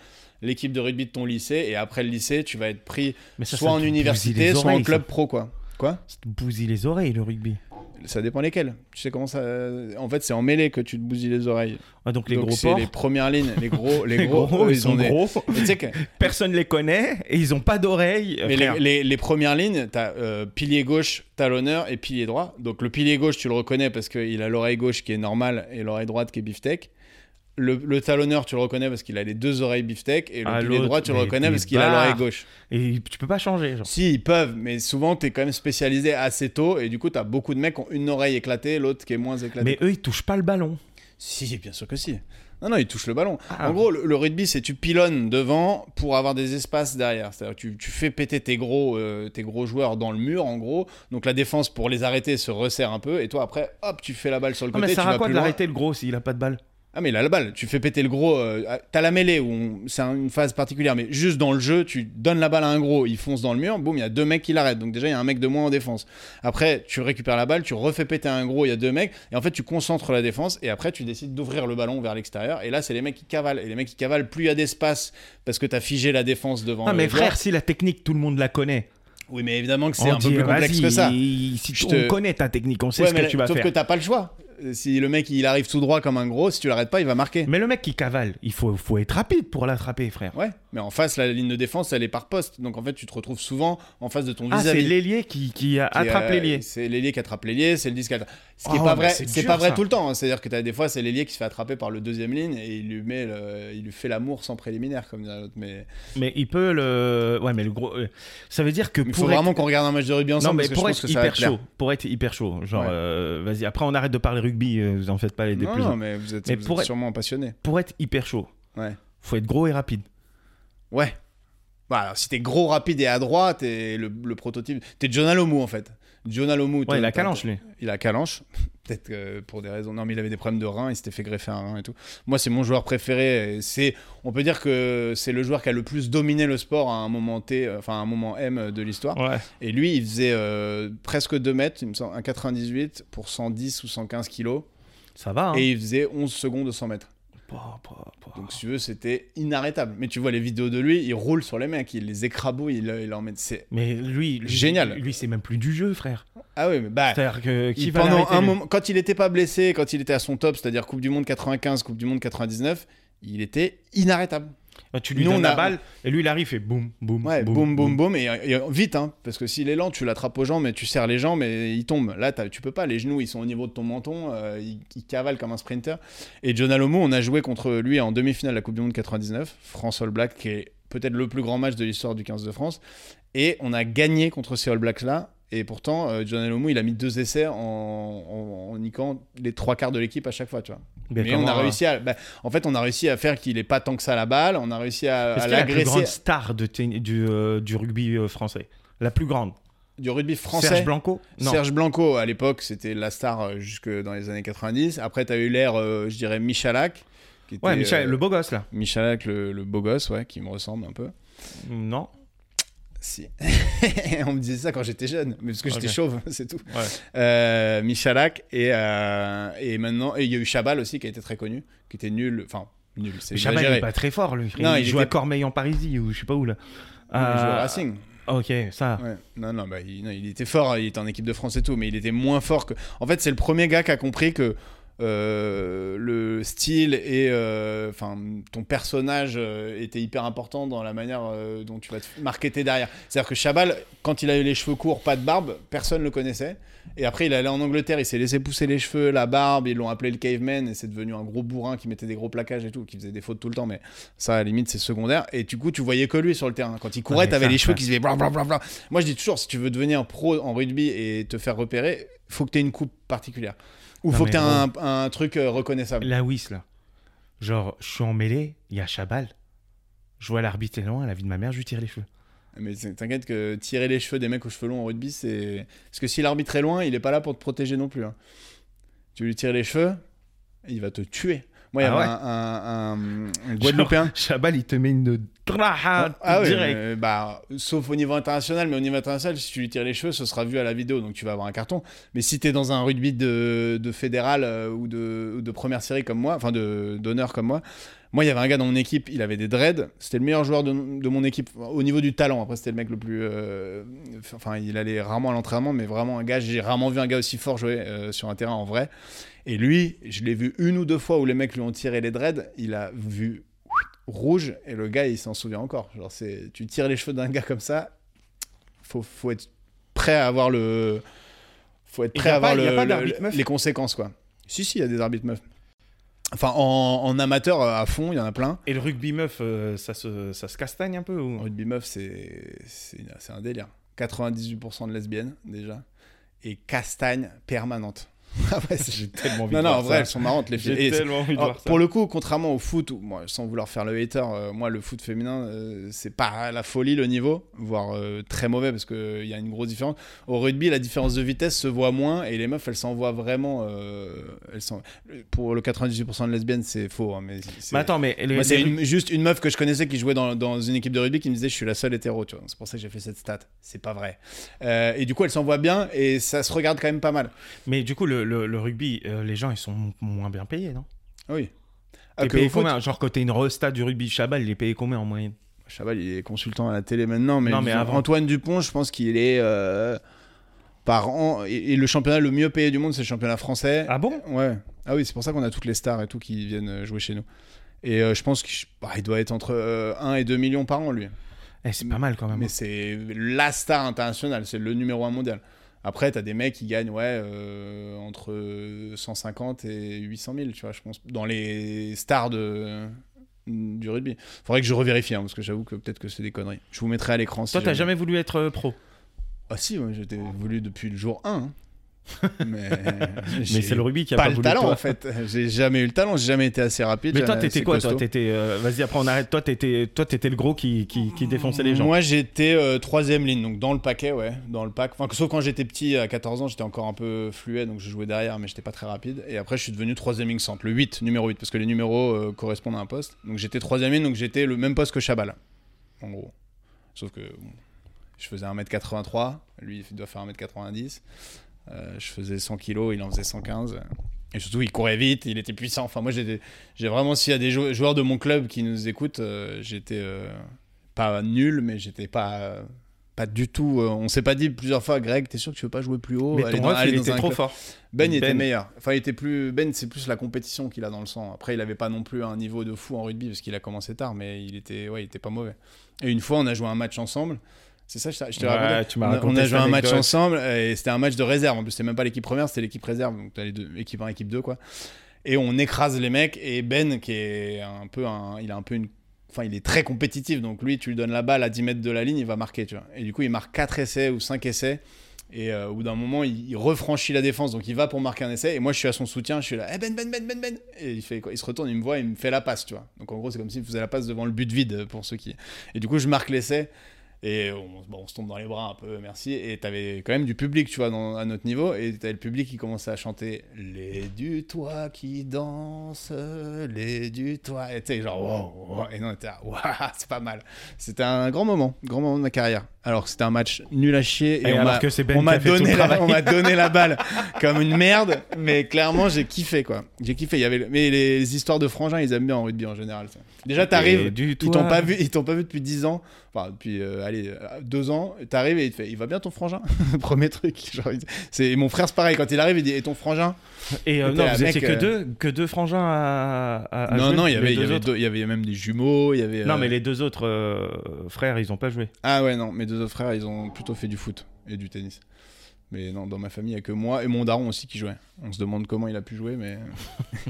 S1: l'équipe de rugby de ton lycée et après le lycée tu vas être pris
S2: Mais ça,
S1: soit
S2: ça
S1: en
S2: te bousille
S1: université
S2: les
S1: soit en
S2: oreilles,
S1: club pro quoi. Quoi
S2: Ça, Ça te bousille les oreilles, le rugby.
S1: Ça dépend lesquels. Tu sais comment ça euh, En fait c'est en mêlée que tu te bousilles les oreilles.
S2: Ah, donc les
S1: Donc
S2: gros
S1: c'est
S2: porcs.
S1: les premières lignes, les
S2: (laughs)
S1: gros, les, gros, eux,
S2: ils sont
S1: ont des-
S2: gros.
S1: Mais tu sais que
S2: Personne les connaît et ils ont pas d'oreilles.
S1: Mais les, les- les premières lignes, t'as euh, pilier gauche, talonneur et pilier droit. Donc le pilier gauche, tu le reconnais parce qu'il a l'oreille gauche qui est normale et l'oreille droite qui est beefsteak. Le, le talonneur, tu le reconnais parce qu'il a les deux oreilles beefsteak. Et le
S2: Ah,
S1: pilier
S2: l'autre,
S1: droit, tu le
S2: mais
S1: reconnais
S2: t'es
S1: parce qu'il a
S2: barre.
S1: l'oreille gauche.
S2: Et tu peux pas changer, genre.
S1: Si, ils peuvent, mais souvent, t'es quand même spécialisé assez tôt. Et du coup, t'as beaucoup de mecs qui ont une oreille éclatée, l'autre qui est moins éclatée.
S2: Mais eux, ils touchent pas le ballon.
S1: Si, bien sûr que si. Non, non, il touche le ballon.
S2: Ah.
S1: En gros, le, le rugby, c'est tu pilonnes devant pour avoir des espaces derrière. C'est-à-dire que tu, tu fais péter tes gros, euh, tes gros joueurs dans le mur, en gros. Donc la défense, pour les arrêter, se resserre un peu. Et toi, après, hop, tu fais la balle sur le
S2: Non,
S1: côté.
S2: mais
S1: tu
S2: ça sert à
S1: vas
S2: quoi
S1: plus
S2: de
S1: loin.
S2: l'arrêter le gros s'il a pas de balle
S1: Ah, mais il a la balle. Tu fais péter le gros. euh, à- T'as la mêlée, où on- c'est un- une phase particulière. Mais juste dans le jeu, tu donnes la balle à un gros, il fonce dans le mur, boum, il y a deux mecs qui l'arrêtent. Donc déjà, il y a un mec de moins en défense. Après, tu récupères la balle, tu refais péter un gros, il y a deux mecs, et en fait, tu concentres la défense, et après, tu décides d'ouvrir le ballon vers l'extérieur, et là, c'est les mecs qui cavalent. Et les mecs qui cavalent, plus il y a d'espace, parce que t'as figé la défense devant.
S2: Ah,
S1: le
S2: mais
S1: joueur.
S2: frère, si la technique, tout le monde la connaît.
S1: Oui, mais évidemment que c'est un
S2: On
S1: peu
S2: dit, euh,
S1: plus complexe
S2: vas-y,
S1: que ça.
S2: Si
S1: Je
S2: on
S1: te-
S2: connaît ta technique, on sait
S1: Ouais,
S2: ce
S1: mais
S2: que
S1: la-
S2: tu vas
S1: sauf
S2: faire.
S1: que t'as pas le choix. Si le mec il arrive tout droit comme un gros, si tu l'arrêtes pas, il va marquer.
S2: Mais le mec qui cavale, il faut, faut être rapide pour l'attraper, frère.
S1: Ouais, mais en face, la ligne de défense, elle est par poste. Donc en fait, tu te retrouves souvent en face de ton
S2: Ah, c'est
S1: vis-à-vis.
S2: l'ailier qui, qui
S1: Qui est,
S2: attrape
S1: euh,
S2: l'ailier.
S1: C'est l'ailier qui attrape l'ailier, c'est le 10 qui attrape. Ce qui
S2: Ah
S1: est
S2: ouais,
S1: pas
S2: mais
S1: vrai,
S2: c'est
S1: c'est
S2: dur,
S1: pas vrai
S2: ça.
S1: tout le temps. hein. C'est-à-dire que t'as des fois, c'est l'ailier qui se fait attraper par le deuxième ligne et il lui met, le- il lui fait l'amour sans préliminaire comme dirait l'autre. Mais
S2: Mais il peut le. Ouais, mais le gros. euh, Ça veut dire que
S1: il
S2: pour.
S1: faut
S2: être-
S1: vraiment qu'on regarde un match de rugby
S2: Non,
S1: ensemble
S2: mais
S1: parce que
S2: pour
S1: je pense
S2: être
S1: que ça va
S2: hyper
S1: être clair.
S2: chaud. Pour être hyper chaud. Genre,
S1: Ouais.
S2: euh, vas-y, après, on arrête de parler rugby, euh, vous en faites pas les
S1: Non,
S2: déplus.
S1: non, mais vous êtes,
S2: Mais
S1: vous
S2: pour
S1: êtes
S2: être-
S1: sûrement passionné.
S2: Pour être hyper chaud,
S1: Ouais.
S2: faut être gros et rapide.
S1: Ouais. Bah, alors, si t'es gros, rapide et adroit, t'es le, le prototype. T'es John Alomou en fait. John Alomou.
S2: Ouais,
S1: t'as-
S2: la
S1: t'as-
S2: calanche, lui.
S1: Il a calanche, (laughs) peut-être que pour des raisons. Non, mais il avait des problèmes de rein, il s'était fait greffer un rein et tout. Moi, c'est mon joueur préféré. et C'est, on peut dire que c'est le joueur qui a le plus dominé le sport à un moment T, euh, enfin à un moment M de l'histoire.
S2: Ouais.
S1: Et lui, il faisait euh, presque 2 mètres, il me semble, 1,98 pour 110 ou 115 kilos,
S2: Ça va, hein.
S1: et il faisait 11 secondes de 100 mètres.
S2: Pouah, pouah, pouah.
S1: Donc, si tu veux, c'était inarrêtable. Mais tu vois les vidéos de lui, il roule sur les mecs, il les écrabouille, il, il leur met. c'est-
S2: Mais lui, lui-
S1: Génial.
S2: Lui, c'est même plus du jeu, frère.
S1: Ah oui, mais bah.
S2: C'est-à-dire que euh, qui
S1: Il-
S2: va
S1: pendant
S2: l'arrêter,
S1: un
S2: lui
S1: moment, quand il n'était pas blessé, quand il était à son top, c'est-à-dire Coupe du Monde 95, Coupe du Monde 99, il était inarrêtable.
S2: Ah, Tu lui
S1: Nous,
S2: donnes
S1: on
S2: la
S1: a-
S2: balle et lui, il arrive et boum, boum,
S1: Ouais,
S2: boum,
S1: boum, boum, boum, et, et vite, hein, parce que s'il est lent, tu l'attrapes aux jambes, mais tu serres les jambes et il tombe. Là, t'as- tu peux pas, les genoux, ils sont au niveau de ton menton, euh, il, il cavale comme un sprinter. Et John Alomo, on a joué contre lui en demi-finale de la Coupe du Monde 99, France All Black, qui est peut-être le plus grand match de l'histoire du 15 de France, et on a gagné contre ces All Blacks là. Et pourtant, euh, John Alomo, il a mis deux essais en, en, en niquant les trois quarts de l'équipe à chaque fois, tu vois. Mais on a
S2: comment, euh,
S1: réussi à. bah, en fait, on a réussi à faire qu'il est pas tant que ça la balle. On a réussi à,
S2: Est-ce
S1: à
S2: qu'il y a la plus
S1: l'agresser
S2: grande star de tenni- du, euh, du rugby euh, français La plus grande
S1: du rugby français.
S2: Serge Blanco Non.
S1: Serge Blanco, à l'époque, c'était la star euh, jusque dans les années 90. Après, tu as eu l'air, euh, je dirais, Michalak. Qui était,
S2: Ouais, Michel,
S1: euh,
S2: le beau gosse là.
S1: Michalak, le, le beau gosse, ouais, qui me ressemble un peu.
S2: Non.
S1: Si. (laughs) On me disait ça quand j'étais jeune, mais parce que j'étais
S2: Ok.
S1: chauve, c'est tout.
S2: Ouais.
S1: Euh, Michalak, et, euh, et maintenant, et il y a eu Chabal aussi, qui a été très connu, qui était nul, enfin, nul, c'est
S2: Chabal il
S1: exagéré.
S2: est pas très fort lui.
S1: Non,
S2: il,
S1: il
S2: joue à
S1: était-
S2: Cormeil en Parisie ou je sais pas où là.
S1: Il jouait au
S2: Euh,
S1: Racing.
S2: Ok, ça.
S1: Ouais. Non, non, bah, il, non, il était fort, il était en équipe de France et tout, mais il était moins fort que. En fait, c'est le premier gars qui a compris que euh, le style et euh, enfin ton personnage euh, était hyper important dans la manière euh, dont tu vas te marketer derrière. C'est-à-dire que Chabal, quand il a eu les cheveux courts, pas de barbe, personne le connaissait. Et après, il allait en Angleterre, il s'est laissé pousser les cheveux, la barbe, ils l'ont appelé le caveman, et c'est devenu un gros bourrin qui mettait des gros plaquages et tout, qui faisait des fautes tout le temps, mais ça, à la limite, c'est secondaire. Et du coup, tu voyais que lui sur le terrain. Quand il
S2: Ouais,
S1: courait,
S2: mais
S1: t'avais
S2: ça,
S1: les cheveux
S2: ça.
S1: qui se faisaient blablabla. Moi, je dis toujours, si tu veux devenir pro en rugby et te faire repérer, faut que t'aies une coupe particulière. Ou
S2: Non,
S1: faut
S2: mais
S1: que t'aies un, un truc euh, reconnaissable.
S2: La Whis là. Genre, je suis en mêlée, il y a Chabal. Je vois l'arbitre est loin, à la vie de ma mère, je lui tire les cheveux.
S1: Mais c'est- t'inquiète que tirer les cheveux des mecs aux cheveux longs en rugby, c'est. Parce que si l'arbitre est loin, il est pas là pour te protéger non plus. hein. Tu lui tires les cheveux, il va te tuer. Moi, il y
S2: Ah
S1: avait
S2: ouais.
S1: un- un- un- un Guadeloupéen.
S2: Genre, Chabal il te met une traha
S1: Ah oui,
S2: direct.
S1: mais, bah, sauf au niveau international, mais au niveau international, si tu lui tires les cheveux, ce sera vu à la vidéo, donc tu vas avoir un carton. Mais si t'es dans un rugby de, de fédéral euh, ou, de, ou de première série comme moi, enfin de- d'honneur comme moi, moi il y avait un gars dans mon équipe, il avait des dreads, c'était le meilleur joueur de, de mon équipe au niveau du talent. Après, c'était le mec le plus. euh, Enfin, il allait rarement à l'entraînement, mais vraiment un gars, j'ai rarement vu un gars aussi fort jouer euh, sur un terrain en vrai. Et lui, je l'ai vu une ou deux fois où les mecs lui ont tiré les dreads, il a vu rouge et le gars il s'en souvient encore. Genre c'est tu tires les cheveux d'un gars comme ça, faut faut être prêt à avoir le faut être
S2: Et
S1: prêt
S2: y a
S1: à avoir
S2: pas- y a
S1: le-
S2: pas
S1: le-
S2: d'arbitre meuf
S1: les conséquences quoi. Si si, il y a des arbitres meufs. Enfin en, en amateur euh, à fond, il y en a plein.
S2: Et le rugby meuf, euh, ça, se, ça se castagne un peu
S1: En
S2: ou...
S1: rugby meuf, c'est c'est une- c'est un délire. 98% de lesbiennes déjà et castagne permanente. (laughs) Ah ouais, c'est-
S2: J'ai tellement envie
S1: non
S2: de
S1: non,
S2: voir
S1: en vrai,
S2: ça.
S1: elles sont marrantes les filles.
S2: J'ai
S1: Et c'est-
S2: tellement envie de
S1: Ah,
S2: voir ça.
S1: pour le coup, contrairement au foot, où, moi, sans vouloir faire le hater, euh, moi, le foot féminin, euh, c'est pas la folie le niveau, voire euh, très mauvais parce qu'il y a une grosse différence. Au rugby, la différence de vitesse se voit moins et les meufs, elles s'en voient vraiment. euh, elles s'en- Pour le 98% de lesbiennes, c'est faux. hein, mais c'est-
S2: Mais attends, mais les-
S1: Moi, c'est
S2: les-
S1: une- juste une meuf que je connaissais qui jouait dans, dans une équipe de rugby qui me disait je suis la seule hétéro, tu vois. C'est pour ça que j'ai fait cette stat. C'est pas vrai. Euh, et du coup, elle s'en voit bien et ça se regarde quand même pas mal.
S2: mais du coup, le, le- le rugby, euh, les gens, ils sont m- moins bien payés, non
S1: Ah Oui.
S2: T'es
S1: Ah, que
S2: payé
S1: au foot,
S2: combien Genre, quand t'es une resta du rugby Chabal, il est payé combien en moyenne
S1: Chabal, il est consultant à la télé maintenant, mais,
S2: Non, mais
S1: disons,
S2: avant.
S1: Antoine Dupont, je pense qu'il est euh, par an. Et, et le championnat le mieux payé du monde, c'est le championnat français.
S2: Ah bon
S1: Ouais. Ah oui, c'est pour ça qu'on a toutes les stars et tout qui viennent euh, jouer chez nous. Et euh, je pense qu'il bah, il doit être entre euh, 1 et 2 millions par an, lui.
S2: Eh, C'est pas mal quand même.
S1: Mais c'est la star internationale, c'est le numéro 1 mondial. Après, t'as des mecs qui gagnent ouais, euh, entre 150 et 800 000, tu vois, je pense, dans les stars de, du rugby. Faudrait que je revérifie, hein, parce que j'avoue que peut-être que c'est des conneries. Je vous mettrai à l'écran. si
S2: Toi, t'as jamais voulu être euh, pro.
S1: Ah si, ouais, j'étais voulu depuis le jour 1. hein.
S5: (laughs)
S1: Mais,
S5: Mais c'est le rugby qui a
S1: pas,
S5: pas,
S1: le
S5: voulu
S1: talent
S5: toi.
S1: en fait. J'ai jamais eu le talent, j'ai jamais été assez rapide.
S5: Mais toi,
S1: jamais
S5: t'étais
S1: assez
S5: quoi,
S1: costaud.
S5: toi T'étais, euh, vas-y, après on arrête. Toi, t'étais, toi, t'étais le gros qui, qui, qui défonçait les gens.
S1: Moi, j'étais euh, troisième ligne, donc dans le paquet, ouais, dans le pack. Enfin, que- sauf quand j'étais petit, à 14 ans, j'étais encore un peu fluet, donc je jouais derrière, mais j'étais pas très rapide. Et après, je suis devenu troisième ligne centre, le 8, numéro 8, parce que les numéros euh, correspondent à un poste. Donc j'étais troisième ligne, donc j'étais le même poste que Chabal, en gros. Sauf que bon, je faisais 1m83, lui, il doit faire 1m90. Euh, je faisais 100 kilos, il en faisait 115. Et surtout, il courait vite, il était puissant. Enfin, moi, j'étais- j'ai vraiment, s'il y a des jou- joueurs de mon club qui nous écoutent, euh, j'étais euh, pas nul, mais j'étais pas, euh, pas du tout. euh, on s'est pas dit plusieurs fois, Greg, t'es sûr que tu veux pas jouer plus haut
S2: Mais
S1: Aller
S2: ton
S1: dans-
S2: ref,
S1: aller
S2: il
S1: dans
S2: était
S1: un
S2: trop
S1: club.
S2: fort.
S1: Ben, il était
S2: Ben.
S1: meilleur. Enfin, il était plus. Ben, c'est plus la compétition qu'il a dans le sang. Après, il avait pas non plus un niveau de fou en rugby parce qu'il a commencé tard, mais il était, ouais, il était pas mauvais. Et une fois, on a joué un match ensemble. C'est ça, je t'ai- je te
S2: Ouais,
S1: raconté.
S2: tu m'as
S1: On a-
S2: raconté
S1: On a
S2: cette
S1: joué un match
S2: anecdote.
S1: ensemble euh, et c'était un match de réserve. En plus, c'était même pas l'équipe première, c'était l'équipe réserve. Donc, t'as les deux, équipe 1, équipe 2, quoi. Et on écrase les mecs. Et Ben, qui est un peu un. Il a un peu une. Enfin, il est très compétitif. Donc, lui, tu lui donnes la balle à 10 mètres de la ligne, il va marquer, tu vois. Et du coup, il marque 4 essais ou 5 essais. Et euh, au bout d'un moment, il, il refranchit la défense. Donc, il va pour marquer un essai. Et moi, je suis à son soutien. Je suis là, Eh, Ben, Ben, Ben, Ben, Ben. Et il, fait, quoi il se retourne, il me voit, il me fait la passe, tu vois. Donc, en gros, c'est comme s'il faisait la passe devant le but vide pour ceux qui. Et du coup, je marque l'essai. Et on, bon, on se tombe dans les bras un peu, merci. Et t'avais quand même du public, tu vois, dans- à notre niveau. Et t'avais le public qui commençait à chanter Les du toit qui dansent, les du toit. Et t'es genre, wow, wow. (laughs) Et non, t'es là, Ouah, c'est pas mal. C'était un grand moment, grand moment de ma carrière. Alors que c'était un match nul à chier.
S2: Et
S1: on
S2: alors
S1: m'a-
S2: que c'est Ben
S1: on
S2: qui
S1: m'a
S2: a fait tout
S1: donné,
S2: le
S1: la-
S2: travail.
S1: on (laughs) m'a donné la balle
S2: (laughs)
S1: comme une merde. Mais clairement, j'ai kiffé, quoi. J'ai kiffé. Il y avait, mais les, histoires de frangins, ils aiment bien en rugby en général. ça. Déjà,
S2: Et
S1: t'arrives.
S2: du hein.
S1: Ils
S2: toi-
S1: t'ont pas vu, ils t'ont pas vu depuis 10 ans, enfin depuis euh, allez euh, deux ans. T'arrives et il te fait, il va bien ton frangin, (laughs) premier truc. genre, il- c'est mon frère c'est pareil quand il arrive il dit, et ton frangin
S2: Et euh,
S1: T'étais
S2: non,
S1: un
S2: vous
S1: mec,
S2: étiez que
S1: euh,
S2: deux, que deux frangins à. à- à
S1: Non
S2: jouer,
S1: non il y
S2: Ah, les
S1: avait il y
S2: deux
S1: avait,
S2: autres.
S1: deux- il y avait même des jumeaux, il y avait. euh,
S2: Non, mais les deux autres euh, frères, ils ont pas joué. (laughs)
S1: Ah ouais non mes deux autres frères ils ont plutôt fait du foot et du tennis. Mais non dans ma famille il y a que moi et mon daron aussi qui jouait. On se demande comment il a pu jouer
S2: (laughs)
S1: mais.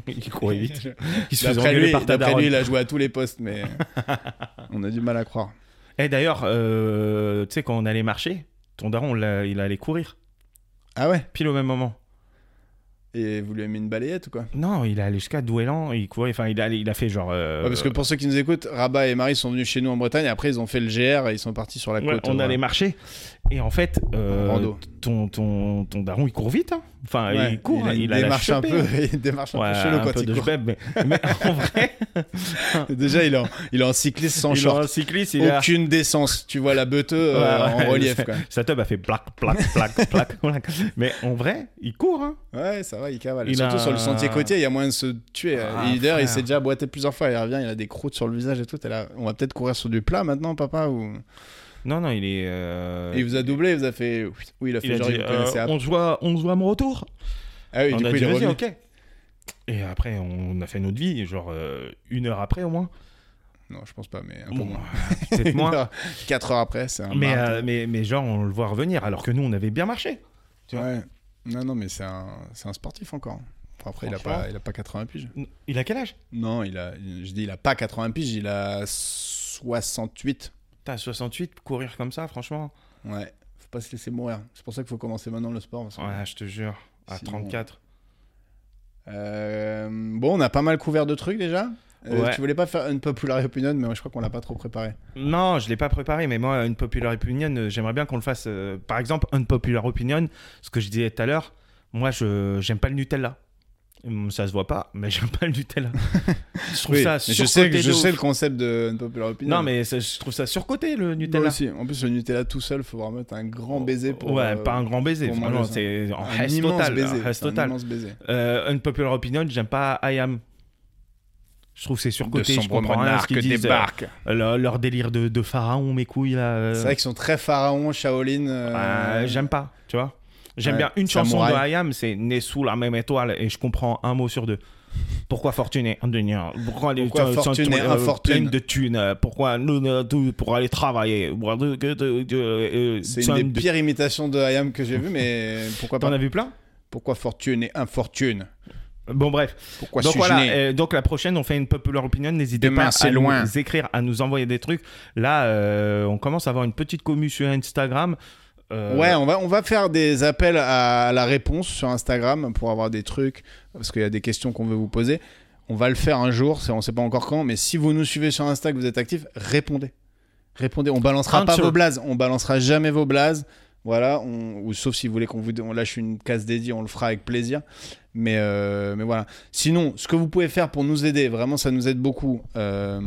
S2: Ils
S1: (laughs)
S2: couraient vite. Ils se faisaient
S1: D'après
S2: engueuler
S1: lui,
S2: par ta
S1: d'après lui
S2: daronne.
S1: il a joué à tous les postes
S2: (laughs)
S1: mais on a du mal à croire.
S2: Eh d'ailleurs, euh, tu sais, quand on allait marcher, ton daron, là, il allait courir,
S1: Ah ouais
S2: pile au même moment.
S1: et vous lui avez mis une balayette ou quoi
S2: Non, il est allé jusqu'à Douélan, il courait, enfin, il, est allé- il a fait genre. euh,
S1: Ouais, parce que pour ceux qui nous écoutent, Rabat et Marie sont venus chez nous en Bretagne. et Après, ils ont fait le GR et ils sont partis sur la
S2: ouais,
S1: côte.
S2: on
S1: euh,
S2: allait marcher. Et en fait, euh,
S1: Rando.
S2: ton, ton, ton daron, il court vite. hein. Enfin,
S1: Ouais,
S2: il court, hein, il,
S1: il
S2: a la
S1: démarche un
S2: chopée,
S1: peu, (laughs)
S2: hein.
S1: il démarche un
S2: Ouais,
S1: peu chelou
S2: un
S1: quand
S2: peu
S1: il
S2: de
S1: court.
S2: jebeb, mais, (laughs) mais en vrai,
S1: Déjà, il est en, il est (laughs) en cycliste sans
S2: il est
S1: short.
S2: un cycliste, il est là.
S1: Aucune décence. Tu vois la beuteux euh,
S2: Ouais, ouais,
S1: en relief.
S2: c'est-
S1: Quoi.
S2: (laughs) Sa teub a fait plac,
S1: (laughs)
S2: plac, plac, plac, plac. Mais en vrai, il court. Hein.
S1: Ouais, ça va, il cavale.
S2: Il
S1: Surtout
S2: a
S1: sur le sentier
S2: un-
S1: côtier, il y a moyen de se tuer.
S2: Ah,
S1: Et D'ailleurs, il
S2: frère.
S1: s'est déjà boité plusieurs fois. Il revient, il a des croûtes sur le visage et tout. T'es là, on va peut-être courir sur du plat maintenant, papa. Ou...
S2: Non, non, il est. euh,
S1: Et il vous a doublé, il vous a fait. Oui, il a fait
S2: il a
S1: genre,
S2: dit,
S1: il vous
S2: euh,
S1: connaissait après.
S2: on, se voit, on se voit à mon retour.
S1: Ah oui,
S2: on
S1: du
S2: a
S1: coup,
S2: dit,
S1: il est
S2: vas-y,
S1: revenu.
S2: ok. Et après, on a fait notre vie, genre euh, une heure après au moins.
S1: Non, je pense pas, mais un peu
S2: Bon,
S1: moins.
S2: euh, (laughs)
S1: (laughs)
S2: peut-être moins.
S1: 4 heures après, c'est un
S2: mais,
S1: marathon.
S2: euh, mais, mais genre, on le voit revenir, alors que nous, on avait bien marché. tu vois.
S1: Ouais. Non, non, mais c'est un, c'est un sportif encore. Enfin, après, il a,
S2: Franchement.
S1: pas, il a pas 80 piges.
S2: Il a quel âge
S1: Non, il a, je dis, il a pas 80 piges, il a 68.
S2: T'as 68, courir comme ça, franchement.
S1: Ouais, faut pas se laisser mourir. C'est pour ça qu'il faut commencer maintenant le sport. parce que-
S2: Ouais, je te jure, à
S1: Sinon-
S2: 34.
S1: Euh, bon, on a pas mal couvert de trucs déjà. Euh,
S2: Ouais.
S1: Tu voulais pas faire une popular opinion, mais je crois qu'on l'a pas trop préparé.
S2: Non, je l'ai pas préparé, mais moi, une popular opinion, euh, j'aimerais bien qu'on le fasse. euh, par exemple, une popular opinion, ce que je disais tout à l'heure, moi, je j'aime pas le Nutella. Hum, Ça se voit pas, mais (laughs) j'aime pas le Nutella. je trouve
S1: Oui,
S2: ça
S1: mais je
S2: surcoté
S1: sais, que-
S2: de
S1: je
S2: ouf.
S1: sais le concept de une popular opinion.
S2: Non, mais ça- je trouve ça surcoté le
S1: Moi
S2: Nutella. Oh,
S1: aussi. En plus, le Nutella tout seul, faut vraiment mettre un grand baiser pour.
S2: ouais,
S1: euh,
S2: pas un grand baiser.
S1: pour
S2: Franchement,
S1: manger ça.
S2: c'est en
S1: un
S2: reste
S1: immense
S2: total.
S1: baiser.
S2: en reste
S1: c'est un
S2: total.
S1: immense baiser.
S2: Euh, unpopular opinion, j'aime pas I am. Je trouve que c'est surcoté. je comprends rien à ce qu'ils disent. euh, leur, leur délire de, de pharaon, mes couilles là. euh,
S1: C'est vrai qu'ils sont très pharaon, Shaolin. euh,
S2: euh, j'aime pas, tu vois. J'aime
S1: Ouais,
S2: bien une chanson de
S1: Samouraï.
S2: Hayam, c'est Né sous la même étoile, et je comprends un mot sur deux. Pourquoi fortune et indéniable Pourquoi, les
S1: Pourquoi
S2: euh, sont
S1: fortune
S2: tout-
S1: et
S2: euh,
S1: infortune
S2: pleines de thunes euh, Pourquoi nous, nous, tout pour aller travailler Pour- euh, euh, euh,
S1: C'est
S2: sommes
S1: une
S2: de-
S1: des pires imitations de Hayam que j'ai vu,
S2: (laughs)
S1: mais pourquoi
S2: T'en
S1: pas
S2: as vu plein
S1: Pourquoi fortune et infortune
S2: Bon, bref.
S1: Pourquoi
S2: donc
S1: suis-je
S2: voilà,
S1: né
S2: euh, donc la prochaine, on fait une popular opinion. N'hésitez
S1: Demain,
S2: pas
S1: c'est
S2: à
S1: loin.
S2: nous écrire, à nous envoyer des trucs. Là, euh, on commence à avoir une petite commu sur Instagram. Euh,
S1: Ouais, on va, on va faire des appels à la réponse sur Instagram pour avoir des trucs, parce qu'il y a des questions qu'on veut vous poser. On va le faire un jour, c'est- on sait pas encore quand, mais si vous nous suivez sur Insta, que vous êtes actif, répondez. Répondez, on balancera
S2: Answer.
S1: pas vos blazes, on balancera jamais vos blazes. Voilà, on- ou sauf si vous voulez qu'on vous on lâche une case dédiée, on le fera avec plaisir. Mais, euh, mais voilà. Sinon, ce que vous pouvez faire pour nous aider, vraiment ça nous aide beaucoup, euh,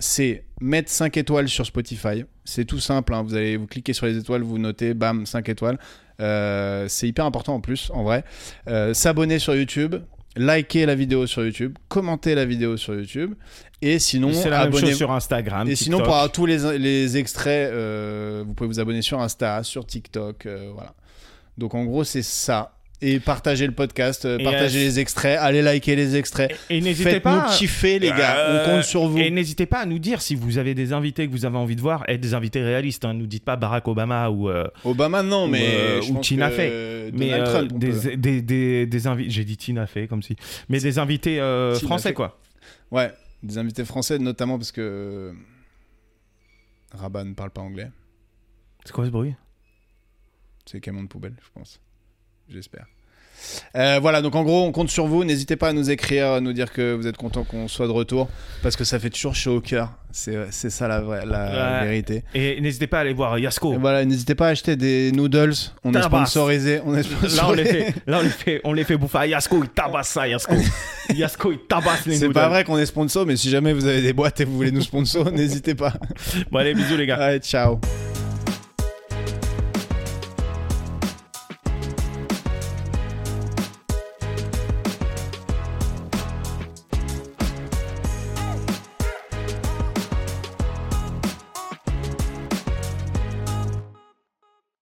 S1: c'est mettre 5 étoiles sur Spotify. C'est tout simple, hein. vous allez vous cliquez sur les étoiles, vous notez, bam, 5 étoiles. Euh, c'est hyper important en plus, en vrai. Euh, S'abonner sur YouTube, liker la vidéo sur YouTube, commenter la vidéo sur YouTube. Et sinon,
S2: C'est la même
S1: abonnez-
S2: chose sur Instagram.
S1: et sinon,
S2: TikTok.
S1: pour avoir tous les, les extraits, euh, vous pouvez vous abonner sur Insta, sur TikTok, euh, voilà. Donc en gros, c'est ça. Et partagez le podcast, euh,
S2: Et,
S1: partagez
S2: euh,
S1: les extraits, allez liker les extraits.
S2: Et, et n'hésitez
S1: Faites-nous
S2: pas.
S1: kiffer, les gars.
S2: Euh,
S1: On compte sur vous.
S2: Et n'hésitez pas à nous dire si vous avez des invités que vous avez envie de voir et des invités réalistes. Hein. Nous dites pas Barack Obama ou, euh,
S1: Obama, non,
S2: ou,
S1: mais.
S2: euh,
S1: je
S2: ou
S1: pense
S2: Tina
S1: que,
S2: Fey.
S1: euh,
S2: mais
S1: Donald
S2: euh,
S1: Trump, on peut.
S2: des, des, des, des invités. J'ai dit Tina Fey comme si. Mais des invités euh,
S1: Tina
S2: français
S1: Fey.
S2: quoi.
S1: Ouais, des invités français, notamment parce que. euh, Rabat ne parle pas anglais.
S2: C'est quoi ce bruit
S1: C'est camion de poubelle, je pense. J'espère. Euh, voilà, donc en gros, on compte sur vous. N'hésitez pas à nous écrire, à nous dire que vous êtes content qu'on soit de retour, parce que ça fait toujours chaud au cœur. C'est c'est ça la, vraie- la
S2: Ouais. Oh.
S1: vérité.
S2: Et n'hésitez pas à aller voir Yasko.
S1: Et voilà, n'hésitez pas à acheter des noodles. On est
S2: Tabas.
S1: sponsorisé. On est
S2: Là, on les
S1: sponsorisé.
S2: fait, là, on les fait, on les fait bouffer. Ah, Yasko, il tabasse ça, Yasko. Yasko, il tabasse les
S1: C'est
S2: noodles.
S1: pas vrai qu'on est sponsor, mais si jamais vous avez des boîtes et vous voulez nous sponsor, (laughs) n'hésitez pas.
S2: Bon, allez, bisous, les gars.
S1: Allez, ciao.